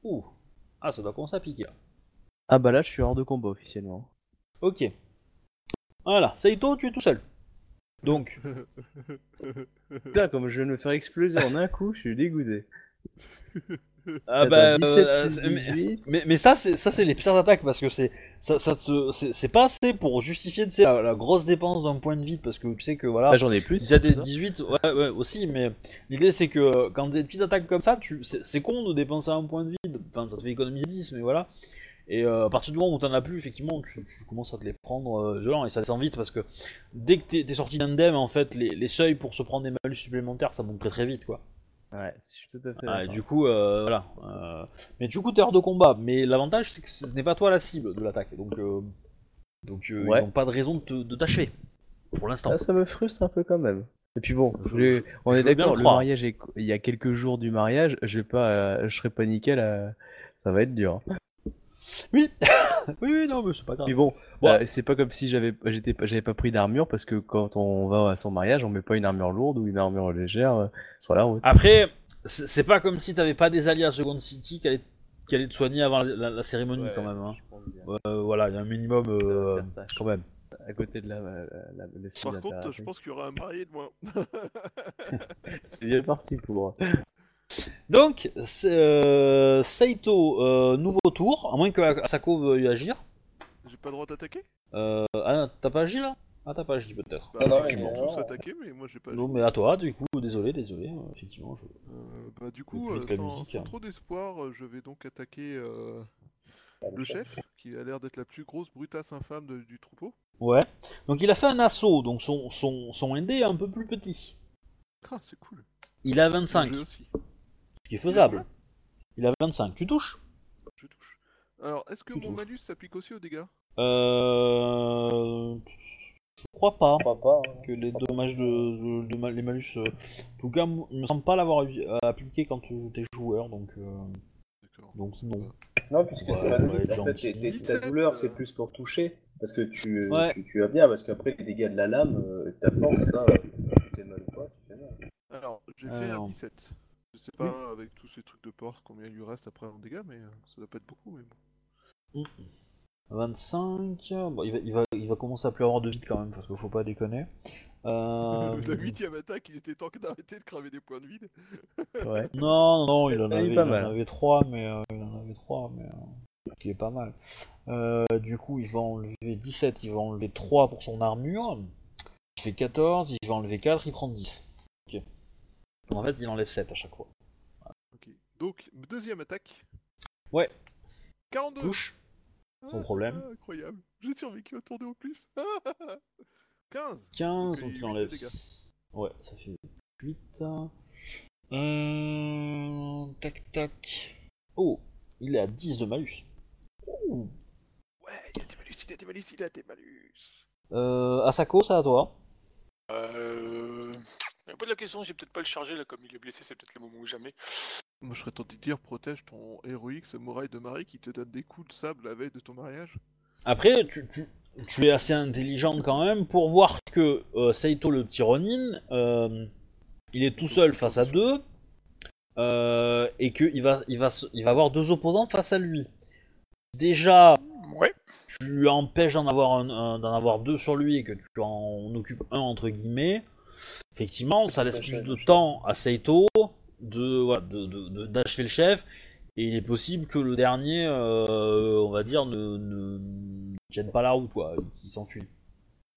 Ouh. Ah, ça doit commencer à piquer là.
Ah bah là, je suis hors de combat officiellement.
Ok. Voilà, Saito, tu es tout seul. Donc, Hmm.
Putain, comme je viens de me faire exploser en un coup, je suis dégoûté.
Ah
Attends,
bah,
17
euh,
ben, plus
c'est- mais,
18.
mais, mais ça c'est ça c'est les pires attaques parce que c'est ça, ça te- c'est c'est pas assez pour justifier tu sais, la, la grosse dépense d'un point de vie parce que tu sais que voilà
Ah, j'en ai plus.
17 et
c'est ça
18 ouais ouais aussi mais l'idée c'est que euh, quand des petites attaques comme ça tu c'est c'est con de dépenser un point de vie enfin ça te fait économiser 10 mais voilà Et euh, à partir du moment où t'en as plus, effectivement, tu, tu commences à te les prendre euh, violents et ça descend vite parce que dès que t'es, t'es sorti d'indemne, en fait, les, les seuils pour se prendre des malus supplémentaires, ça monte très très vite, quoi.
Ouais, je suis tout à fait.
Ah, et
d'accord.
du coup, euh, voilà. Euh, mais du coup, t'es hors de combat. Mais l'avantage, c'est que ce n'est pas toi la cible de l'attaque. Donc, euh, donc euh,
Ouais.
ils n'ont pas de raison de, te- de t'achever. Pour l'instant.
Ah, ça me frustre un peu quand même. Et puis bon,
Je-
le- on
je
est
veux bien
d'accord,
le
le
croire.
mariage est... il y a quelques jours du mariage, je vais pas, euh, je serai pas nickel, euh, ça va être dur.
Oui Oui, oui, non, mais c'est pas grave.
Mais bon,
Bon.
euh, c'est pas comme si j'avais, j'étais, pas- j'avais pas pris d'armure parce que quand on va à son mariage, on met pas une armure lourde ou une armure légère euh, sur la route.
Après, c'est c'est pas comme si t'avais pas des alliés à Second City qui allaient, qui allaient te soigner avant la, la- la cérémonie, quand même. hein. Euh, voilà, il y a un minimum,
Ça va
euh,
faire tâche.
quand même.
À côté de la, la, la- le fil
Par contre, je
d'impératrice.
pense qu'il y aura un marié de moi.
c'est bien parti pour. euh,
Donc, c'est, euh, Saito, euh, nouveau tour. À moins que Asako veuille agir.
J'ai pas le droit d'attaquer
Euh, ah, non, t'as pas agi là Ah, t'as pas agi peut-être.
Bah,
non,
ils
mais
vont
non.
tous attaquer, mais moi j'ai pas.
Non, mais à toi, du coup, désolé, désolé, euh, effectivement. Je...
Euh, bah, du coup,
plus
euh,
que la
sans,
musique,
sans
hein.
trop d'espoir, euh, je vais donc attaquer euh,
Ah,
le chef, qui a l'air d'être la plus grosse brutasse infâme de- du troupeau.
Ouais. Donc il a fait un assaut, donc son, son, son ND est un peu plus petit.
Ah, c'est cool.
Il a 25,
J'ai
ce
aussi.
qui est faisable. Il a 25, tu touches
Je touche. Alors, est-ce que
Tu
mon
touches.
malus s'applique aussi aux dégâts
Euh... Je crois pas
Je crois pas. hein.
que les dommages de, de- de mal- les malus... euh, En tout cas, m- il me semble pas l'avoir eu- euh, appliqué quand euh, t'es joueur, donc, euh,
D'accord.
donc non.
Non, puisque
Ouais,
c'est pas
ouais,
logique. En
genre,
fait, t'es- t'es- ta
17,
douleur,
euh.
c'est plus pour toucher. Parce que tu,
Ouais.
tu, tu as bien, parce qu'après, les dégâts de la lame, euh, ta force, ça, euh, t'es mal ou pas, tu fais mal.
Alors, j'ai fait
Alors.
un 17. Je sais pas avec tous ces trucs de porte combien il lui reste après en dégâts, mais euh, ça doit pas être beaucoup. Mais bon.
25... Bon, il va, il, va, il va commencer à plus avoir de vide quand même, parce qu'il faut pas déconner. Euh...
La huitième attaque, il était temps que d'arrêter de cramer des points de vide.
Ouais.
Non, non, il en
Elle est
avait,
pas
il en
mal.
avait trois, mais euh, il en avait trois, mais euh, qui est pas mal. Euh, du coup, il va enlever 17, il va enlever 3 pour son armure. Il fait 14, il va enlever 4, il prend 10. Ok. Donc, en fait, il enlève 7 à chaque fois.
Ok. Donc, deuxième attaque.
Ouais.
42
Touche. sans
Ah,
problème.
ah, Incroyable. J'ai survécu un tour de au plus. 15
15,
Ok,
donc
huit
il
de
enlève.
dégâts.
s- Ouais, ça fait 8. Euh... Tac tac. Oh, il est à 10 de malus.
Ouais, il a des malus, il a des malus, il a des malus.
Euh, Asako, c'est à toi.
Euh... Je me pose la question, j'ai peut-être pas le chargé là, comme il est blessé, c'est peut-être le moment ou jamais.
Moi, je serais tenté de dire protège ton héroïque samouraï de Marie qui te donne des coups de sable la veille de ton mariage.
Après, tu, tu, tu es assez intelligente quand même pour voir que euh, Saito le petit Ronin, euh, il est tout seul face à deux, euh, et qu'il va, il va, se- il va avoir deux opposants face à lui. Déjà,
Ouais.
tu lui empêches d'en avoir, un- un- d'en avoir deux sur lui et que tu en occupes un entre guillemets. Effectivement, ça laisse plus de temps à Saito de voilà, de- de- de- d'achever le chef. Et il est possible que le dernier, euh, on va dire, ne, ne, ne tienne pas la route, quoi, et qu'il s'enfuit.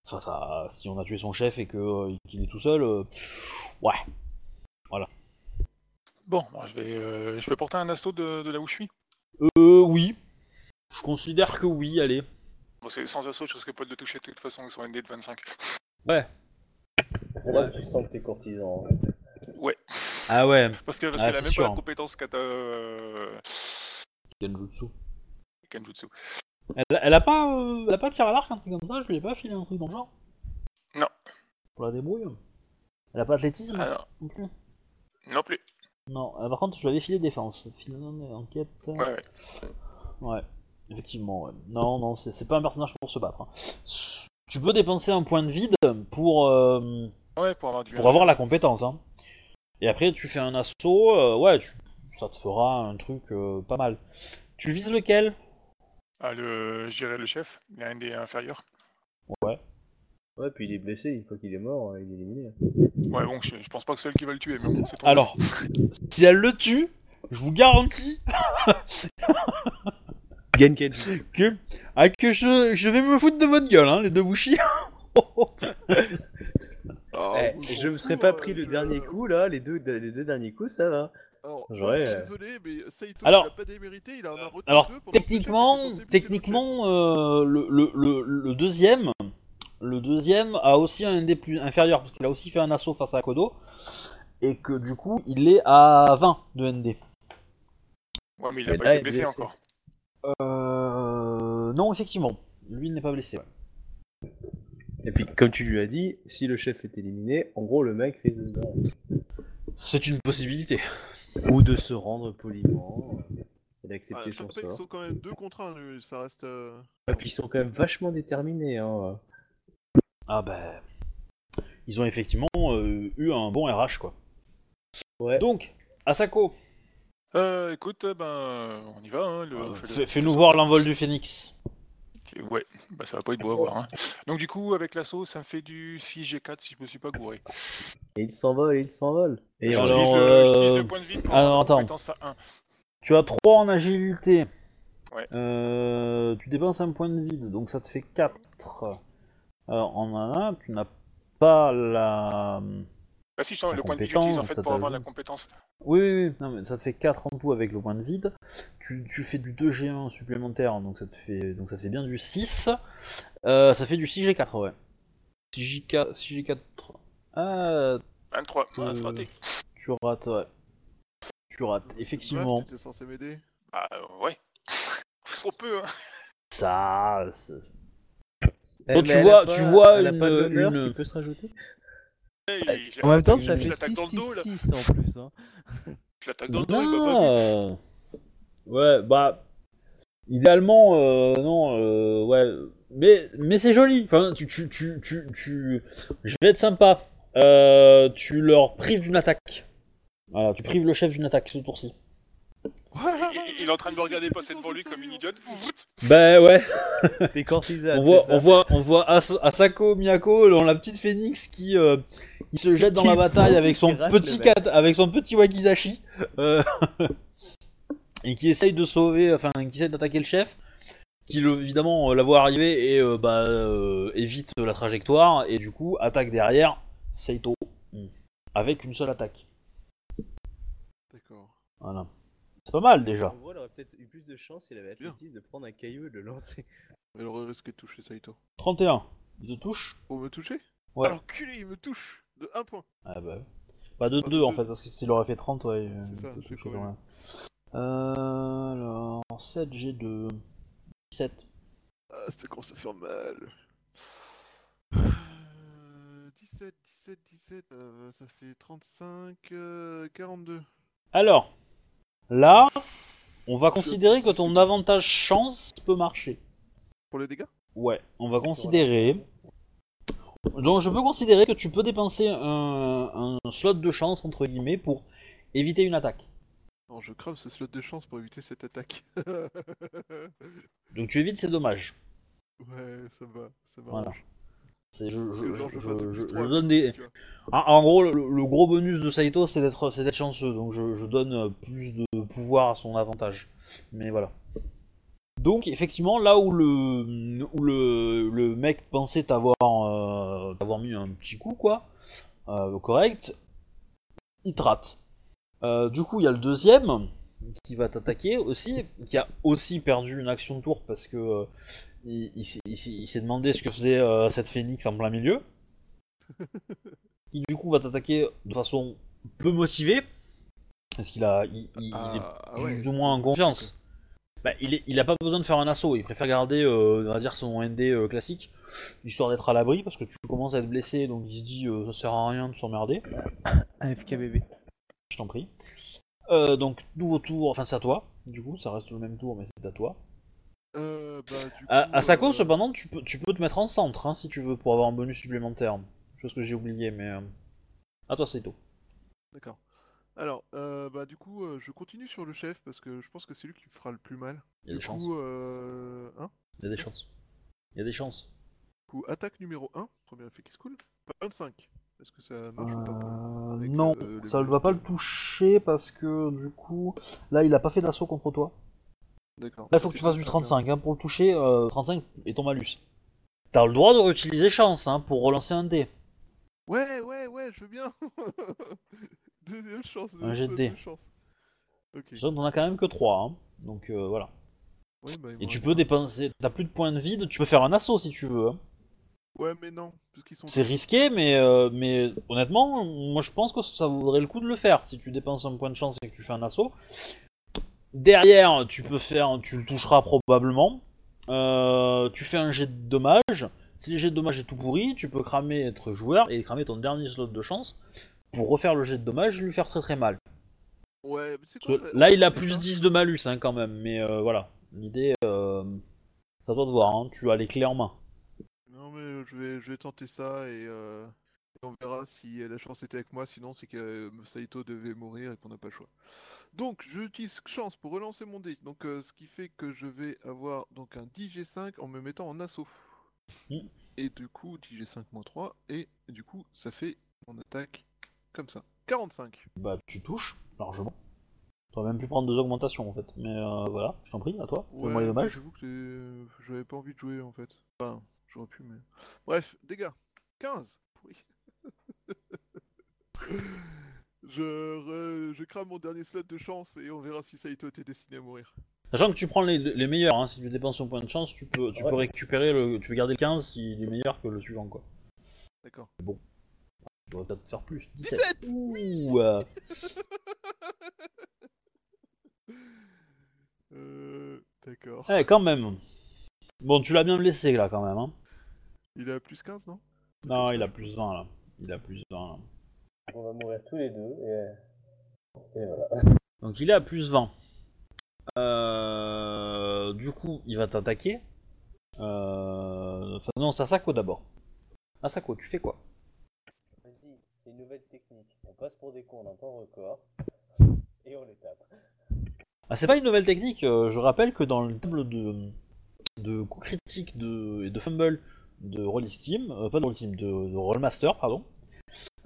Enfin, ça, si on a tué son chef et que, euh, qu'il est tout seul, euh, ouais.
Bon, alors, je vais, euh, je vais porter un assaut de, de là où je suis.
Euh, oui. Je considère que oui, allez.
Parce que sans assaut, je risque pas de le toucher de toute façon, ils sont ND de 25.
C'est là que tu sens que t'es courtisan. hein.
Ah ouais,
Parce que- parce
Ah,
qu'elle a
c'est
même
sûr.
pas la compétence kata. euh,
Genjutsu.
Kenjutsu.
Elle, elle a pas, euh, elle a pas tiré à l'arc, un truc comme ça, je lui ai pas filé un truc dans le genre.
Non.
Pour la débrouille. Elle a pas athlétisme
Ah,
non
non.
plus.
non plus.
Non, euh, par contre, je lui avais filé défense. Finalement, enquête. euh,
Ouais, ouais.
Ouais, effectivement. ouais. Non, non, c'est c'est pas un personnage pour se battre. hein. S- Tu peux dépenser un point de vide pour, euh,
Ouais, pour avoir du.
pour avoir la compétence. hein. Et après, tu fais un assaut, euh, ouais, tu- ça te fera un truc euh, pas mal. Tu vises lequel
Ah, le, je dirais le chef, il a un des inférieurs.
Ouais.
Ouais, puis il est blessé, une fois qu'il est mort, euh, il est éliminé.
Ouais, bon, je, je pense pas que c'est elle qui va le tuer, mais bon, c'est ton.
Alors, si elle le tue, je vous garantis
Genkenji.
que, ah, que je, je vais me foutre de votre gueule, hein, les deux bouchis.
Ah,
Eh,
bon,
je
s'en
me serais
fout,
pas
hein,
Eh,
pris le
je- hein,
dernier coup là, les deux, les deux derniers coups ça va.
Alors,
J'aurais,
je suis
euh,
désolé, mais Saito,
Alors-
il a pas démérité, il en a retenu
Alors
deux pendant que le chef
techniquement,
était censé buter le chef.
techniquement, euh, le, le, le, le deuxième, le deuxième a aussi un des plus inférieur parce qu'il a aussi fait un assaut face à Kodo et que du coup il est à 20 de ND.
Ouais, mais il a
Mais
pas
là, il
été
est
blessé,
blessé.
encore.
Euh, non effectivement, lui il n'est pas blessé.
Et puis, comme tu lui as dit, si le chef est éliminé, en gros, le mec risque de se barrer.
C'est une possibilité.
Ou de se rendre poliment euh, et d'accepter
Ouais, je te
son
rappelle qu'ils
sort.
sont quand même deux contre un, euh, ça reste. euh,
Et puis, ils sont quand même vachement déterminés. Hein.
Ah ben, ils ont effectivement euh, eu un bon RH quoi.
Ouais.
Donc Asako,
Euh, écoute, euh, ben, on y va. Hein, le- on fait le-
fais- euh, fais-nous voir l'envol du phénix.
Ouais, bah, ça va pas être beau à voir. hein. Donc, du coup, avec l'assaut, ça me fait du 6G4 si je me suis pas gouré.
Et ils s'envolent, et ils s'envolent. Et
Alors,
J'utilise
alors,
le,
euh,
j'utilise le point de vie pour
ah non,
avoir
attends.
une compétence à 1.
Tu as 3 en agilité.
Ouais.
Euh, tu dépenses un point de vide, donc ça te fait 4. Alors en un, tu n'as pas la.
Bah, si, je sens
La
le point de vie,
compétence,
j'utilise en fait
ça
pour avoir
t'ajoute.
la compétence.
Oui, oui, oui. Non, mais ça te fait 4 en tout avec le point de vide. Tu, tu fais du 2G1 supplémentaire, donc ça te fait, donc ça te fait bien du 6. Euh, ça fait du 6G4, ouais. 6G4. 6G4. Ah,
23,
Euh,
mince, raté.
tu rates, ouais. Tu rates, effectivement.
Bref, tu étais censé m'aider.
Bah, ouais. Faut trop peu, hein.
Ça. ça-
Eh,
Donc,
mais
tu
elle a
vois-
pas-
tu vois
elle a pas
une-
de l'honneur
une-
qui peut se rajouter.
Hey, je
En même temps,
l'attaque-
ça
je
fait
l'attaque dans le dos, là.
6-6-6 en plus. Hein.
Je l'attaque dans le dos, il m'a pas vu.
Non. Ouais, bah. Idéalement, euh, non, euh, ouais. Mais, mais c'est joli. Enfin, tu, tu, tu, tu, tu- Je vais être sympa. Euh, tu leur prives d'une attaque. Voilà, tu prives le chef d'une attaque ce tour-ci.
Il- Il est en train de me regarder passer devant lui comme une idiote. Vous, vous,
Ben ouais,
T'es cortisane.
on voit,
c'est ça
on voit, on voit As- Asako Miyako dans la petite phénix qui, euh, qui se jette dans
Qui
la bataille
fonce,
avec son
qui rate
petit
le mec.
kat- avec son petit wakizashi euh, et qui essaye de sauver, enfin qui essaye d'attaquer le chef, qui le- évidemment euh, la voit arriver et euh, bah, euh, évite la trajectoire et du coup attaque derrière Saito Mm. avec une seule attaque.
D'accord.
Voilà, c'est pas mal déjà.
En gros, elle aurait peut-être eu plus de chance s'il avait
Bien.
l'athlétisme de prendre un caillou et de le lancer.
Elle aurait risqué de toucher Saito.
31, il te touche.
Pour me toucher
Ouais.
Alors, culé, il me touche De 1 point.
Ah bah. Pas de
Ah,
2 en
deux.
fait, parce que s'il aurait fait 30, ouais. euh,
C'est ça,
peut
j'ai
toucher
corrigé.
quand même. Euh, alors, 7, j'ai de 17.
Ah, ça commence à faire mal. Euh, 17, 17, 17, euh, ça fait 35, euh, 42.
Alors, là, on va considérer que ton avantage chance peut marcher.
Pour les dégâts
Ouais, on va considérer. Donc, je peux considérer que tu peux dépenser un, un slot de chance, entre guillemets, pour éviter une attaque.
Non, je crame ce slot de chance pour éviter cette attaque.
Donc, tu évites, c'est dommage.
ouais, ça me va, ça m'arrange.
Voilà. C'est- Je,
Parce
je-
que genre,
je-
je passe au
je-
plus
je
trois,
donne
plus,
des,
tu vois.
Ah, En, gros, le, le gros bonus de Saito, c'est d'être c'est d'être chanceux, donc je, je donne euh, plus de pouvoir à son avantage. Mais voilà. Donc, effectivement, là où le, où le, le mec pensait t'avoir euh, t'avoir mis un petit coup, quoi, euh, correct, il te rate. Euh, du coup, il y a le deuxième qui va t'attaquer aussi, qui a aussi perdu une action de tour parce que euh, il, il s'est- il s'est il s'est demandé ce que faisait euh, cette phénix en plein milieu qui du coup va t'attaquer de façon peu motivée, parce qu'il a, il, il- il est
Ah,
plus
ouais.
ou moins en confiance. Bah, il, est, il a pas besoin de faire un assaut, il préfère garder, euh, on va dire, son ND euh, classique, histoire d'être à l'abri, parce que tu commences à être blessé, donc il se dit, euh, ça sert à rien de s'emmerder,
AFK bébé.
je t'en prie. Euh, donc, nouveau tour, enfin c'est à toi, du coup, ça reste le même tour, mais c'est à toi.
Euh, bah, du
À,
coup,
à Sako,
euh,
cependant, tu peux, tu peux te mettre en centre, hein, si tu veux, pour avoir un bonus supplémentaire. Chose que j'ai oublié, mais... euh, À toi, Saito.
D'accord. Alors, euh, bah, du coup, euh, je continue sur le chef parce que je pense que c'est lui qui me fera le plus mal.
Il y a des
du
chances.
coup, euh, hein
Il y a des chances. Il y a des chances.
Du coup, attaque numéro 1, premier effet qui se coule. 25. Est-ce que ça marche ou pas pour le-
Euh,
avec,
non,
euh, les
ça ne
bonus
va pas
de-
le toucher parce que du coup, là il a pas fait d'assaut contre toi.
D'accord.
Là il faut que
C'est
tu fasses
comme
du
ça,
35 hein, pour le toucher, euh, 35 et ton malus. T'as le droit de réutiliser chance hein, pour relancer un dé.
Ouais, ouais, ouais, je veux bien. Deuxième chance.
Un
deuxième
jet de
saut
dés.
chance. Ok.
Sachant que t'en as quand même que 3, hein. donc euh, voilà.
Ouais, bah, il
Et
me
tu
reste
peux
un.
dépenser, t'as plus de points de vide, tu peux faire un assaut si tu veux. hein.
Ouais, mais non, parce qu'ils sont.
C'est risqué, mais, euh, mais honnêtement, moi je pense que ça vaudrait le coup de le faire. Si tu dépenses un point de chance et que tu fais un assaut, derrière, tu peux faire, tu le toucheras probablement. Euh, tu fais un jet de dommage. Si le jet de dommage est tout pourri, tu peux cramer être joueur et cramer ton dernier slot de chance pour refaire le jet de dommage et lui faire très très mal.
Ouais, mais c'est quoi
Parce que
bah,
là,
on
il a
fait
plus
ça.
10 de malus hein, quand même, mais euh, voilà. L'idée, euh, c'est à toi de voir, hein. tu as les clés en main.
Non, mais je vais, je vais tenter ça et, euh, et on verra si euh, la chance était avec moi. Sinon, c'est que euh, Saito devait mourir et qu'on n'a pas le choix. Donc, j'utilise chance pour relancer mon dé. Donc, euh, ce qui fait que je vais avoir donc un 10G5 en me mettant en assaut.
Mhm.
Et du coup, 10G5 moins 3. Et du coup, ça fait mon attaque comme ça. 45.
Bah, tu touches, largement. T'aurais même pu prendre deux augmentations en fait. Mais euh, voilà, je t'en prie, à toi. Fais-moi les
mais
dommages.
J'avoue que euh, j'avais pas envie de jouer en fait. Enfin, j'aurais pu, mais. Bref, dégâts. 15. Oui. je, re- je crame mon dernier slot de chance et on verra si Saito était destiné à mourir.
Sachant que tu prends les, les meilleurs, hein. si tu dépenses ton point de chance, tu peux, tu peux récupérer le. Tu peux garder le 15 s'il est meilleur que le suivant quoi.
D'accord.
Tu devrais peut-être faire plus. 17,
17
Ouh euh,
Euh, D'accord.
Ouais, eh, quand même. Bon, tu l'as bien blessé là quand même. Hein.
Il a plus 15, non
Non, il a plus 20 là. Il a plus 20 là.
On va mourir tous les deux et, et voilà.
Donc il est à plus 20. Euh, Du coup, il va t'attaquer. Euh... Enfin, non, c'est Asako d'abord. Asako, tu fais quoi
Vas-y, c'est une nouvelle technique. On passe pour des cons en un temps record et on les tape.
Ah, c'est pas une nouvelle technique. euh, je rappelle que dans le table de, de coups critiques de, et de fumble de Roll Steam, euh, pas de Roll Steam, de, de Rollmaster, pardon,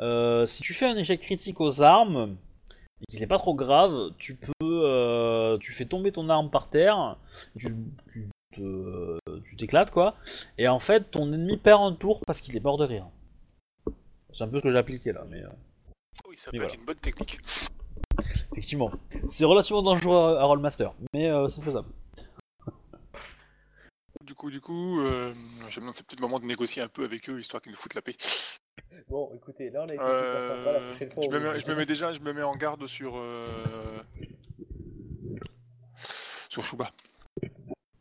euh, si tu fais un échec critique aux armes et qu'il n'est pas trop grave, tu peux, euh, tu fais tomber ton arme par terre, tu tu te- euh, tu t'éclates quoi, et en fait ton ennemi perd un tour parce qu'il est mort de rire. C'est un peu ce que j'ai appliqué là, mais. euh,
Oui, ça
Mais
peut
voilà.
être une bonne technique.
Effectivement. C'est relativement dangereux à à Rollmaster, mais euh, c'est faisable.
Du coup, du coup, euh, j'aime bien ces petits moments de négocier un peu avec eux, histoire qu'ils nous foutent la paix.
Bon, écoutez, là on a été super
Euh,
sympa. La prochaine fois,
je,
on
me
vous
mets,
dit-
je me mets déjà, je me mets en garde sur euh, sur Chouba.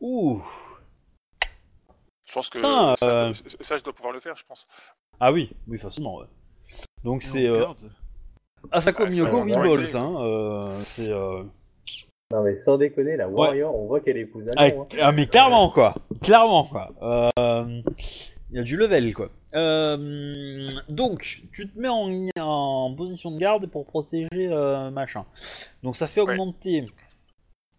Ouh
Je pense que
Putain,
ça,
euh.
je dois, ça, je dois pouvoir le faire, je pense.
Ah oui, oui, facilement, ouais. Donc
Et on
c'est euh,
garde.
Asako
Ouais,
Miyoko
c'est
Win
un
Balls,
réglé.
hein. euh, c'est. euh,
Non mais sans déconner, la Warrior, on voit qu'elle est cousine. hein.
Ah, ah, mais clairement, quoi Clairement, quoi Euh, Il y a du level, quoi. Euh, donc, tu te mets en, en position de garde pour protéger euh, machin. Donc ça fait
Ouais.
augmenter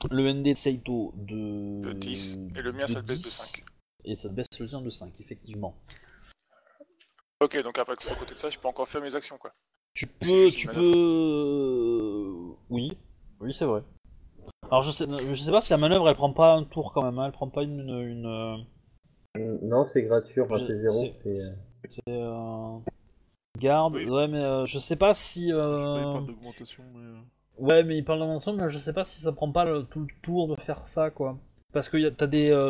le ND de Saito de...
De 10 et le mien, ça le baisse de 5.
Et ça te baisse le tien de 5, effectivement.
Ok, donc après, à côté de ça, je peux encore faire mes actions, quoi.
Tu
C'est
peux,
juste
tu
une
peux. Oui, oui, c'est vrai. Alors je sais, je sais pas si la manœuvre elle prend pas un tour quand même, hein, elle prend pas une. une, euh, une-
Euh, Non, c'est gratuit, enfin c'est zéro. c'est, euh,
c'est, euh, Garde,
Oui.
ouais, mais euh, je sais pas si.
Je
euh,
croyais pas d'augmentation, mais. euh,
Ouais, mais il parle d'un ensemble, mais je sais pas si ça prend pas le- tout le tour de faire ça, quoi. Parce que y a- t'as des. euh,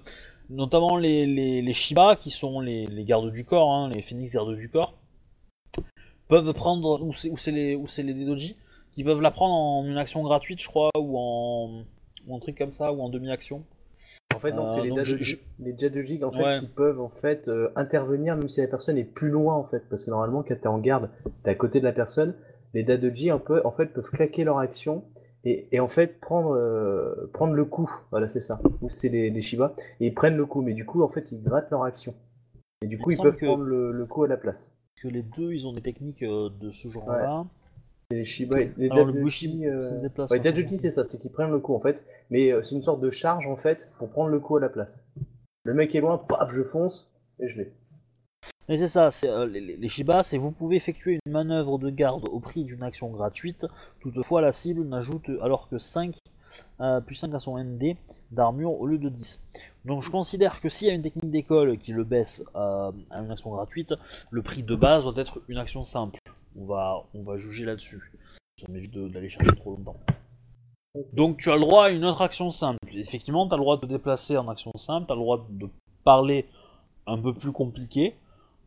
notamment les, les, les Shiba, qui sont les, les gardes du corps, hein, les phoenix gardes du corps, peuvent prendre. Ou c'est ou c'est les, ou c'est les Doji, qui peuvent la prendre en une action gratuite, je crois, ou en. Ou un truc comme ça, ou en demi-action.
En fait, non,
Euh,
c'est les
donc je- je-
Jadogig les Jadogig, en fait,
Ouais.
qui peuvent en fait euh, intervenir même si la personne est plus loin en fait, parce que normalement quand t'es en garde, t'es à côté de la personne. Les Jadogig un peu en fait peuvent claquer leur action et, et en fait prendre euh, prendre le coup. Voilà, c'est ça. Ou c'est les, les Shiba et ils prennent le coup, mais du coup en fait ils grattent leur action. Et du
me
coup ils
semble
peuvent
que-
prendre le, le coup à la place.
Parce que les deux, ils ont des techniques euh, de ce genre-là.
Et Les Shiba et les
Alors, le
Dadoji,
Bushi,
euh,
ça se déplace,
ouais,
hein.
Dadoji, c'est ça, c'est qu'ils prennent le coup en fait, mais euh, c'est une sorte de charge en fait pour prendre le coup à la place. Le mec est loin, paf, je fonce et je l'ai.
Mais c'est ça, c'est, euh, les, les- les Shiba, c'est vous pouvez effectuer une manœuvre de garde au prix d'une action gratuite, toutefois la cible n'ajoute alors que 5, euh, plus 5 à son ND d'armure au lieu de 10. Donc je considère que s'il y a une technique d'école qui le baisse euh, à une action gratuite, le prix de base doit être une action simple. On va, on va juger là-dessus. Ça m'évite de- d'aller chercher trop longtemps. Donc tu as le droit à une autre action simple. Effectivement, tu as le droit de te déplacer en action simple, tu as le droit de parler un peu plus compliqué.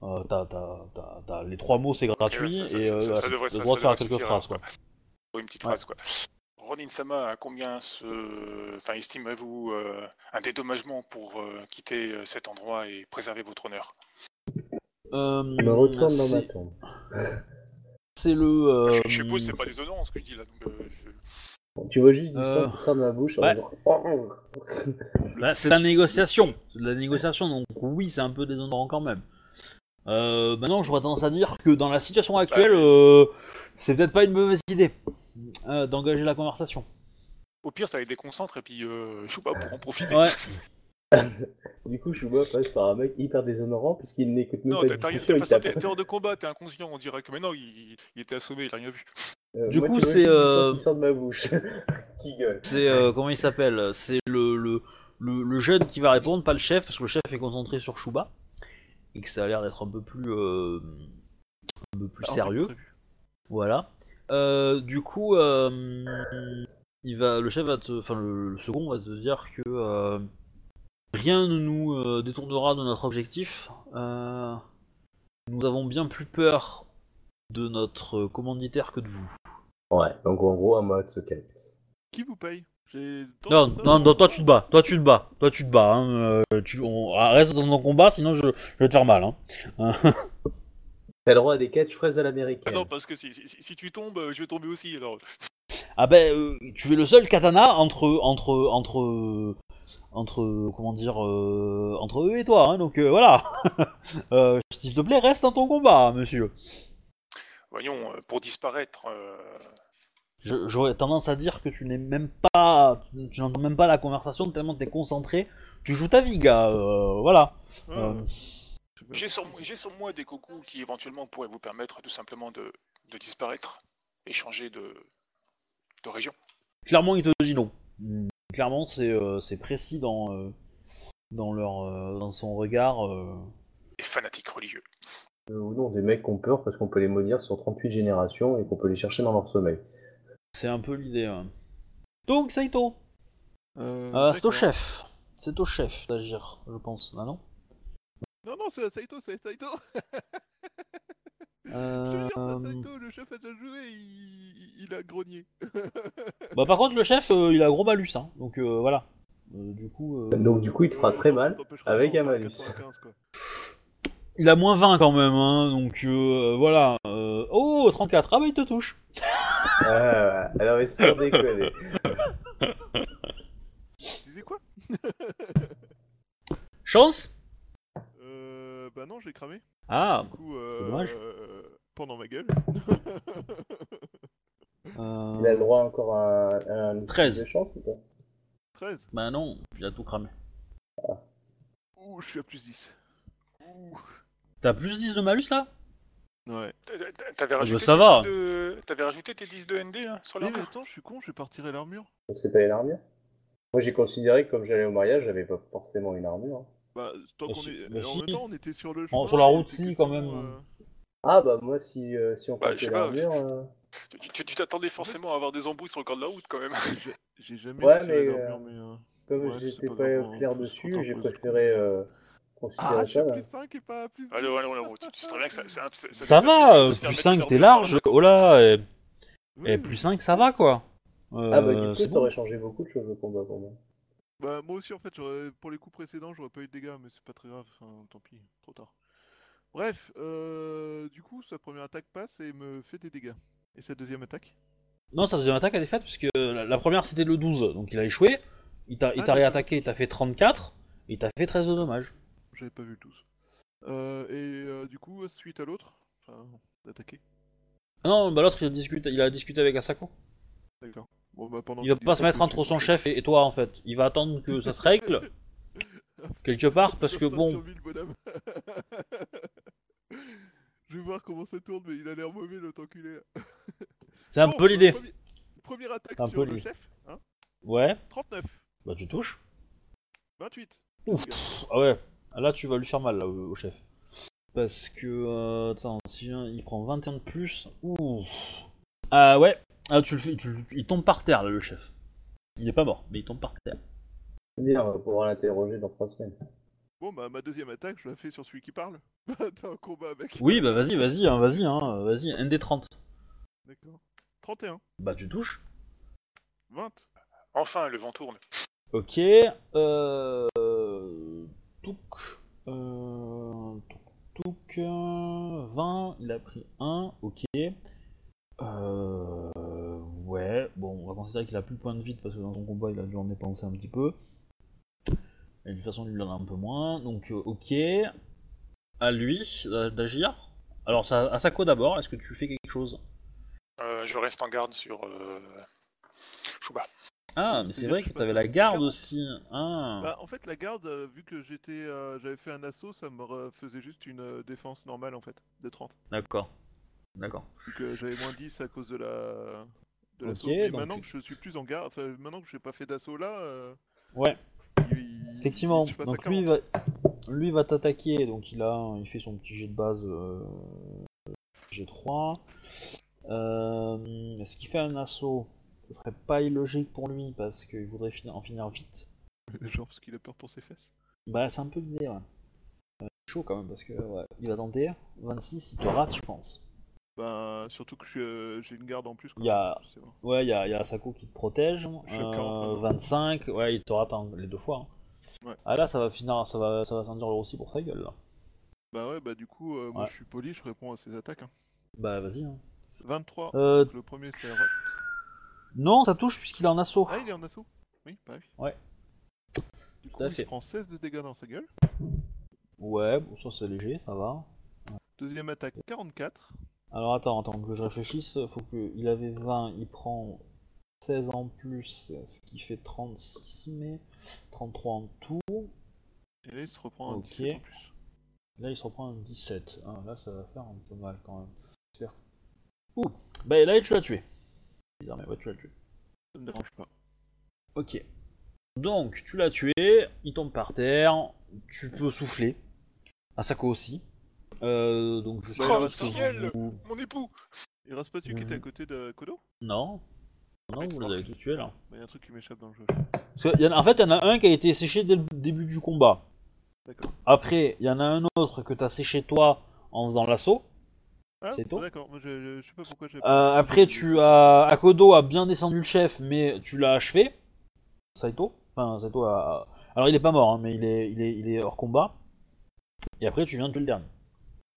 Euh, t'as- t'as- t'as- t'as- les trois mots, c'est gratuit,
ça- ça-
et
ça-
euh,
ça- ça
t'as
devrait-
le
ça-
droit
ça
de faire
devrait
quelques
suffire,
phrases. Quoi.
pour une petite
Ouais.
phrase quoi. Ronin Sama, à combien se... enfin, estimerez-vous euh, un dédommagement pour euh, quitter euh, cet endroit et préserver votre honneur
Euh,
Je me retourne dans ma
c'est-
tombe.
c'est le. euh,
Je je suppose c'est pas déshonorant ce que je dis là. donc, euh, je-
Tu vois juste du
Euh,
sang qui sort de ma bouche. en
ouais.
Genre... Oh, oh.
Bah, c'est de la négociation. C'est de la négociation, donc oui, c'est un peu déshonorant quand même. Euh, maintenant, j'aurais tendance à dire que dans la situation
Bah,
actuelle, euh, c'est peut-être pas une mauvaise idée euh, d'engager la conversation.
Au pire, ça les déconcentre et puis euh, je sais pas pour en profiter.
Ouais.
Du coup, Shuba passe par un mec hyper déshonorant puisqu'il n'écoute même
Non,
pas
Bah,
t'as
la
t'as rien,
discussion.
t'es
il
pas
tape.
sauté, t'es hors de combat, t'es inconscient, on dirait que. Mais non, il, il était assommé, il a rien vu.
Euh,
Du
moi,
coup,
tu vois
c'est,
juste du sang
euh,
Qui sort de ma bouche. qui gueule.
C'est euh, comment il s'appelle C'est le, le, le, le jeune qui va répondre, pas le chef, parce que le chef est concentré sur Shuba et que ça a l'air d'être un peu plus euh, un peu
Ah,
plus sérieux. Voilà. Euh, du coup, euh, il va, le chef va te, enfin le, le second va te dire que euh, rien ne nous euh, détournera de notre objectif. Euh, nous avons bien plus peur de notre commanditaire que de vous.
Ouais, donc en gros, un mode se calme.
Qui vous paye J'ai tant
Non,
de ça,
non,
ou-
non, toi tu te bats, toi tu te bats, toi tu te bats. Hein, euh, tu, on, ah, reste dans ton combat, sinon je, je vais te faire mal. Hein.
T'as le droit à des catchphrases à
Ah
l'américaine.
non, parce que si, si- si- si tu tombes, euh, je vais tomber aussi. Alors,
Ah ben, euh, tu es le seul katana entre, entre, entre, entre, comment dire, euh, entre eux et toi. Hein, donc euh, voilà. euh, S'il te plaît, reste dans ton combat, hein, monsieur.
voyons, euh, pour disparaître, euh,
Je- J'aurais tendance à dire que tu n'es même pas, tu n'entends même pas la conversation tellement t'es concentré. Tu joues ta vie, gars. euh, voilà.
Ah,
Euh,
je sais pas.
j'ai sur, j'ai sur moi des cocos qui éventuellement pourraient vous permettre tout simplement de, de disparaître et changer de, de région.
clairement il te dit non. Mm. Clairement c'est euh, c'est précis dans euh, dans leur euh, dans son regard. euh.
Les fanatiques religieux.
Euh, Ou non, des mecs qui ont peur parce qu'on peut les maudire sur 38 générations et qu'on peut les chercher dans leur sommeil.
c'est un peu l'idée. ouais. Donc Saito,
Euh,
euh, c'est au
d'accord.
chef, c'est au chef d'agir, je pense. Ah non
Non, non, c'est Saito, c'est Saito Je te
Euh,
jure, c'est Saito, le chef a déjà joué, il, il- il a grogné.
Bah par contre le chef euh, il a gros malus hein, donc euh, voilà. Euh, du coup euh,
Donc du coup, il te fera très mal. avec un malus.
il a moins 20 quand même hein, donc euh, voilà. Euh, Oh 34 ah bah il te touche.
Ah, alors, mais sans déconner.
Tu disais quoi
Chance
Euh, bah non, j'ai cramé.
Ah.
Du coup, euh,
C'est dommage.
euh, pendant ma gueule.
euh,
Il a le droit encore à un, un
13.
de chance ou pas
13
Bah non il a tout cramé.
Ouh, je suis à plus 10. Ouh.
T'as plus 10 de malus là
Ouais.
T'a- t'a- T'avais
bah,
rajouté,
ça
tes
va.
10 de- t'avais rajouté tes 10 de ND hein, sur
Mais
l'armure
attends, je suis con, je vais partir à l'armure.
Parce que t'avais l'armure Moi, j'ai considéré que comme j'allais au mariage, j'avais pas forcément une armure. hein.
Bah, tant
Bah,
qu'on
si-
est...
bah,
en
si.
même temps, on était sur le
Bon,
chemin,
sur la
il
route,
était
si,
question,
quand même.
euh,
Ah bah moi, si, euh, si on
Bah,
comptait
je sais pas,
l'armure... euh,
Tu- Tu tu t'attendais forcément à avoir des embrouilles sur le corps de la route quand même.
j'ai- J'ai jamais
Ouais,
été
mais,
sur l'armure, mais... euh,
Comme
Ouais,
j'étais
c'est
pas,
pas grave,
clair
on peut se
dessus,
contenter
j'ai
de-
préféré euh, considérer
Ah, je suis
ça.
à
là.
plus 5 et pas à plus 10.
Allô, allô, allô, tu, tu sais très bien que ça, ça, ça,
Ça va, euh, plus 5 t'es large,
hein.
oh là, et,
Oui,
Eh,
et plus 5 ça va quoi. Euh,
Ah bah du coup,
c'est
ça
bon.
aurait changé beaucoup de choses au combat pour moi.
Bah, moi aussi, en fait, j'aurais- pour les coups précédents, j'aurais pas eu de dégâts, mais c'est pas très grave. Enfin, tant pis, trop tard. Bref, euh, du coup, sa première attaque passe et me fait des dégâts. Et sa deuxième attaque
Non, sa deuxième attaque elle est faite parce que la, la première c'était le 12, donc il a échoué, il t'a il
Ah,
t'a
d'accord.
réattaqué, il t'a fait 34, et il t'a fait 13 de dommages.
J'avais pas vu le 12. Euh, et euh, du coup, suite à l'autre, enfin, d'attaquer.
Ah Non, bah l'autre il, discute- il a discuté avec Asako.
D'accord. Bon, bah, pendant
Il va
qu'il
pas
discute,
se mettre
je
entre
fais
son
ça.
chef et, et toi en fait, il va attendre que ça se règle quelque part parce que
Instinct de
bon,
survie, le bonhomme. Je vais voir comment ça tourne, mais il a l'air mauvais le temps qu'il est.
c'est un
Bon, euh,
peu l'idée.
premier- Première attaque
Un
sur
peu
le
l'idée.
chef, hein,
Ouais,
39,
bah tu touches.
28.
Ouf,
Regarde.
pff, ah ouais, ah là tu vas lui faire mal là, au, au chef. Parce que, euh, attends, si il prend 21 de plus, ouf. Ah ouais, ah, tu le fais, tu le- il tombe par terre là le chef. Il n'est pas mort, mais il tombe par terre.
Je veux dire, on va pouvoir l'interroger dans trois semaines.
Bon, bah, ma deuxième attaque, je la fais sur celui qui parle. T'as un combat avec.
Oui, bah vas-y, vas-y, hein, vas-y, hein, vas-y, un des 30.
D'accord. 31,
Bah tu touches.
20.
Enfin, le vent tourne.
Ok. Euh... Touc. Euh... touc, touc, euh, 20, il a pris 1, ok. Euh... Ouais, bon, on va considérer qu'il a plus de points de vide parce que dans son combat il a dû en dépenser un petit peu. Et de toute façon, lui il en a un peu moins, donc euh, ok. À lui euh, d'agir. Alors, ça, à Sako d'abord, est-ce que tu fais quelque chose
Euh, je reste en garde sur euh, Chouba.
Ah, mais
C'est
c'est
bien,
vrai
je
que
peux
t'avais
faire
la garde
40.
aussi. Ah.
Bah, en fait, la garde, euh, vu que j'étais, euh, j'avais fait un assaut, ça me faisait juste une euh, défense normale en fait, de 30.
D'accord. D'accord.
Vu que j'avais moins 10 à cause de la. De
Ok,
l'assaut. Mais
donc
maintenant
tu-
que je suis plus en garde, enfin, maintenant que j'ai pas fait d'assaut là. euh,
Ouais.
il-
Effectivement,
je passe à
donc
40.
lui il va, lui il va t'attaquer, donc il a, il fait son petit jet de base euh, G3. Euh, Est-ce qu'il fait un assaut Ce serait pas illogique pour lui parce qu'il voudrait fin- en finir vite.
Genre parce qu'il a peur pour ses fesses.
Bah c'est un peu l'idée, ouais. Euh, chaud quand même parce que ouais, il va tenter. 26, il te rate, je pense.
Bah, surtout que je suis, euh, j'ai une garde en plus. quoi.
Il y a-
C'est vrai.
Ouais, il y a, il y a Asako qui te protège.
Je suis
Euh,
à 40 maintenant.
25, ouais, il te rate un- les deux fois. hein.
Ouais.
Ah là, ça va finir, ça va, ça va sentir le aussi pour sa gueule là.
Bah ouais, bah du coup, euh, moi
Ouais.
je suis poli, je réponds à ses attaques. hein.
Bah vas-y. hein.
23,
Euh,
donc le premier c'est Rot.
Non, ça touche puisqu'il est en assaut.
Ah, il est en assaut Oui, bah oui.
Ouais.
Du
Tout
coup,
à
il se
fait.
prend 16 de dégâts dans sa gueule.
Ouais, bon, ça c'est léger, ça va.
Deuxième attaque, 44.
Alors attends, attends, que je réfléchisse. Faut que. Il avait 20, il prend 16 en plus, ce qui fait 36, mais 33 en tout.
Et là, il se reprend un
Ok.
17 en plus.
Là, il se reprend un 17. Ah, là, ça va faire un peu mal quand même. J'espère. Ouh Bah là, tu l'as tué. Bizarre, mais ouais, tu l'as tué.
Ça me dérange pas.
Ok. Donc, tu l'as tué, il tombe par terre, tu peux souffler. Asako aussi. Euh, donc je suis
Oh,
pas
le
sûr que
ciel
vous-
Mon époux
Il reste pas tu qui était à
Euh,
côté de Kodo
Non. Non, vous les avez tous tués là.
Bah, il y a un truc qui m'échappe dans le jeu.
Parce que y en, a- en fait, il y en a un qui a été séché dès le début du combat.
D'accord.
Après, il y en a un autre que t'as séché toi en faisant l'assaut.
Ah,
C'est
bah,
tout
D'accord, moi je, je- je sais pas pourquoi j'ai.
Euh, après, tu as. Akodo a bien descendu le chef, mais tu l'as achevé. Saito. Enfin, Saito a. Alors, il est pas mort, hein, mais il est, il, est, il est hors combat. Et après, tu viens de tuer le dernier.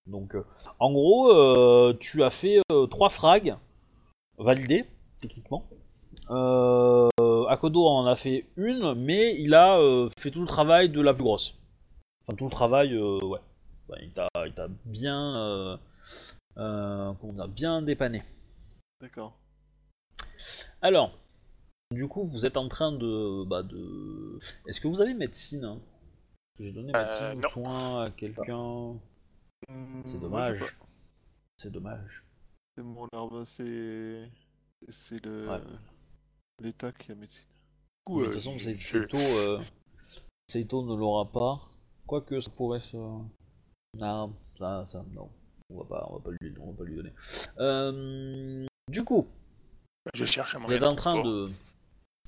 Donc, euh, en gros, euh, tu as fait 3 frags validés, techniquement. Euh, Akodo en a fait une, mais il a euh, fait tout le travail de la plus grosse. Enfin, tout le travail, euh, ouais. Ouais, il t'a il t'a bien. euh, euh, comment dire, bien dépanné.
D'accord.
Alors, du coup, vous êtes en train de. Bah, de... Est-ce que vous avez médecine hein Parce que J'ai donné
Euh,
médecine ou
non. Mm,
soin à quelqu'un.
Mmh,
C'est dommage. C'est dommage.
C'est mon arbre, c'est. C'est
Euh,
le.
Ouais.
L'État qui a médecine.
Mais de toute façon, c'est- Seito, euh, Seito ne l'aura pas. Quoique, ça pourrait se. Non, ça, ça, non. On va pas, on va pas, lui, on va pas lui donner. Euh, du coup,
Je cherche un
Vous
moyen
êtes en train de.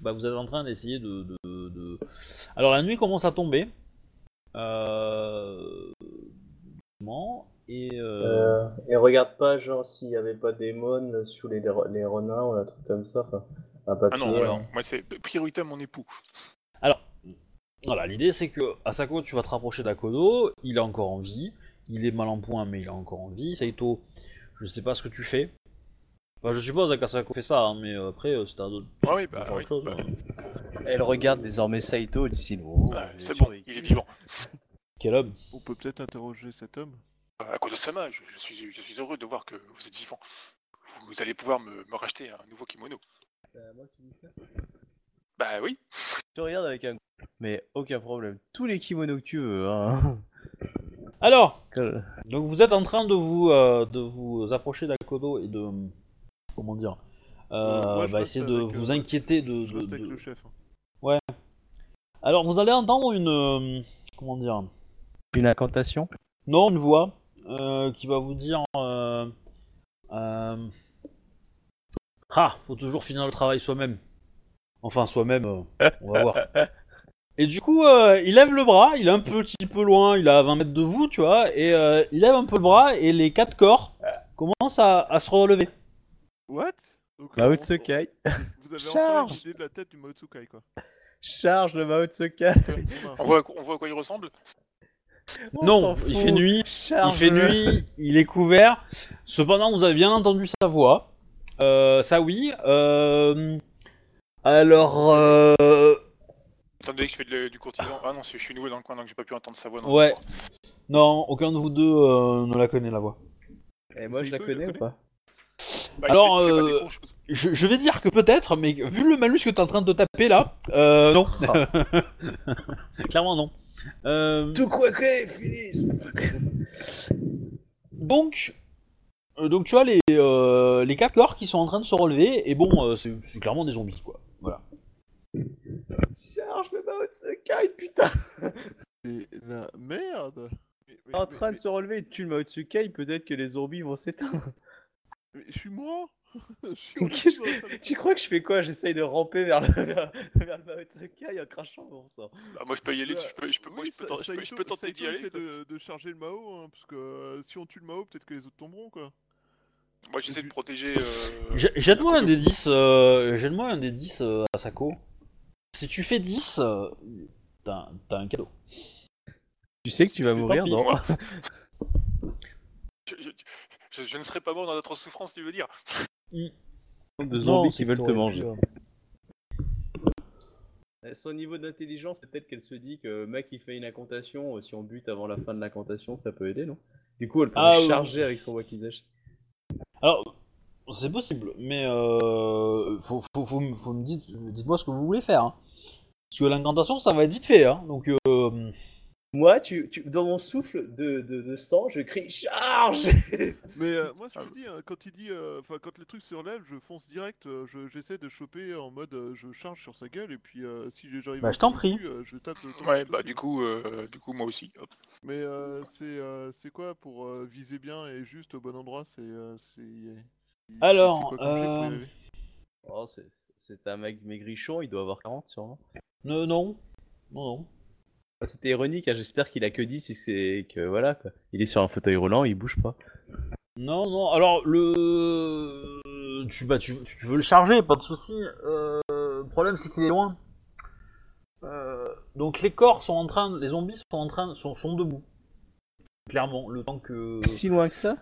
Bah, vous êtes en train d'essayer de, de- de- Alors la nuit commence à tomber. Euh... doucement, Et euh,
Euh, et regarde pas, genre, s'il n'y avait pas des mônes sous les, les renards ou un truc comme ça. Enfin, un papier.
Ah non,
euh,
alors, moi c'est priorité à mon époux.
Alors, voilà, l'idée c'est que Asako, tu vas te rapprocher d'Akodo. Il est encore en vie. Il est mal en point, mais il est encore en vie. Saito, je sais pas ce que tu fais. Bah, je suppose qu'Asako fait ça, hein, mais euh, après, euh, c'est un autre.
Ah oui,
tu peux
bah
faire
oui.
autre chose,
bah,
hein.
Elle regarde désormais Saito et dit
"Oh,
sinon.
ah, c'est bon, il est vivant.
Quel homme
On peut peut-être interroger cet homme.
Euh, À cause de Sama, je, je suis, je suis heureux de voir que vous êtes vivant. Vous allez pouvoir me, me racheter un nouveau kimono.
C'est à moi qui dis ça
Bah oui,
Tu regardes avec un. Mais aucun problème. Tous les kimonos que tu veux. Hein.
Alors,
Quel-
Donc vous êtes en train de vous euh, de vous approcher d'Akodo et de comment dire euh,
Euh, moi, je
bah,
reste
essayer de
avec,
vous
euh,
inquiéter de,
Je
de-
reste avec
de-
le chef. hein.
Alors vous allez entendre une euh, comment dire
Une incantation
non une voix euh, qui va vous dire euh, euh, ah faut toujours finir le travail soi-même Enfin, soi-même, euh, on va voir. Et du coup, euh, il lève le bras, il est un petit peu loin, il est à 20 mètres de vous, tu vois, et euh, il lève un peu le bras, et les quatre corps commencent à, à se relever.
What Donc,
Mao
euh,
Tse-Kai.
Vous avez enfin
Charge
une idée de la tête du Mao Tsukai, quoi.
Charge le Mao Tsukai.
Oh,
On voit, à quoi- on voit à quoi il ressemble
On
Non,
s'en
il
fout.
fait nuit, Il
Charge
fait
le-
nuit, il est couvert. Cependant, vous avez bien entendu sa voix. Euh, ça oui. Euh, Alors, euh,
Attendez que je fais de la- du courtisan. Ah non, c'est- je suis nouveau dans le coin donc j'ai pas pu entendre sa voix. dans le
Ouais.
coin.
non, aucun de vous deux euh, ne la connaît la voix.
Et Eh, moi je la
Saito, il
connais
la
ou pas
Bah, il
Alors,
fait- il fait pas
euh,
des grosses choses.
Je, je vais dire que peut-être, mais vu le malus que t'es en train de te taper là, euh, non. Clairement non. Euh,
Ah. Tout quoi que Phyllis
Donc, euh, donc tu vois les, euh, les quatre corps qui sont en train de se relever, et bon, euh, c'est c'est clairement des zombies, quoi. Voilà.
Charge le Mao Tsukai, putain
C'est la merde Mais- mais-
En
mais-
train de
mais-
se relever et de tuer le Mao Tsukai, peut-être que les zombies vont s'éteindre.
mais je suis mort Je suis
Mais
hein, au
qu'est-ce
bout d'un-
tu crois que je fais quoi J'essaye de ramper vers le, vers, vers le Mao Tsukai en crachant bon sang.
Bah, moi je peux y aller, si je peux, je peux, moi,
Oui,
je peux
Sa-
tenter- je peux- je peux
Saito-
tenter d'y
Saito
aller.
essaie
quoi.
de, de charger le Mao, hein, parce que euh, si on tue le Mao, peut-être que les autres tomberont, quoi.
Moi j'essaie de protéger. euh,
J'ai- Jette-moi un des 10, euh, jette-moi un des 10 euh, à Sako. Si tu fais 10, euh, t'as t'as un cadeau.
Tu sais que tu vas
Tant
mourir
pis,
dans.
moi. Je, je- je- je ne serai pas mort dans notre souffrance, tu veux dire
de
Non, c'est que t'aurais pu, euh,
Euh, Son niveau d'intelligence, peut-être qu'elle se dit que le mec il fait une incantation, euh, si on bute avant la fin de l'incantation, ça peut aider, non Du coup, elle peut
Ah, oui.
charger avec son wakizashi.
Alors, c'est possible, mais euh, faut, faut, faut, me- faut me dites, dites-moi ce que vous voulez faire. hein. Parce que l'incantation, ça va être vite fait, hein. Donc, euh,
Moi, tu, tu- dans mon souffle de, de, de sang, je crie charge
Mais euh, moi, je
Ah
te dis, hein, quand il dit, euh, enfin, quand les trucs se relèvent, je fonce direct, euh, je- j'essaie de choper en mode euh, je charge sur sa gueule, et puis euh, si j'ai- j'arrive
Bah,
à
je t'en
tomber
prie.
dessus, euh, je tape. le temps
Ouais,
tout
bah
dessus.
du coup, euh, du coup moi aussi. Hop.
Mais euh, c'est euh, c'est quoi pour euh, viser bien et juste au bon endroit C'est. euh, c'est- c'est-
Alors,
c'est quoi comme jet pour y
euh,
arriver
Oh, c'est- c'est un mec maigrichon, il doit avoir 40 sûrement.
ne- non, non, non.
Ah, C'était ironique, hein, j'espère qu'il a que 10 et que c'est que voilà quoi. Il est sur un fauteuil roulant, il bouge pas.
Non, non, alors le. Tu, bah, tu, tu veux le charger, pas de souci. Euh, le problème, c'est qu'il est loin. Euh, donc les corps sont en train. Les zombies sont en train. sont, sont debout. Clairement, le temps que.
Si loin que ça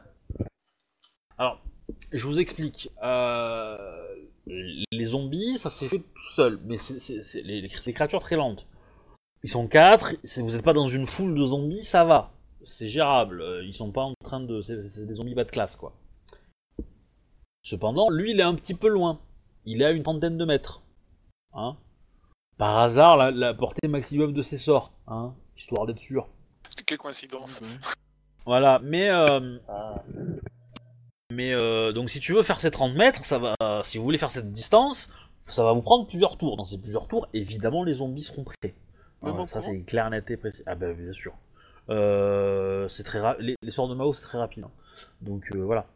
Alors, je vous explique. Euh, les zombies, ça s'est fait tout seul, mais c'est c'est- c'est les, les- c'est des créatures très lentes. Ils sont quatre, c'est- vous n'êtes pas dans une foule de zombies, ça va. C'est gérable, euh, ils sont pas en train de... C'est c'est des zombies bas de classe, quoi. Cependant, lui, il est un petit peu loin. Il est à une trentaine de mètres. Hein Par hasard, la, la portée maximum de ses sorts, hein histoire d'être sûr.
Quelle coïncidence
Voilà, mais... euh,
Ah,
Mais euh, donc si tu veux faire ces 30 mètres, ça va. Si vous voulez faire cette distance, ça va vous prendre plusieurs tours. Dans ces plusieurs tours, évidemment, les zombies seront prêts.
Même
Ah,
en
ça
courant
c'est clair, net et précis. Ah bah bien sûr. Euh, c'est très ra- les, les sorts de Mao c'est très rapide. hein. Donc euh, voilà.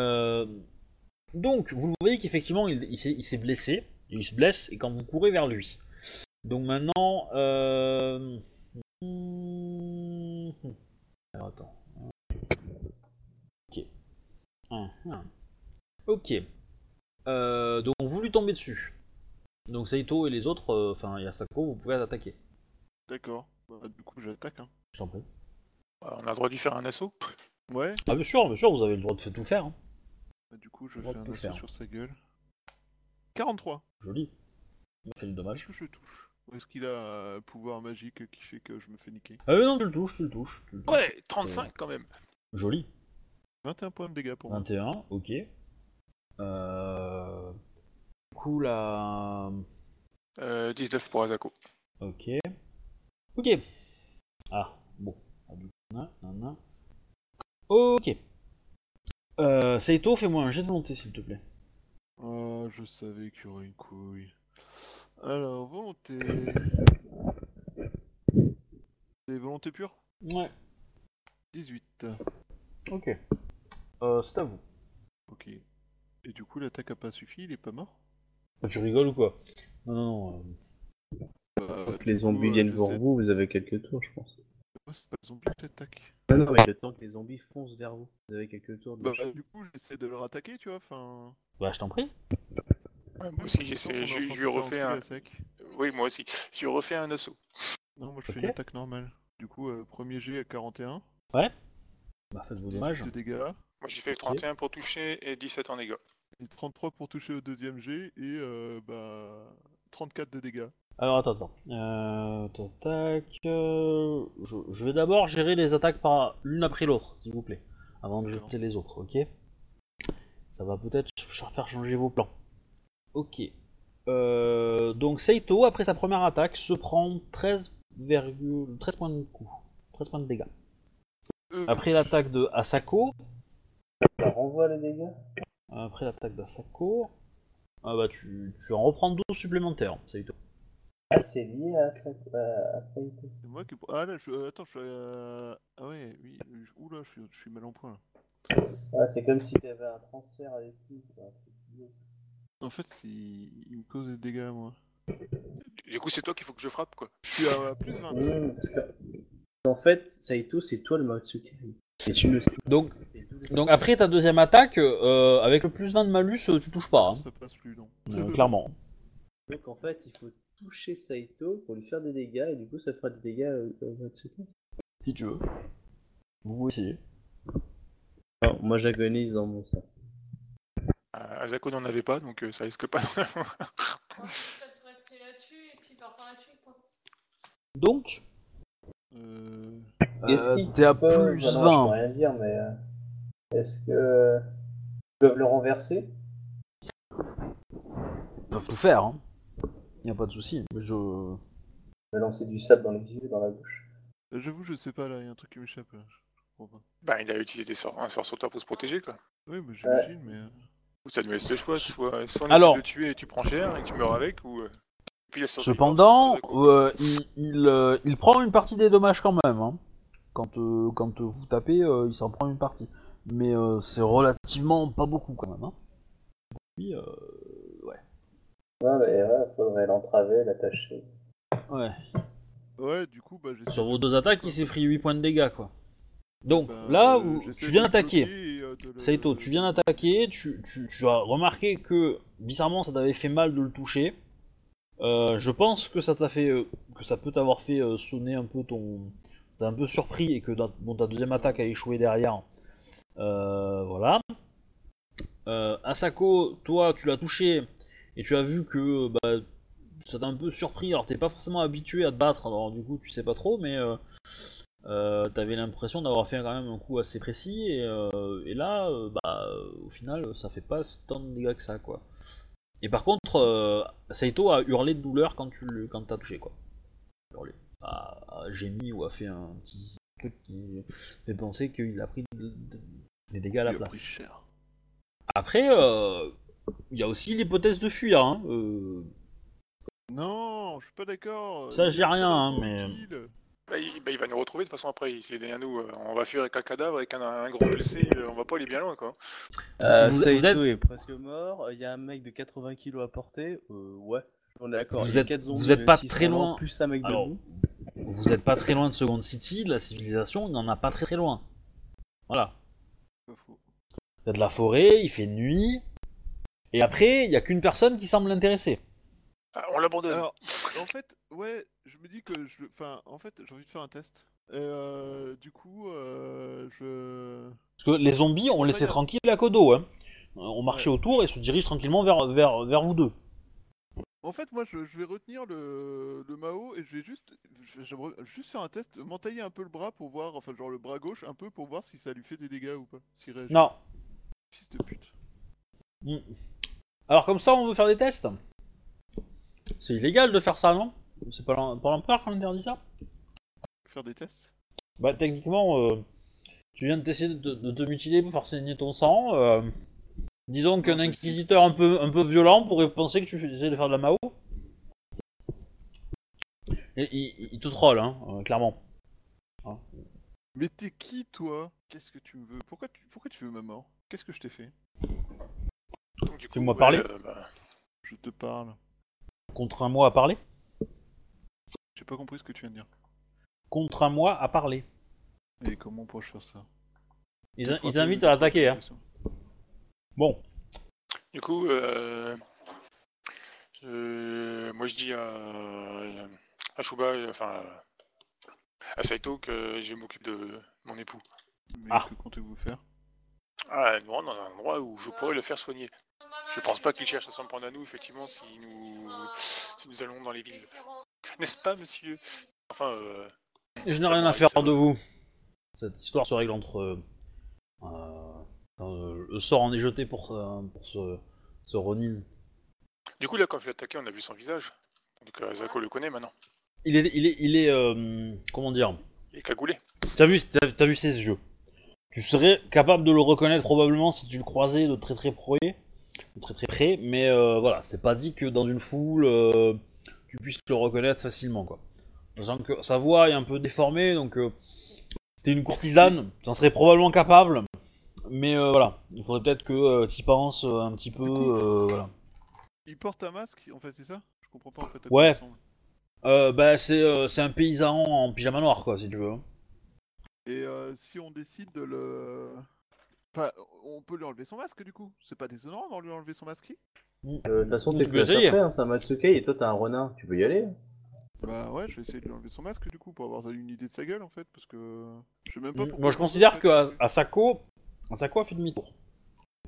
Euh, donc vous voyez qu'effectivement il, il s'est il s'est blessé, il se blesse et quand vous courez vers lui. Donc maintenant. Euh... hmm, Alors attends. Ok. Hum, hum. Ok. Euh, donc vous lui tombez dessus. Donc Saito et les autres, euh, enfin Yasako, vous pouvez attaquer.
D'accord. Bah, du coup, j'attaque. Hein.
Je t'en prie.
Bah, On a le droit d'y faire un assaut
Ouais.
Ah bien sûr, bien sûr, vous avez le droit de tout faire. hein.
Bah, du coup, je
Droit
fais
de
un
tout
assaut
faire.
sur sa gueule. 43.
Joli. On fait du
Est-ce
dommage.
que je touche Ou est-ce qu'il a un pouvoir magique qui fait que je me fais niquer
Ah oui, non, tu le touches, tu le touches. tu le touches.
Ouais, 35 quand même.
Joli.
21 points de dégâts pour moi.
21, ok. Euh... Du coup là...
Euh, 19 pour Azako.
Ok. Ok. Ah, bon. Ah, du coup, nan, nan, nan. Ok. Euh, Saito, fais-moi un jet de volonté s'il te plaît.
Oh, je savais qu'il y aurait une couille. Alors, volonté. C'est volonté pure
Ouais.
18.
Ok. Euh, c'est à vous.
Ok. Et du coup, l'attaque a pas suffi, il est pas mort
Tu rigoles ou quoi Non, non, non. euh,
Euh,
Quand
du
les
coup,
zombies
euh,
viennent
je
pour
sais-
vous, vous avez quelques tours, je pense.
Ouais, c'est pas les zombies qui attaquent.
Non, non, mais le temps que les zombies foncent vers vous, vous avez quelques tours. De...
Bah, du coup, j'essaie de leur attaquer, tu vois. Enfin.
Bah, je t'en prie.
Ouais, moi aussi,
je
j'essaie-
sens qu'on est en
je,
train de
je
se
lui
faire
refais
enculer
un.
à sec.
Oui, moi aussi. Je lui refais un assaut.
Non, moi je fais
Ok.
une attaque normale. Du coup, euh, premier G à 41.
Bah, faites vos
18
dommages.
de dégâts.
Moi, j'ai fait 31 pour toucher et 17 en dégâts.
et 33 pour toucher au deuxième G. Et euh, bah. 34 de dégâts.
Alors, attends, attends. Euh, tac, tac, euh, je, je vais d'abord gérer les attaques par l'une après l'autre, s'il vous plaît. Avant de
D'accord.
jeter les autres, ok Ça va peut-être ch- faire changer vos plans. Ok. Euh, donc, Saito, après sa première attaque, se prend 13, virgule- 13 points de coup. 13 points de dégâts.
Euh,
Après l'attaque de Asako,
Bah,
Ça renvoie les dégâts
Après l'attaque d'Asako, ah bah tu, tu en reprends 12 supplémentaires, Saito.
Ah, c'est lié à ça. à- à ça et tout.
C'est moi qui. Ah là, je... euh, attends, je suis. euh, Ah ouais, oui. je- Oula, je suis, je suis mal en point. là.
Ah, c'est comme si t'avais un transfert avec lui. quoi, un truc idiot.
En fait, c'est- il me cause des dégâts, moi.
Du coup, c'est toi qu'il faut que je frappe, quoi.
Je suis à plus 20.
Mmh, parce que... En fait, Saito, c'est toi le Matsukari. Et tu le sais.
Donc,
Et d'où le-
donc après ta deuxième attaque, euh, avec le plus 20 de malus, euh, tu touches pas, hein.
Ça passe plus, non.
Euh, clairement.
Donc en fait, il faut toucher Saito pour lui faire des dégâts, et du coup, ça fera des dégâts au- au Matsukari.
Si tu veux. Vous pouvez essayer.
Oh,
Non, moi, j'agonise dans mon sang.
Euh, Asako n'en avait pas, donc euh, ça risque pas d'en avoir.
On va peut-être rester là-dessus et puis par par la suite. hein.
Donc,
Euh...
Est-ce
euh,
qu'il
t'es à
peut-
plus
Ah non, Je
20.
peux rien dire, mais euh, est-ce que euh, ils peuvent le renverser
Ils peuvent tout faire, hein. Y a pas de souci. mais Je...
Me lancer du sable dans les yeux, dans la bouche.
J'avoue, je sais pas, là, il y a un truc qui m'échappe, là. Je comprends pas.
Bah, il a utilisé des sorts, un sort sur toi pour se protéger, quoi.
Oui, mais j'imagine, mais... euh,
Ou Ça nous laisse le choix, soit, soit on
Alors.
essaie de le tuer et tu prends cher et tu meurs avec, ou... euh, puis il y a survivre,
Cependant,
c'est pas Asako.
euh, il, il, euh, il prend une partie des dommages quand même. hein. Quand, euh, quand euh, vous tapez, euh, il s'en prend une partie. Mais euh, c'est relativement pas beaucoup quand même. Hein. Puis, euh,
Ouais, mais ouais, faudrait l'entraver, l'attacher.
ouais.
Ouais, du coup, bah, j'essaie...
Sur
de
vos
le
deux
bloquer,
attaques,
quoi.
il s'est pris 8 points de dégâts, quoi. Donc,
Bah,
là,
euh,
vous-
j'essaie
tu
de
viens
le
attaquer.
bloquer et, euh, de le-
Saito, tu viens d'attaquer, tu, tu- tu as remarqué que, bizarrement, ça t'avait fait mal de le toucher. Euh, je pense que ça t'a fait... euh, que ça peut t'avoir fait euh, sonner un peu ton... T'es un peu surpris et que dans- bon, ta deuxième attaque a échoué derrière. Euh, voilà. Euh, Asako, toi, tu l'as touché et tu as vu que bah, ça t'a un peu surpris. Alors, t'es pas forcément habitué à te battre, alors du coup, tu sais pas trop, mais euh, euh, t'avais l'impression d'avoir fait quand même un coup assez précis. Et, euh, et là, euh, bah, euh, au final, ça fait pas tant de dégâts que ça, quoi. Et par contre, euh, Saito a hurlé de douleur quand tu le- quand t'as touché, quoi. Hurlé. A, a gémi ou a fait un petit truc qui fait penser qu'il a pris de- de- des dégâts à la
Il a pris
place.
cher.
Après, euh, il y a aussi l'hypothèse de fuir. Hein. euh,
Non, je suis pas d'accord.
Ça,
Il
j'ai
est
rien, hein,
trop
mais-
utile.
Bah, il, bah, il va nous retrouver de toute façon après, il s'est derrière nous. euh, on va fuir avec un cadavre, avec un, un gros blessé, euh, on va pas aller bien loin, quoi.
Euh,
Vous-
Saito
vous êtes-
est presque mort. Il y a un mec de 80 kilos à porter. Euh, ouais, on est d'accord.
Vous
Il y a
êtes-
quatre zombies,
vous êtes
même
pas
s'ils
très
sont lents,
loin.
Plus un mec
Alors,
debout.
vous n'êtes pas très loin de Second City, de la civilisation, il n'en a pas très très loin. Voilà.
Pas faux.
Il y a de la forêt, il fait nuit. Et après, il n'y a qu'une personne qui semble l'intéresser.
Ah, on l'abandonne.
Alors, en fait, ouais, je me dis que je. Enfin, en fait, j'ai envie de faire un test. Euh, du coup, euh, je.
Parce que les zombies, on laissait
Regarde.
tranquille la Kodo. Hein. Euh, On marchait
Ouais.
autour et se dirige tranquillement vers, vers, vers vous deux.
En fait, moi, je, je vais retenir le, le Mao et je vais juste, je- j'aimerais juste faire un test, m'entailler un peu le bras pour voir, enfin, genre le bras gauche, un peu pour voir si ça lui fait des dégâts ou pas. S'il réagit.
Non.
Fils de pute.
Mm. Alors comme ça, on veut faire des tests C'est illégal de faire ça, non C'est pas l'em- pas l'empereur qu'on interdit ça
Faire des tests.
Bah techniquement, euh, tu viens de t'essayer de, de te mutiler pour faire saigner ton sang. euh, disons qu'un
mais si.
inquisiteur un peu, un peu violent pourrait penser que tu fais- essaies de faire de la Mao. Et, il, il te troll, hein, euh, clairement.
Mais t'es qui, toi Qu'est-ce que tu me veux Pourquoi tu, pourquoi tu veux ma mort Qu'est-ce que je t'ai fait
Donc, du
Fais-moi
ouais,
parler.
euh, bah,
Je te parle.
Contre un mois à parler
J'ai pas compris ce que tu viens de dire.
Contre un mois à parler.
Et comment pourrais-je faire ça
Ils,
Te
in- ils
frapper
invitent
une
à attaquer, hein.
solution.
Bon,
Du coup, euh, euh, moi je dis à, à Shuba, euh, enfin à Saito que je m'occupe de mon époux.
Mais
Ah.
que comptez-vous faire
Ah, elle me rend dans un endroit où je pourrais le faire soigner.
Je pense pas qu'il cherche à s'en prendre à nous, effectivement, si nous,
Si nous allons dans les villes. N'est-ce pas, monsieur Enfin, euh,
je n'ai
Ça
rien à
paraît,
faire
ça
de vous. Cette histoire se règle entre. euh, euh, euh, le sort en est jeté pour, euh, pour ce, ce Ronin.
du coup, là, quand je l'ai attaqué, on a vu son visage. Donc, euh, Zako le connaît maintenant.
Il est. Il est. Il est euh, comment dire
Il est cagoulé.
T'as vu, t'as, t'as vu ses yeux. Tu serais capable de le reconnaître probablement si tu le croisais de très très près, de très très près, mais euh, voilà, c'est pas dit que dans une foule euh, tu puisses le reconnaître facilement quoi. Sachant que sa voix est un peu déformée, donc euh, t'es une courtisane, t'en serais probablement capable, mais euh, voilà, il faudrait peut-être que euh, t'y penses euh, un petit peu, euh, voilà.
Il porte un masque, en fait, c'est ça Je comprends pas, en fait,
Ouais.
à quoi il ressemble.
Euh, bah c'est, euh, c'est un paysan en pyjama noir quoi, si tu veux.
Et euh, si on décide de le... Enfin, on peut lui enlever son masque, du coup C'est pas déshonorant d'en lui enlever son masque
Euh, De toute façon,
Tu
t'es
peux
plus à ça
essayer.
près, hein, c'est un Matsuke et toi t'as un renard, tu peux y aller.
Bah ouais, je vais essayer de lui enlever son masque, du coup, pour avoir une idée de sa gueule, en fait, parce que... Je sais même pas pourquoi
Mm. Moi, je
il porte un
considère
masque.
que As- Asako, Asako a fait demi-tour.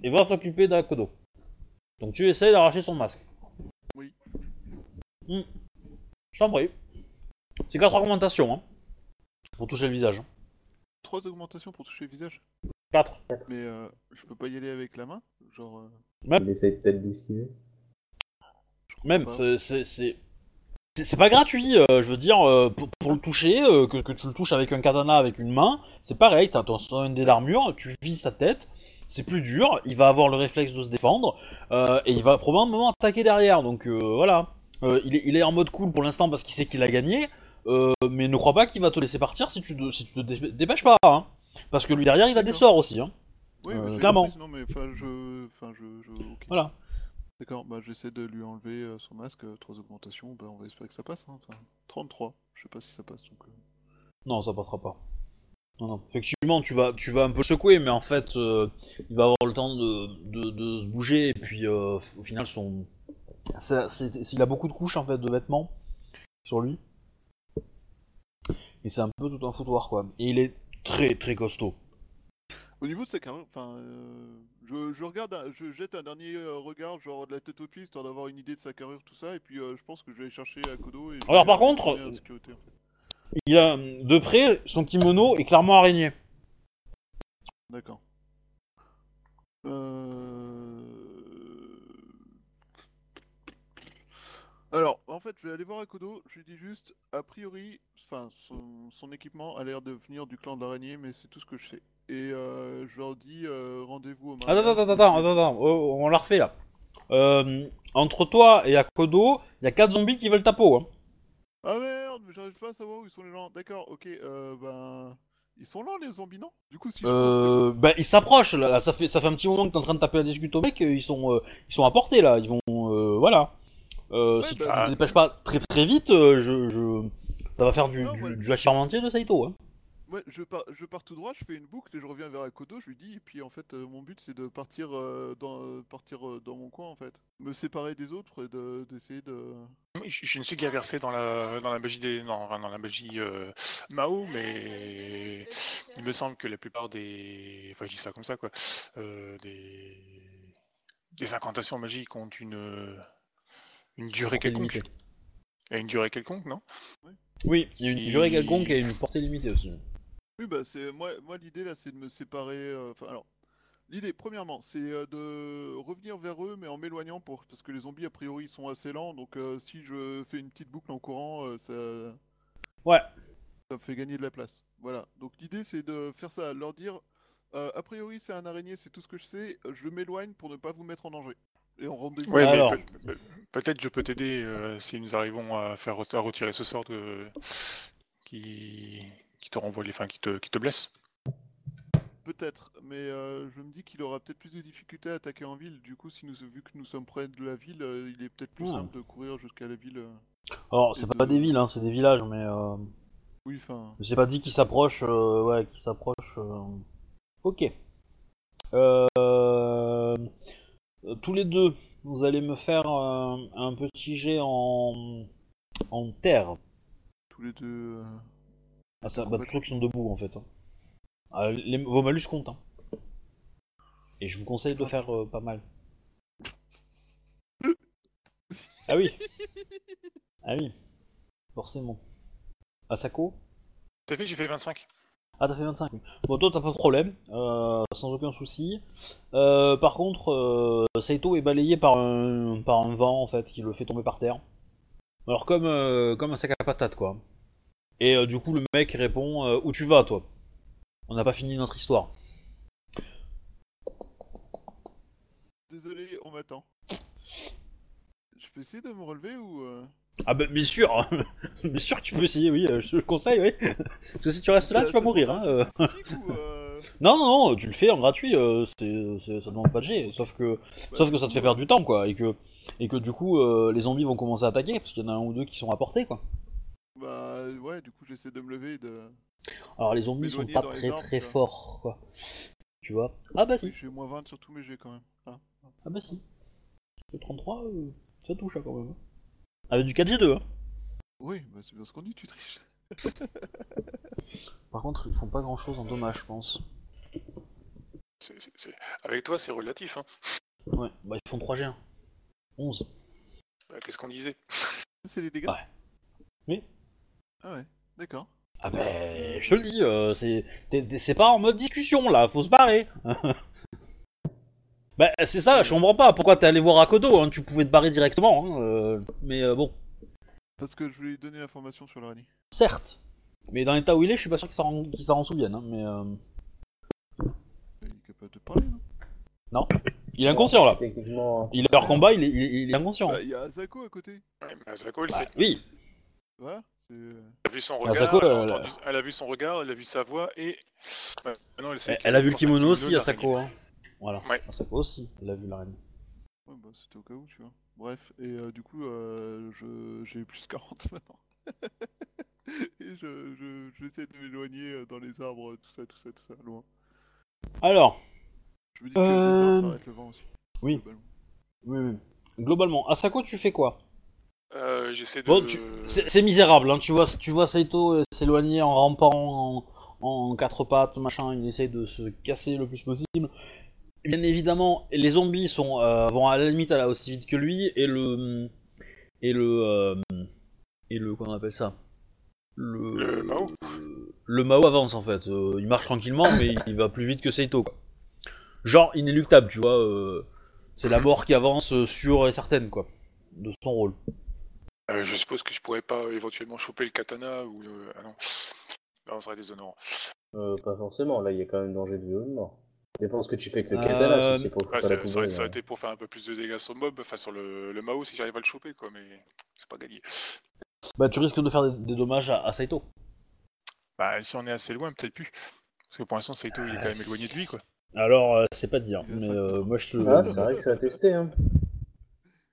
Et va s'occuper d'Akodo. Donc tu essayes d'arracher son masque.
Oui.
Hmm. Je t'en prie. C'est quatre augmentations, hein. Pour toucher le visage. hein.
Trois augmentations pour toucher le visage.
Quatre.
Mais euh, je peux pas y aller avec la main Genre... euh,
Il essaye peut-être d'esquiver.
je comprends
Même,
pas.
c'est- c'est... c'est- c'est- C'est pas gratuit, euh, je veux dire, euh, pour, pour le toucher, euh, que, que tu le touches avec un katana, avec une main, c'est pareil, t'as ton son dé d'armure, tu vises sa tête, c'est plus dur, il va avoir le réflexe de se défendre, euh, et il va probablement attaquer derrière, donc euh, voilà. Euh, il, est, il est en mode cool pour l'instant parce qu'il sait qu'il a gagné, euh, mais ne crois pas qu'il va te laisser partir si tu te, si tu te dé- dépêches pas, hein. Parce que lui derrière, il a des
D'accord.
sorts aussi, hein.
Oui,
euh,
mais j'ai
clairement.
compris, Non, mais enfin, je... Enfin, je... je... ok.
Voilà.
D'accord, bah j'essaie de lui enlever euh, son masque, euh, trois augmentations, bah on va espérer que ça passe, hein. enfin, 33, je sais pas si ça passe, donc... euh,
Non, ça passera pas. Non, non. Effectivement, tu vas, tu vas un peu le secouer, mais en fait, euh, il va avoir le temps de, de, de se bouger, et puis euh, au final, son... ça- c'est- c'est- il a beaucoup de couches en fait de vêtements sur lui. Et c'est un peu tout un foutoir, quoi. Et il est très très costaud.
Au niveau de sa carrure, enfin, euh, je, je regarde, un- je jette un dernier euh, regard, genre de la tête aux pieds, histoire d'avoir une idée de sa carrure, tout ça, et puis euh, je pense que je vais aller chercher à Kodo et... je vais
Alors, par
lui
contre, euh,
retourner en sécurité, en fait.
Il a, de près, son kimono est clairement araignée.
D'accord. Euh... Alors, en fait, je vais aller voir Akodo. Je lui dis juste, a priori, enfin, son, son équipement a l'air de venir du clan de l'araignée, mais c'est tout ce que je sais. Et euh, je leur dis, euh, rendez-vous au
Attends,
mariage.
attends, attends, attends, attends. Oh, on la refait là. Euh, entre toi et Akodo, il y a quatre zombies qui veulent ta peau. Hein.
Ah merde, mais j'arrive pas à savoir où ils sont les gens. D'accord, ok, euh, ben, ils sont là les zombies, non? Du coup, si je pense-
Euh, bah, ils s'approchent là, là. ça fait ça fait un petit moment que t'es en train de taper la discute au mec, euh, ils sont euh, ils sont à portée là, ils vont euh, voilà. Euh,
Ouais,
si
bah,
tu te dépêches pas très très vite, euh, je, je ça va faire du
Non,
du,
ouais.
du hachirmentier de Saito. Hein.
Ouais, je pars, je pars tout droit, je fais une boucle et je reviens vers Akodo, je lui dis, et puis en fait, euh, mon but c'est de partir, euh, dans, euh, partir euh, dans mon coin en fait. Me séparer des autres et de, d'essayer de...
Je, je ne suis guère versé dans la, dans la magie, des, non, enfin, dans la magie euh, Mao, mais Il me semble que la plupart des. Enfin, je dis ça comme ça, quoi. euh, des... des incantations magiques ont une, euh, une durée
Portée
quelconque.
limitée.
Et une durée quelconque, non
Oui, il y a une
Si-
durée quelconque et une portée limitée aussi.
Oui, bah c'est, moi, moi l'idée là c'est de me séparer, euh, enfin alors, l'idée premièrement c'est euh, de revenir vers eux mais en m'éloignant pour, parce que les zombies a priori ils sont assez lents, donc euh, si je fais une petite boucle en courant, euh, ça...
Ouais.
Ça me fait gagner de la place. Voilà. Donc l'idée c'est de faire ça, leur dire euh, a priori c'est un araignée, c'est tout ce que je sais, je m'éloigne pour ne pas vous mettre en danger. Et on rendez-vous.
Ouais,
Alors.
mais peut- peut- peut-être je peux t'aider euh, si nous arrivons à faire re- à retirer ce sort de... qui... qui te renvoie les. Enfin, qui te, qui te blesse.
Peut-être, mais euh, je me dis qu'il aura peut-être plus de difficultés à attaquer en ville. Du coup, si nous, vu que nous sommes près de la ville, euh, il est peut-être plus
Hmm.
simple de courir jusqu'à la ville. euh.
Alors, c'est pas des villes, hein, c'est des villages, mais euh,
Oui, enfin.
j'ai pas dit qu'ils s'approchent. euh, ouais, qu'ils s'approchent. euh. Ok. Euh, euh, Tous les deux, vous allez me faire euh, un petit jet en, en terre.
Tous les deux. euh,
Ah, ça, bah, tous ceux qui sont debout, en fait. hein. Ah, les- vos malus comptent. hein. Et je vous conseille de faire euh, pas mal. Ah oui Ah oui Forcément. Asako
T'as fait, j'ai fait 25.
Ah, t'as fait 25, oui. Bon, toi, t'as pas de problème, euh, sans aucun souci. Euh, par contre, euh, Saito est balayé par un, par un vent, en fait, qui le fait tomber par terre. Alors, comme, euh, comme un sac à patates, quoi. Et euh, du coup, le mec répond euh, Où tu vas, toi On n'a pas fini notre histoire.
Désolé, on m'attend. Je peux essayer de me relever ou. euh,
Ah, bah, bien sûr Bien sûr que tu peux essayer, oui, euh, je te le conseille, oui. Parce que si tu restes là,
ça-
tu vas
ça
mourir, hein.
demande
euh.
un truc spécifique ou, euh,
Non, non, non, tu le fais en gratuit, euh, c'est, c'est- ça demande pas de jet, sauf que,
bah,
sauf que ça te fait perdre du temps, quoi, et que, et que du coup, euh, les zombies vont commencer à attaquer, parce qu'il y en a un ou deux qui sont à portée, quoi.
Bah ouais, du coup j'essaie de me lever et de.
Alors, les zombies sont
M'éloigner
pas
dans les
très
arbres,
très
quoi.
forts, quoi. Tu vois Ah bah si,
J'ai moins 20 sur tous mes jets quand même. Ah.
ah bah si. Le 33, euh, ça touche, hein, quand même. Avec du 4G2, hein.
Oui, bah c'est bien ce qu'on dit, tu triches.
Par contre, ils font pas grand chose en dommage, je pense.
C'est- c'est- c'est- Avec toi, c'est relatif. Hein.
Ouais, bah ils font 3G1. 11.
Bah, Qu'est-ce qu'on disait
C'est les dégâts
Ouais. Oui.
Ah ouais, d'accord.
Ah bah, je te le dis, euh, c'est t'es- t'es- c'est pas en mode discussion là, faut se barrer. bah c'est ça, je comprends pas pourquoi t'es allé voir Akodo, hein, tu pouvais te barrer directement. hein, euh, mais euh, bon,
Parce que je voulais lui donner l'information sur la rallye.
certes. Mais dans l'état où il est, je suis pas sûr qu'il s'en rend- qu'il s'en souvienne. hein, mais euh,
Bah, Il est capable de parler, hein. non
il est inconscient là.
Techniquement,
Il est hors combat, il est, il est- il est inconscient.
Bah, il y a Asako à côté.
Ouais, mais Asako, elle,
Bah,
sait.
oui,
Voilà. c'est, euh,
elle a vu son regard,
Asako,
elle, a
Ah, elle-
entendu- elle a vu son regard, elle a vu sa voix et. Ouais, non, elle, sait
elle,
qu'il y
elle a vu le
porte un
kimono
kimono
aussi,
d'araignée.
Asako. Hein. Voilà,
Ouais.
Asako aussi, elle a vu la reine.
Ouais, bah c'était au cas où, tu vois. Bref, et euh, du coup, euh, je... j'ai plus 40 maintenant. et je, je, j'essaie de m'éloigner euh, dans les arbres, tout ça, tout ça, tout ça, loin.
Alors,
Je me dis que les
Euh,
arbres, ça arrête le vent aussi.
oui.
globalement.
oui, oui. globalement, Asako, tu fais quoi
Euh, J'essaie de.
Bon, tu- C'est c'est misérable, hein. tu, vois, tu vois Saito euh, s'éloigner en rampant en, en quatre pattes, machin, il essaye de se casser le plus possible. Bien évidemment, les zombies sont, euh, vont à la limite à la- aussi vite que lui, et le... Et le... euh, et le... Comment on appelle ça le,
Le Mao
Le Mao avance en fait, Euh, il marche tranquillement, mais il va plus vite que Saito. Quoi. Genre inéluctable, tu vois, euh, c'est la mort qui avance euh, sûre et certaine, quoi, de son rôle.
Euh, je suppose que je pourrais pas euh, éventuellement choper le katana ou. euh, Ah non. Là, on serait déshonorant.
euh, pas forcément. Là, il y a quand même danger de vie ou de mort. Dépend ce que tu fais avec le katana,
Euh,
si c'est pour
Ouais,
foutre la
ça, ça aurait-
poubelle.
ça aurait
euh.
été pour faire un peu plus de dégâts sur le mob, enfin sur le, le Mao si j'arrive à le choper, quoi, mais c'est pas gagné.
Bah tu risques de faire des, des dommages à, à Saito.
Bah, si on est assez loin, peut-être plus. Parce que pour l'instant, Saito,
Ah,
il est quand même éloigné de lui, quoi.
Alors euh, c'est pas dire,
Il a
mais
cinq
euh,
mètres.
moi je te...
Ah, c'est vrai que ça a testé. Hein.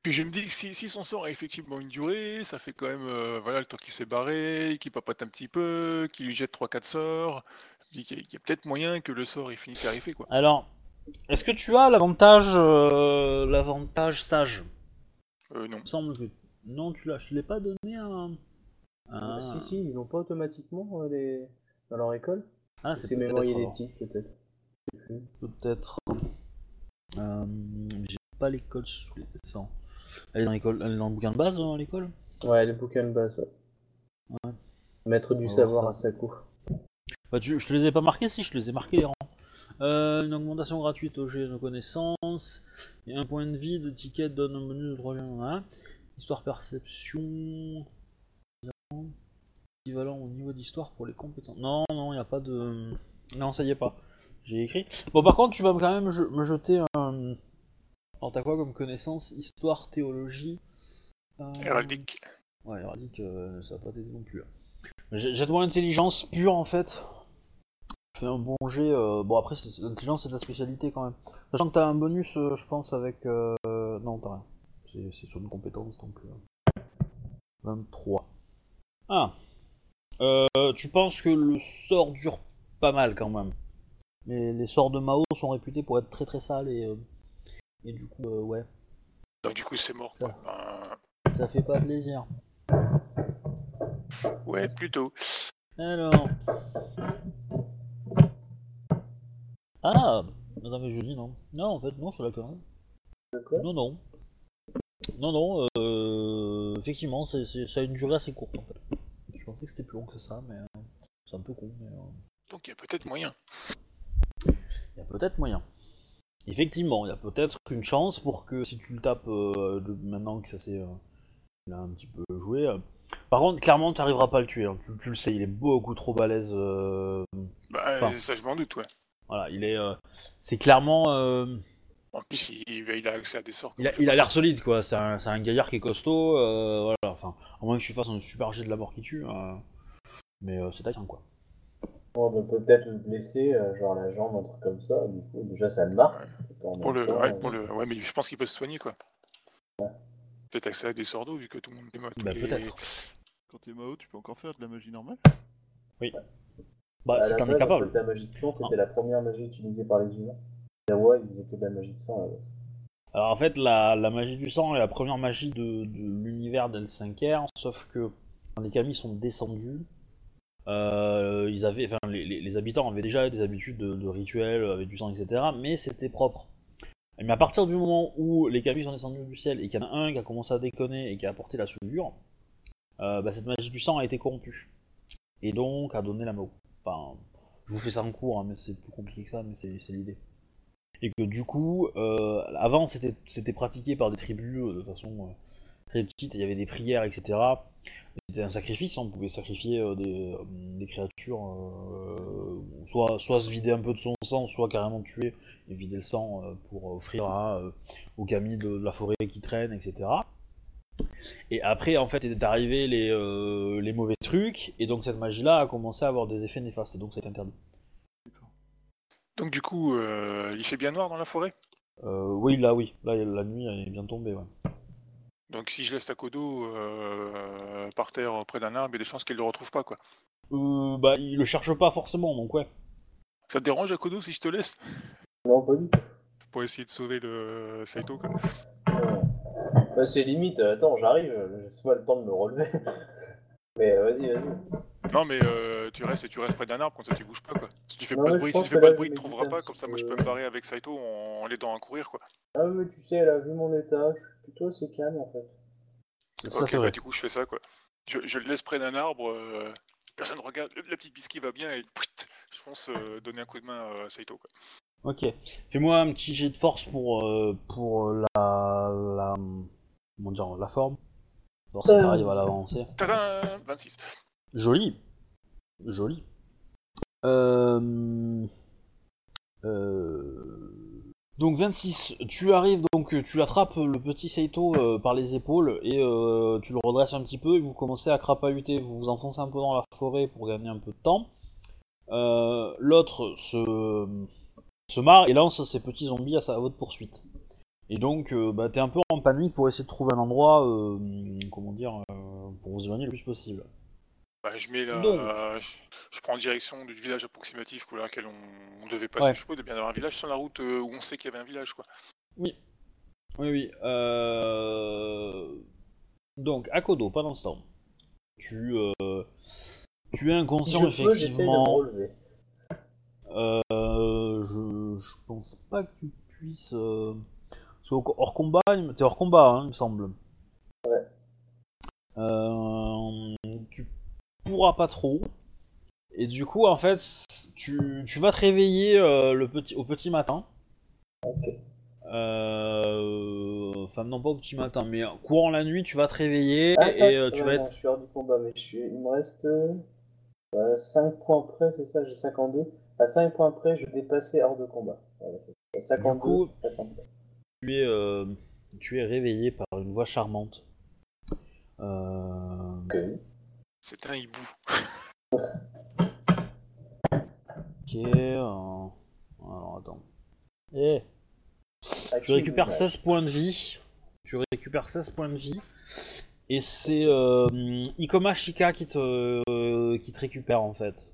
Puis je me dis que si, si son sort a effectivement une durée, ça fait quand même euh, voilà, le temps qu'il s'est barré, qu'il papote un petit peu, qu'il lui jette 3-4 sorts. Je me dis qu'il y a, qu'il y a peut-être moyen que le sort ait fini par arriver, quoi.
Alors, est-ce que tu as l'avantage euh, l'avantage sage
Euh, non.
Il me semble que... Non, tu l'as, je l'ai pas donné à... Ah,
Bah, Si, si, ils n'ont pas automatiquement euh, les... dans leur école.
ah
C'est
c'est peut-être...
mémoire
alors.
éthique, peut-être. Je sais plus.
Peut-être... Euh, J'ai pas l'école sous les sans. Elle est dans l'école, elle est dans le bouquin de base dans l'école
Ouais, les bouquins de base, ouais.
Ouais.
Maître du
On va
savoir
voir
à Saku.
Bah, tu- je te les ai pas marqués, si, je te les ai marqués les rangs. Euh, une augmentation gratuite au jet de connaissances, et un point de vie de ticket donne un bonus de 3 1 Histoire perception. Équivalent au niveau d'histoire pour les compétences. Non, non, il n'y a pas de. Non, ça y est pas. J'ai écrit. Bon, par contre, tu vas quand même je- me jeter un. Alors, t'as quoi comme connaissance Histoire, théologie. euh,
Héraldique.
Ouais, alors dit que ça va pas t'aider non plus. hein. J'ai j'ai de mon intelligence pure en fait. Je fais un bon jet. euh, bon, après, c'est- l'intelligence, c'est ta spécialité quand même. Sachant que t'as un bonus, euh, je pense, avec. euh, Non, t'as rien. C'est- C'est sur une compétence, donc. euh, 23. Ah Euh, Tu penses que le sort dure pas mal quand même les, les sorts de Mao sont réputés pour être très très sales et. euh, Et du coup, euh, ouais,
Donc du coup, c'est mort.
Ça.
Quoi. Ben,
ça fait pas plaisir.
Ben, ouais, plutôt.
Alors. Ah Madame mais je dis non. Non, en fait, non, c'est la connerie. Non, non. Non, non, euh, effectivement, c'est, c'est- ça a une durée assez courte en fait. Je pensais que c'était plus long que ça, mais euh, c'est un peu con. Mais euh,
Donc il y a peut-être moyen.
il y a peut-être moyen. Effectivement, il y a peut-être une chance pour que si tu le tapes euh, de- maintenant que ça s'est euh, il a un petit peu joué. euh. Par contre, clairement, tu n'arriveras pas à le tuer. hein. Tu, tu le sais, il est beaucoup trop balèze euh,
Bah,
Enfin.
ça, je m'en doute, ouais.
Voilà, il est. euh, c'est clairement. euh,
En plus, il, il a accès à des sorts.
il a il a l'air solide, quoi. C'est un, c'est un gaillard qui est costaud. euh, voilà, enfin, à moins que tu fasses un super jet de la mort qui tue. euh, mais euh, c'est taquin, quoi.
Bon, on peut peut-être le blesser, euh, genre la jambe, un truc comme ça. Du coup, déjà, ça le marque.
Pour le,
euh,
ouais, pour le, ouais, mais je pense qu'il peut se soigner, quoi. Peut-être accès à des sorts d'eau, vu que tout le monde les tous
Bah,
les-
peut-être.
Quand t'es Mao, tu peux encore faire de la magie normale
Bah, si t'en es capable.
La magie de sang, c'était la première magie utilisée par les humains. Dawa, il faisait que de la magie de sang. euh.
Alors, en fait, la, la magie du sang est la première magie de, de l'univers d'El 5R, sauf que quand les Kami sont descendus, euh, ils avaient, enfin, les, les- les habitants avaient déjà des habitudes de, de rituels avec du sang, etc., mais c'était propre. Mais à partir du moment où les Kami sont descendus du ciel et qu'il y en a un qui a commencé à déconner et qui a apporté la soudure, euh, bah, cette magie du sang a été corrompue. Et donc a donné la mort. Enfin, je vous fais ça en cours, hein, mais c'est plus compliqué que ça, mais c'est c'est l'idée et que du coup, euh, avant c'était c'était pratiqué par des tribus euh, de façon euh, très petite, il y avait des prières, etc. C'était un sacrifice, on pouvait sacrifier euh, des, euh, des créatures, euh, soit, soit se vider un peu de son sang, soit carrément tuer et vider le sang euh, pour offrir à, euh, aux camis de, de la forêt qui traînent, etc. Et après, en fait, est arrivé les, euh, les mauvais trucs, et donc cette magie-là a commencé à avoir des effets néfastes, et donc c'est interdit.
Donc du coup, euh, il fait bien noir dans la forêt.
Euh, oui, là, oui, là, la nuit elle est bien tombée, ouais.
Donc si je laisse Takodo euh, par terre près d'un arbre, il y a des chances qu'il ne le retrouve pas, quoi.
Euh, bah, il le cherche pas forcément, donc ouais.
Ça te dérange, Takodo, si je te laisse
Non, pas du tout.
Pour essayer de sauver le Saito, quoi.
Ouais. Bah, c'est limite, euh, attends, j'arrive, euh, j'ai pas le temps de me relever. Mais euh, vas-y, vas-y.
Non, mais euh, tu restes et tu restes près d'un arbre, comme ça tu bouges pas, quoi. Si tu fais
Non,
pas de
mais je
bruit, si
pense
tu
que
fais pas
là,
de bruit,
je
il te
vais
trouvera
éviter un
pas, comme ça moi je
petit
peux
peu.
me barrer avec Saito en, en l'aidant à courir, quoi.
Ah mais tu sais, elle a vu mon état, je suis plutôt assez calme en fait.
Ça,
ok,
c'est
bah,
vrai.
du coup je fais ça, quoi. Je, je le laisse près d'un arbre, euh, personne regarde, le- la petite biscuit va bien et pouit, je fonce euh, donner un coup de main à Saito, quoi.
Ok. Fais-moi un petit jet de force pour, euh, pour la, la. Comment dire La forme. Voir si
Euh.
t'arrives à l'avancer.
Tadam 26.
Joli. Joli. Euh... euh, Donc 26, tu arrives, donc tu attrapes le petit Saito euh, par les épaules et euh, tu le redresses un petit peu et vous commencez à crapahuter, vous vous enfoncez un peu dans la forêt pour gagner un peu de temps. Euh, L'autre se... se marre et lance ses petits zombies à, sa... à votre poursuite. Et donc euh, bah, t'es un peu en panique pour essayer de trouver un endroit, euh, comment dire, euh, pour vous éloigner le plus possible.
Bah, je mets la-
Donc.
je, je prends en direction du village approximatif quoi, dans lequel on, on devait passer.
Ouais.
Je suppose de bien avoir un village sur la route euh, où on sait qu'il y avait un village, quoi.
Oui, oui. Euh... Donc, Akodo, pendant ce temps, tu, euh,
Si je
tu es inconscient,
peux, j'essaie de me
effectivement.
relever.
Euh, je, je pense pas que tu puisses. euh, parce que hors combat, il- t'es hors combat, hein, il me semble.
Ouais.
Euh, tu pourras pas trop. Et du coup, en fait, tu, tu vas te réveiller euh, le petit, au petit matin.
Ok.
Euh, Enfin, non, pas au petit matin, mais courant la nuit, tu vas te réveiller
Ah,
et
ah,
euh, tu
ouais,
vas
non,
être.
Je suis hors du combat, mais je suis... il me reste 5 points près, c'est ça, j'ai 52. À 5 points près, je dépassais hors de combat. Voilà, c'est ça. 52,
coup-
52.
Tu es, euh, tu es réveillé par une voix charmante. Euh,
Ok.
C'est un hibou.
euh, Alors attends. Eh, tu récupères 16 points de vie. Tu récupères 16 points de vie. Et c'est euh, Ikoma Shika qui te, euh, qui te récupère en fait.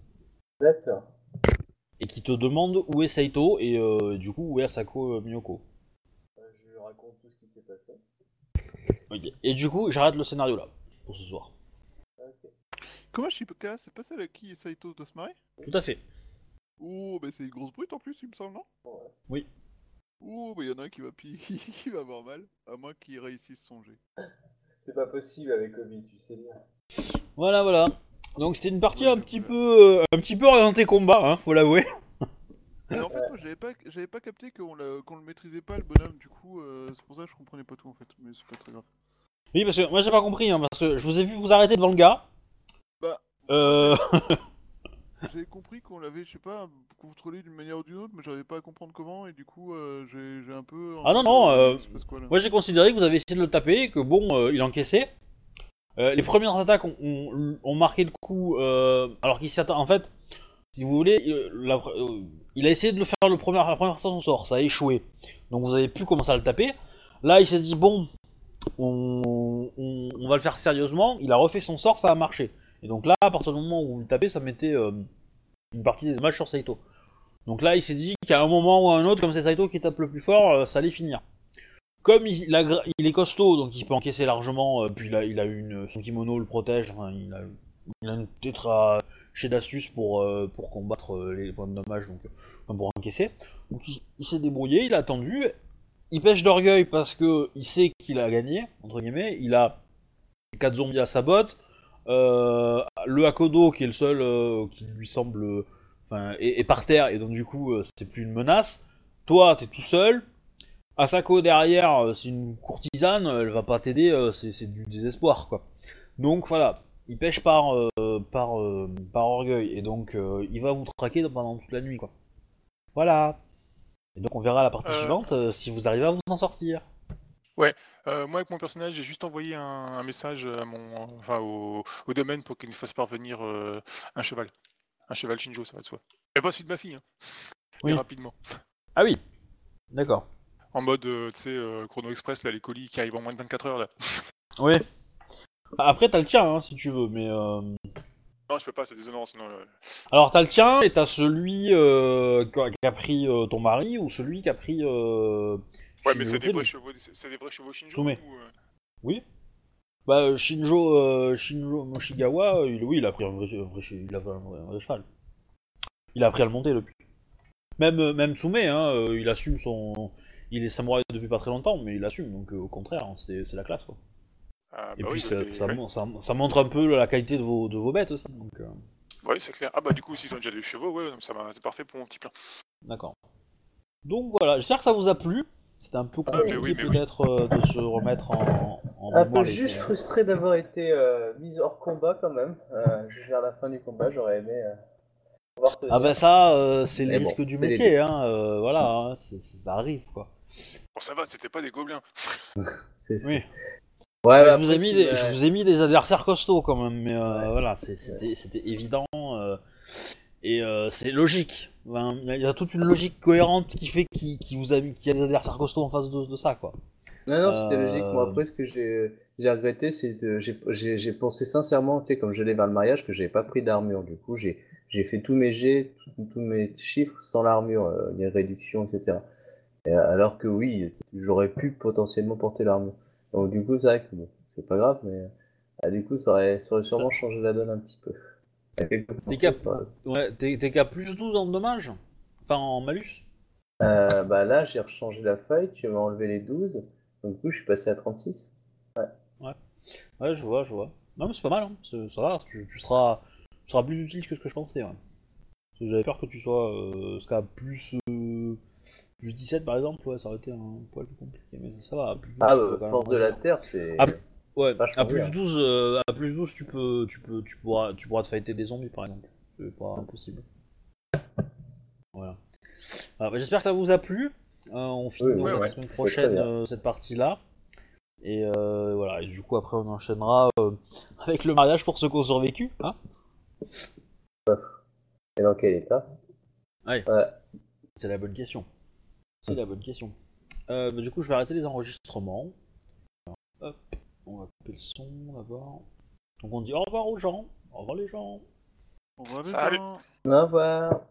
D'accord.
Et qui te demande où est Saito et euh, du coup où est Asako euh, Miyoko.
Euh, Je lui raconte tout ce qui s'est passé.
Ok. Et du coup j'arrête le scénario là, pour ce soir.
Ok.
Comment Shibuka, c'est pas celle à qui Saito doit se marier
Tout à fait.
Oh, mais c'est une grosse brute en plus, il me semble, non
Ouais.
Oui.
Oh, mais y en a un qui va, pi- qui va avoir mal, à moins qu'il réussisse son jet.
C'est pas possible avec Obi, tu sais bien.
Voilà, voilà. Donc c'était une partie
Ouais,
un
je
petit
voulais-
peu, euh, un petit peu orientée combat, hein, faut l'avouer.
Mais en fait,
Euh,
moi, j'avais pas, j'avais pas capté qu'on, l'a- qu'on le maîtrisait pas, le bonhomme, du coup, euh, c'est pour ça que je comprenais pas tout, en fait, mais c'est pas très grave.
Oui, parce que moi j'ai pas compris, hein, parce que je vous ai vu vous arrêter devant le gars.
Bah.
Euh,
J'avais compris qu'on l'avait, je sais pas, contrôlé d'une manière ou d'une autre, mais j'arrivais pas à comprendre comment, et du coup, euh, j'ai, j'ai un peu...
Ah non, non, euh,
Il se passe quoi, là
moi j'ai considéré que vous avez essayé de le taper, et que bon, euh, il encaissait. Euh, les premières attaques ont, ont- ont marqué le coup, euh, alors qu'il s'attend. En fait, si vous voulez, euh, la pre- euh, il a essayé de le faire le premier, la première fois de son sort, ça a échoué. Donc vous avez pu commencer à le taper. Là, il s'est dit bon, on, on- on va le faire sérieusement. Il a refait son sort, ça a marché. Et donc là, à partir du moment où vous le tapez, ça mettait euh, une partie des dommages sur Saito. Donc là, il s'est dit qu'à un moment ou à un autre, comme c'est Saito qui tape le plus fort, euh, ça allait finir. Comme il, il a gra- il est costaud, donc il peut encaisser largement, euh, puis il a, il a une, son kimono le protège, enfin, il a, il a une- peut-être euh, chez d'astuce pour, euh, pour combattre euh, les points de dommage, donc, euh, enfin, pour encaisser. Donc il, il s'est débrouillé, il a attendu, il pêche d'orgueil parce que il sait qu'il a gagné, entre guillemets, il a 4 zombies à sa botte, euh, le Hakodo qui est le seul euh, qui lui semble... euh, enfin, est, est par terre et donc du coup euh, c'est plus une menace. Toi t'es tout seul. Asako derrière euh, c'est une courtisane, euh, elle va pas t'aider, euh, c'est c'est du désespoir quoi. Donc voilà, il pêche par euh, par euh, par orgueil et donc euh, il va vous traquer pendant toute la nuit quoi. Voilà. Et donc on verra la partie
Euh.
suivante euh, si vous arrivez à vous en sortir.
Euh, moi, avec mon personnage, j'ai juste envoyé un, un message à mon, enfin, au, au domaine pour qu'il me fasse parvenir euh, un cheval. Un cheval Shinjo, ça va de soi. Et pas celui de ma fille, hein.
Oui.
Mais rapidement.
Ah oui. D'accord.
En mode, euh, tu sais, euh, Chrono Express, là, les colis qui arrivent en moins de 24 heures, là.
Oui. Après t'as le tien hein, si tu veux mais euh,
Non, je peux pas, c'est déshonorant, sinon... euh,
Alors t'as le tien et t'as celui euh, qu'a qu'a pris euh, ton mari ou celui qu'a pris. Euh,
Ouais, mais
Shinjo
c'est des,
Tsemi.
vrais chevaux, c'est c'est des vrais chevaux Shinjo
Soumet.
ou, euh,
Bah euh, Shinjo, euh, Shinjo Moshigawa, euh, il, oui, il a pris un vrai, un vrai che- il a pris un vrai- un vrai cheval. Il a appris à le monter depuis. Même euh, même Tsume, hein, euh, il assume son, il est samouraï depuis pas très longtemps, mais il assume. Donc euh, au contraire, hein, c'est c'est la classe quoi.
ah,
Et
bah
puis
oui,
ça,
mais-
ça,
ouais.
mon- ça- ça montre un peu la qualité de vos de vos bêtes aussi. Donc euh,
Ouais, c'est clair. Ah bah du coup, s'ils ont déjà des chevaux, ouais, donc ça va- c'est parfait pour mon petit plan.
d'accord. Donc voilà, j'espère que ça vous a plu. C'était un peu compliqué
mais oui, mais oui.
peut-être euh, de se remettre en, en
Ah,
Un
mémoire
peu
les-
juste frustré d'avoir été euh, mis hors combat quand même. Euh, juste vers la fin du combat, j'aurais aimé euh, pouvoir te
Ah bah ça, euh, c'est le
Mais bon,
risque du
c'est les
métier, hein, euh, voilà, hein, c'est- c'est- ça arrive quoi.
Bon, ça va, c'était pas des gobelins.
C'est
Oui.
Ouais,
je, vous ai mis des, je vous ai mis des adversaires costauds quand même, mais euh, voilà, c'est- c'était c'était évident euh, et euh, c'est logique. Enfin, Il y, a- il y a toute une logique cohérente qui fait qu'il qui vous a, mis- qu'il y a des adversaires costauds en face de, de ça quoi.
Non, non, c'était
Euh,
logique. Moi, après, ce que j'ai j'ai regretté, c'est que j'ai- j'ai j'ai pensé sincèrement, tu sais, comme je l'ai vers le mariage, que j'avais pas pris d'armure. Du coup, j'ai j'ai fait tous mes jets, tous- tous mes chiffres sans l'armure, euh, les réductions, etc. Et, euh, alors que oui, j'aurais pu potentiellement porter l'armure. Donc, du coup, c'est vrai que bon, c'est pas grave, mais ah, du coup, ça aurait, ça aurait sûrement changé la donne un petit peu. À quelque part,
T'es cap,
ça aurait-
ouais, t'es t'es qu'à plus 12 en dommage, enfin en malus.
Euh, bah là, j'ai rechangé la feuille, tu m'as enlevé les 12. Donc, du coup, je suis passé à 36.
Ouais, je vois, je vois. Non mais c'est pas mal, hein, c'est- ça va, tu, tu seras, tu seras plus utile que ce que je pensais. ouais. Parce que J'avais peur que tu sois euh, ce qu'a plus, euh, plus 17 par exemple, ouais, ça aurait été un poil plus compliqué, mais ça, ça va. à Plus 12,
Ah,
tu peux
euh,
quand même
force de
réussir.
la terre, c'est.
bah, Ah, Ouais,
Vachement
à plus,
bien.
12, euh, à plus 12, tu peux, tu peux, tu pourras, tu pourras te fighter des zombies par exemple. C'est pas impossible. Voilà. Alors, bah, J'espère que ça vous a plu. Euh, on finit
Oui,
donc
oui,
la
ouais.
semaine
très
prochaine
bien.
euh, cette partie-là. Et euh, voilà. Et du coup après on enchaînera euh, avec le mariage pour ceux qui ont survécu. hein.
Et dans quel état
Ouais.
Ouais.
C'est la bonne question. C'est la bonne question. Euh, bah, du coup, je vais arrêter les enregistrements. Alors, hop, on va couper le son d'abord. Donc on dit au revoir aux gens. Au revoir les gens.
On va
Salut.
Au revoir.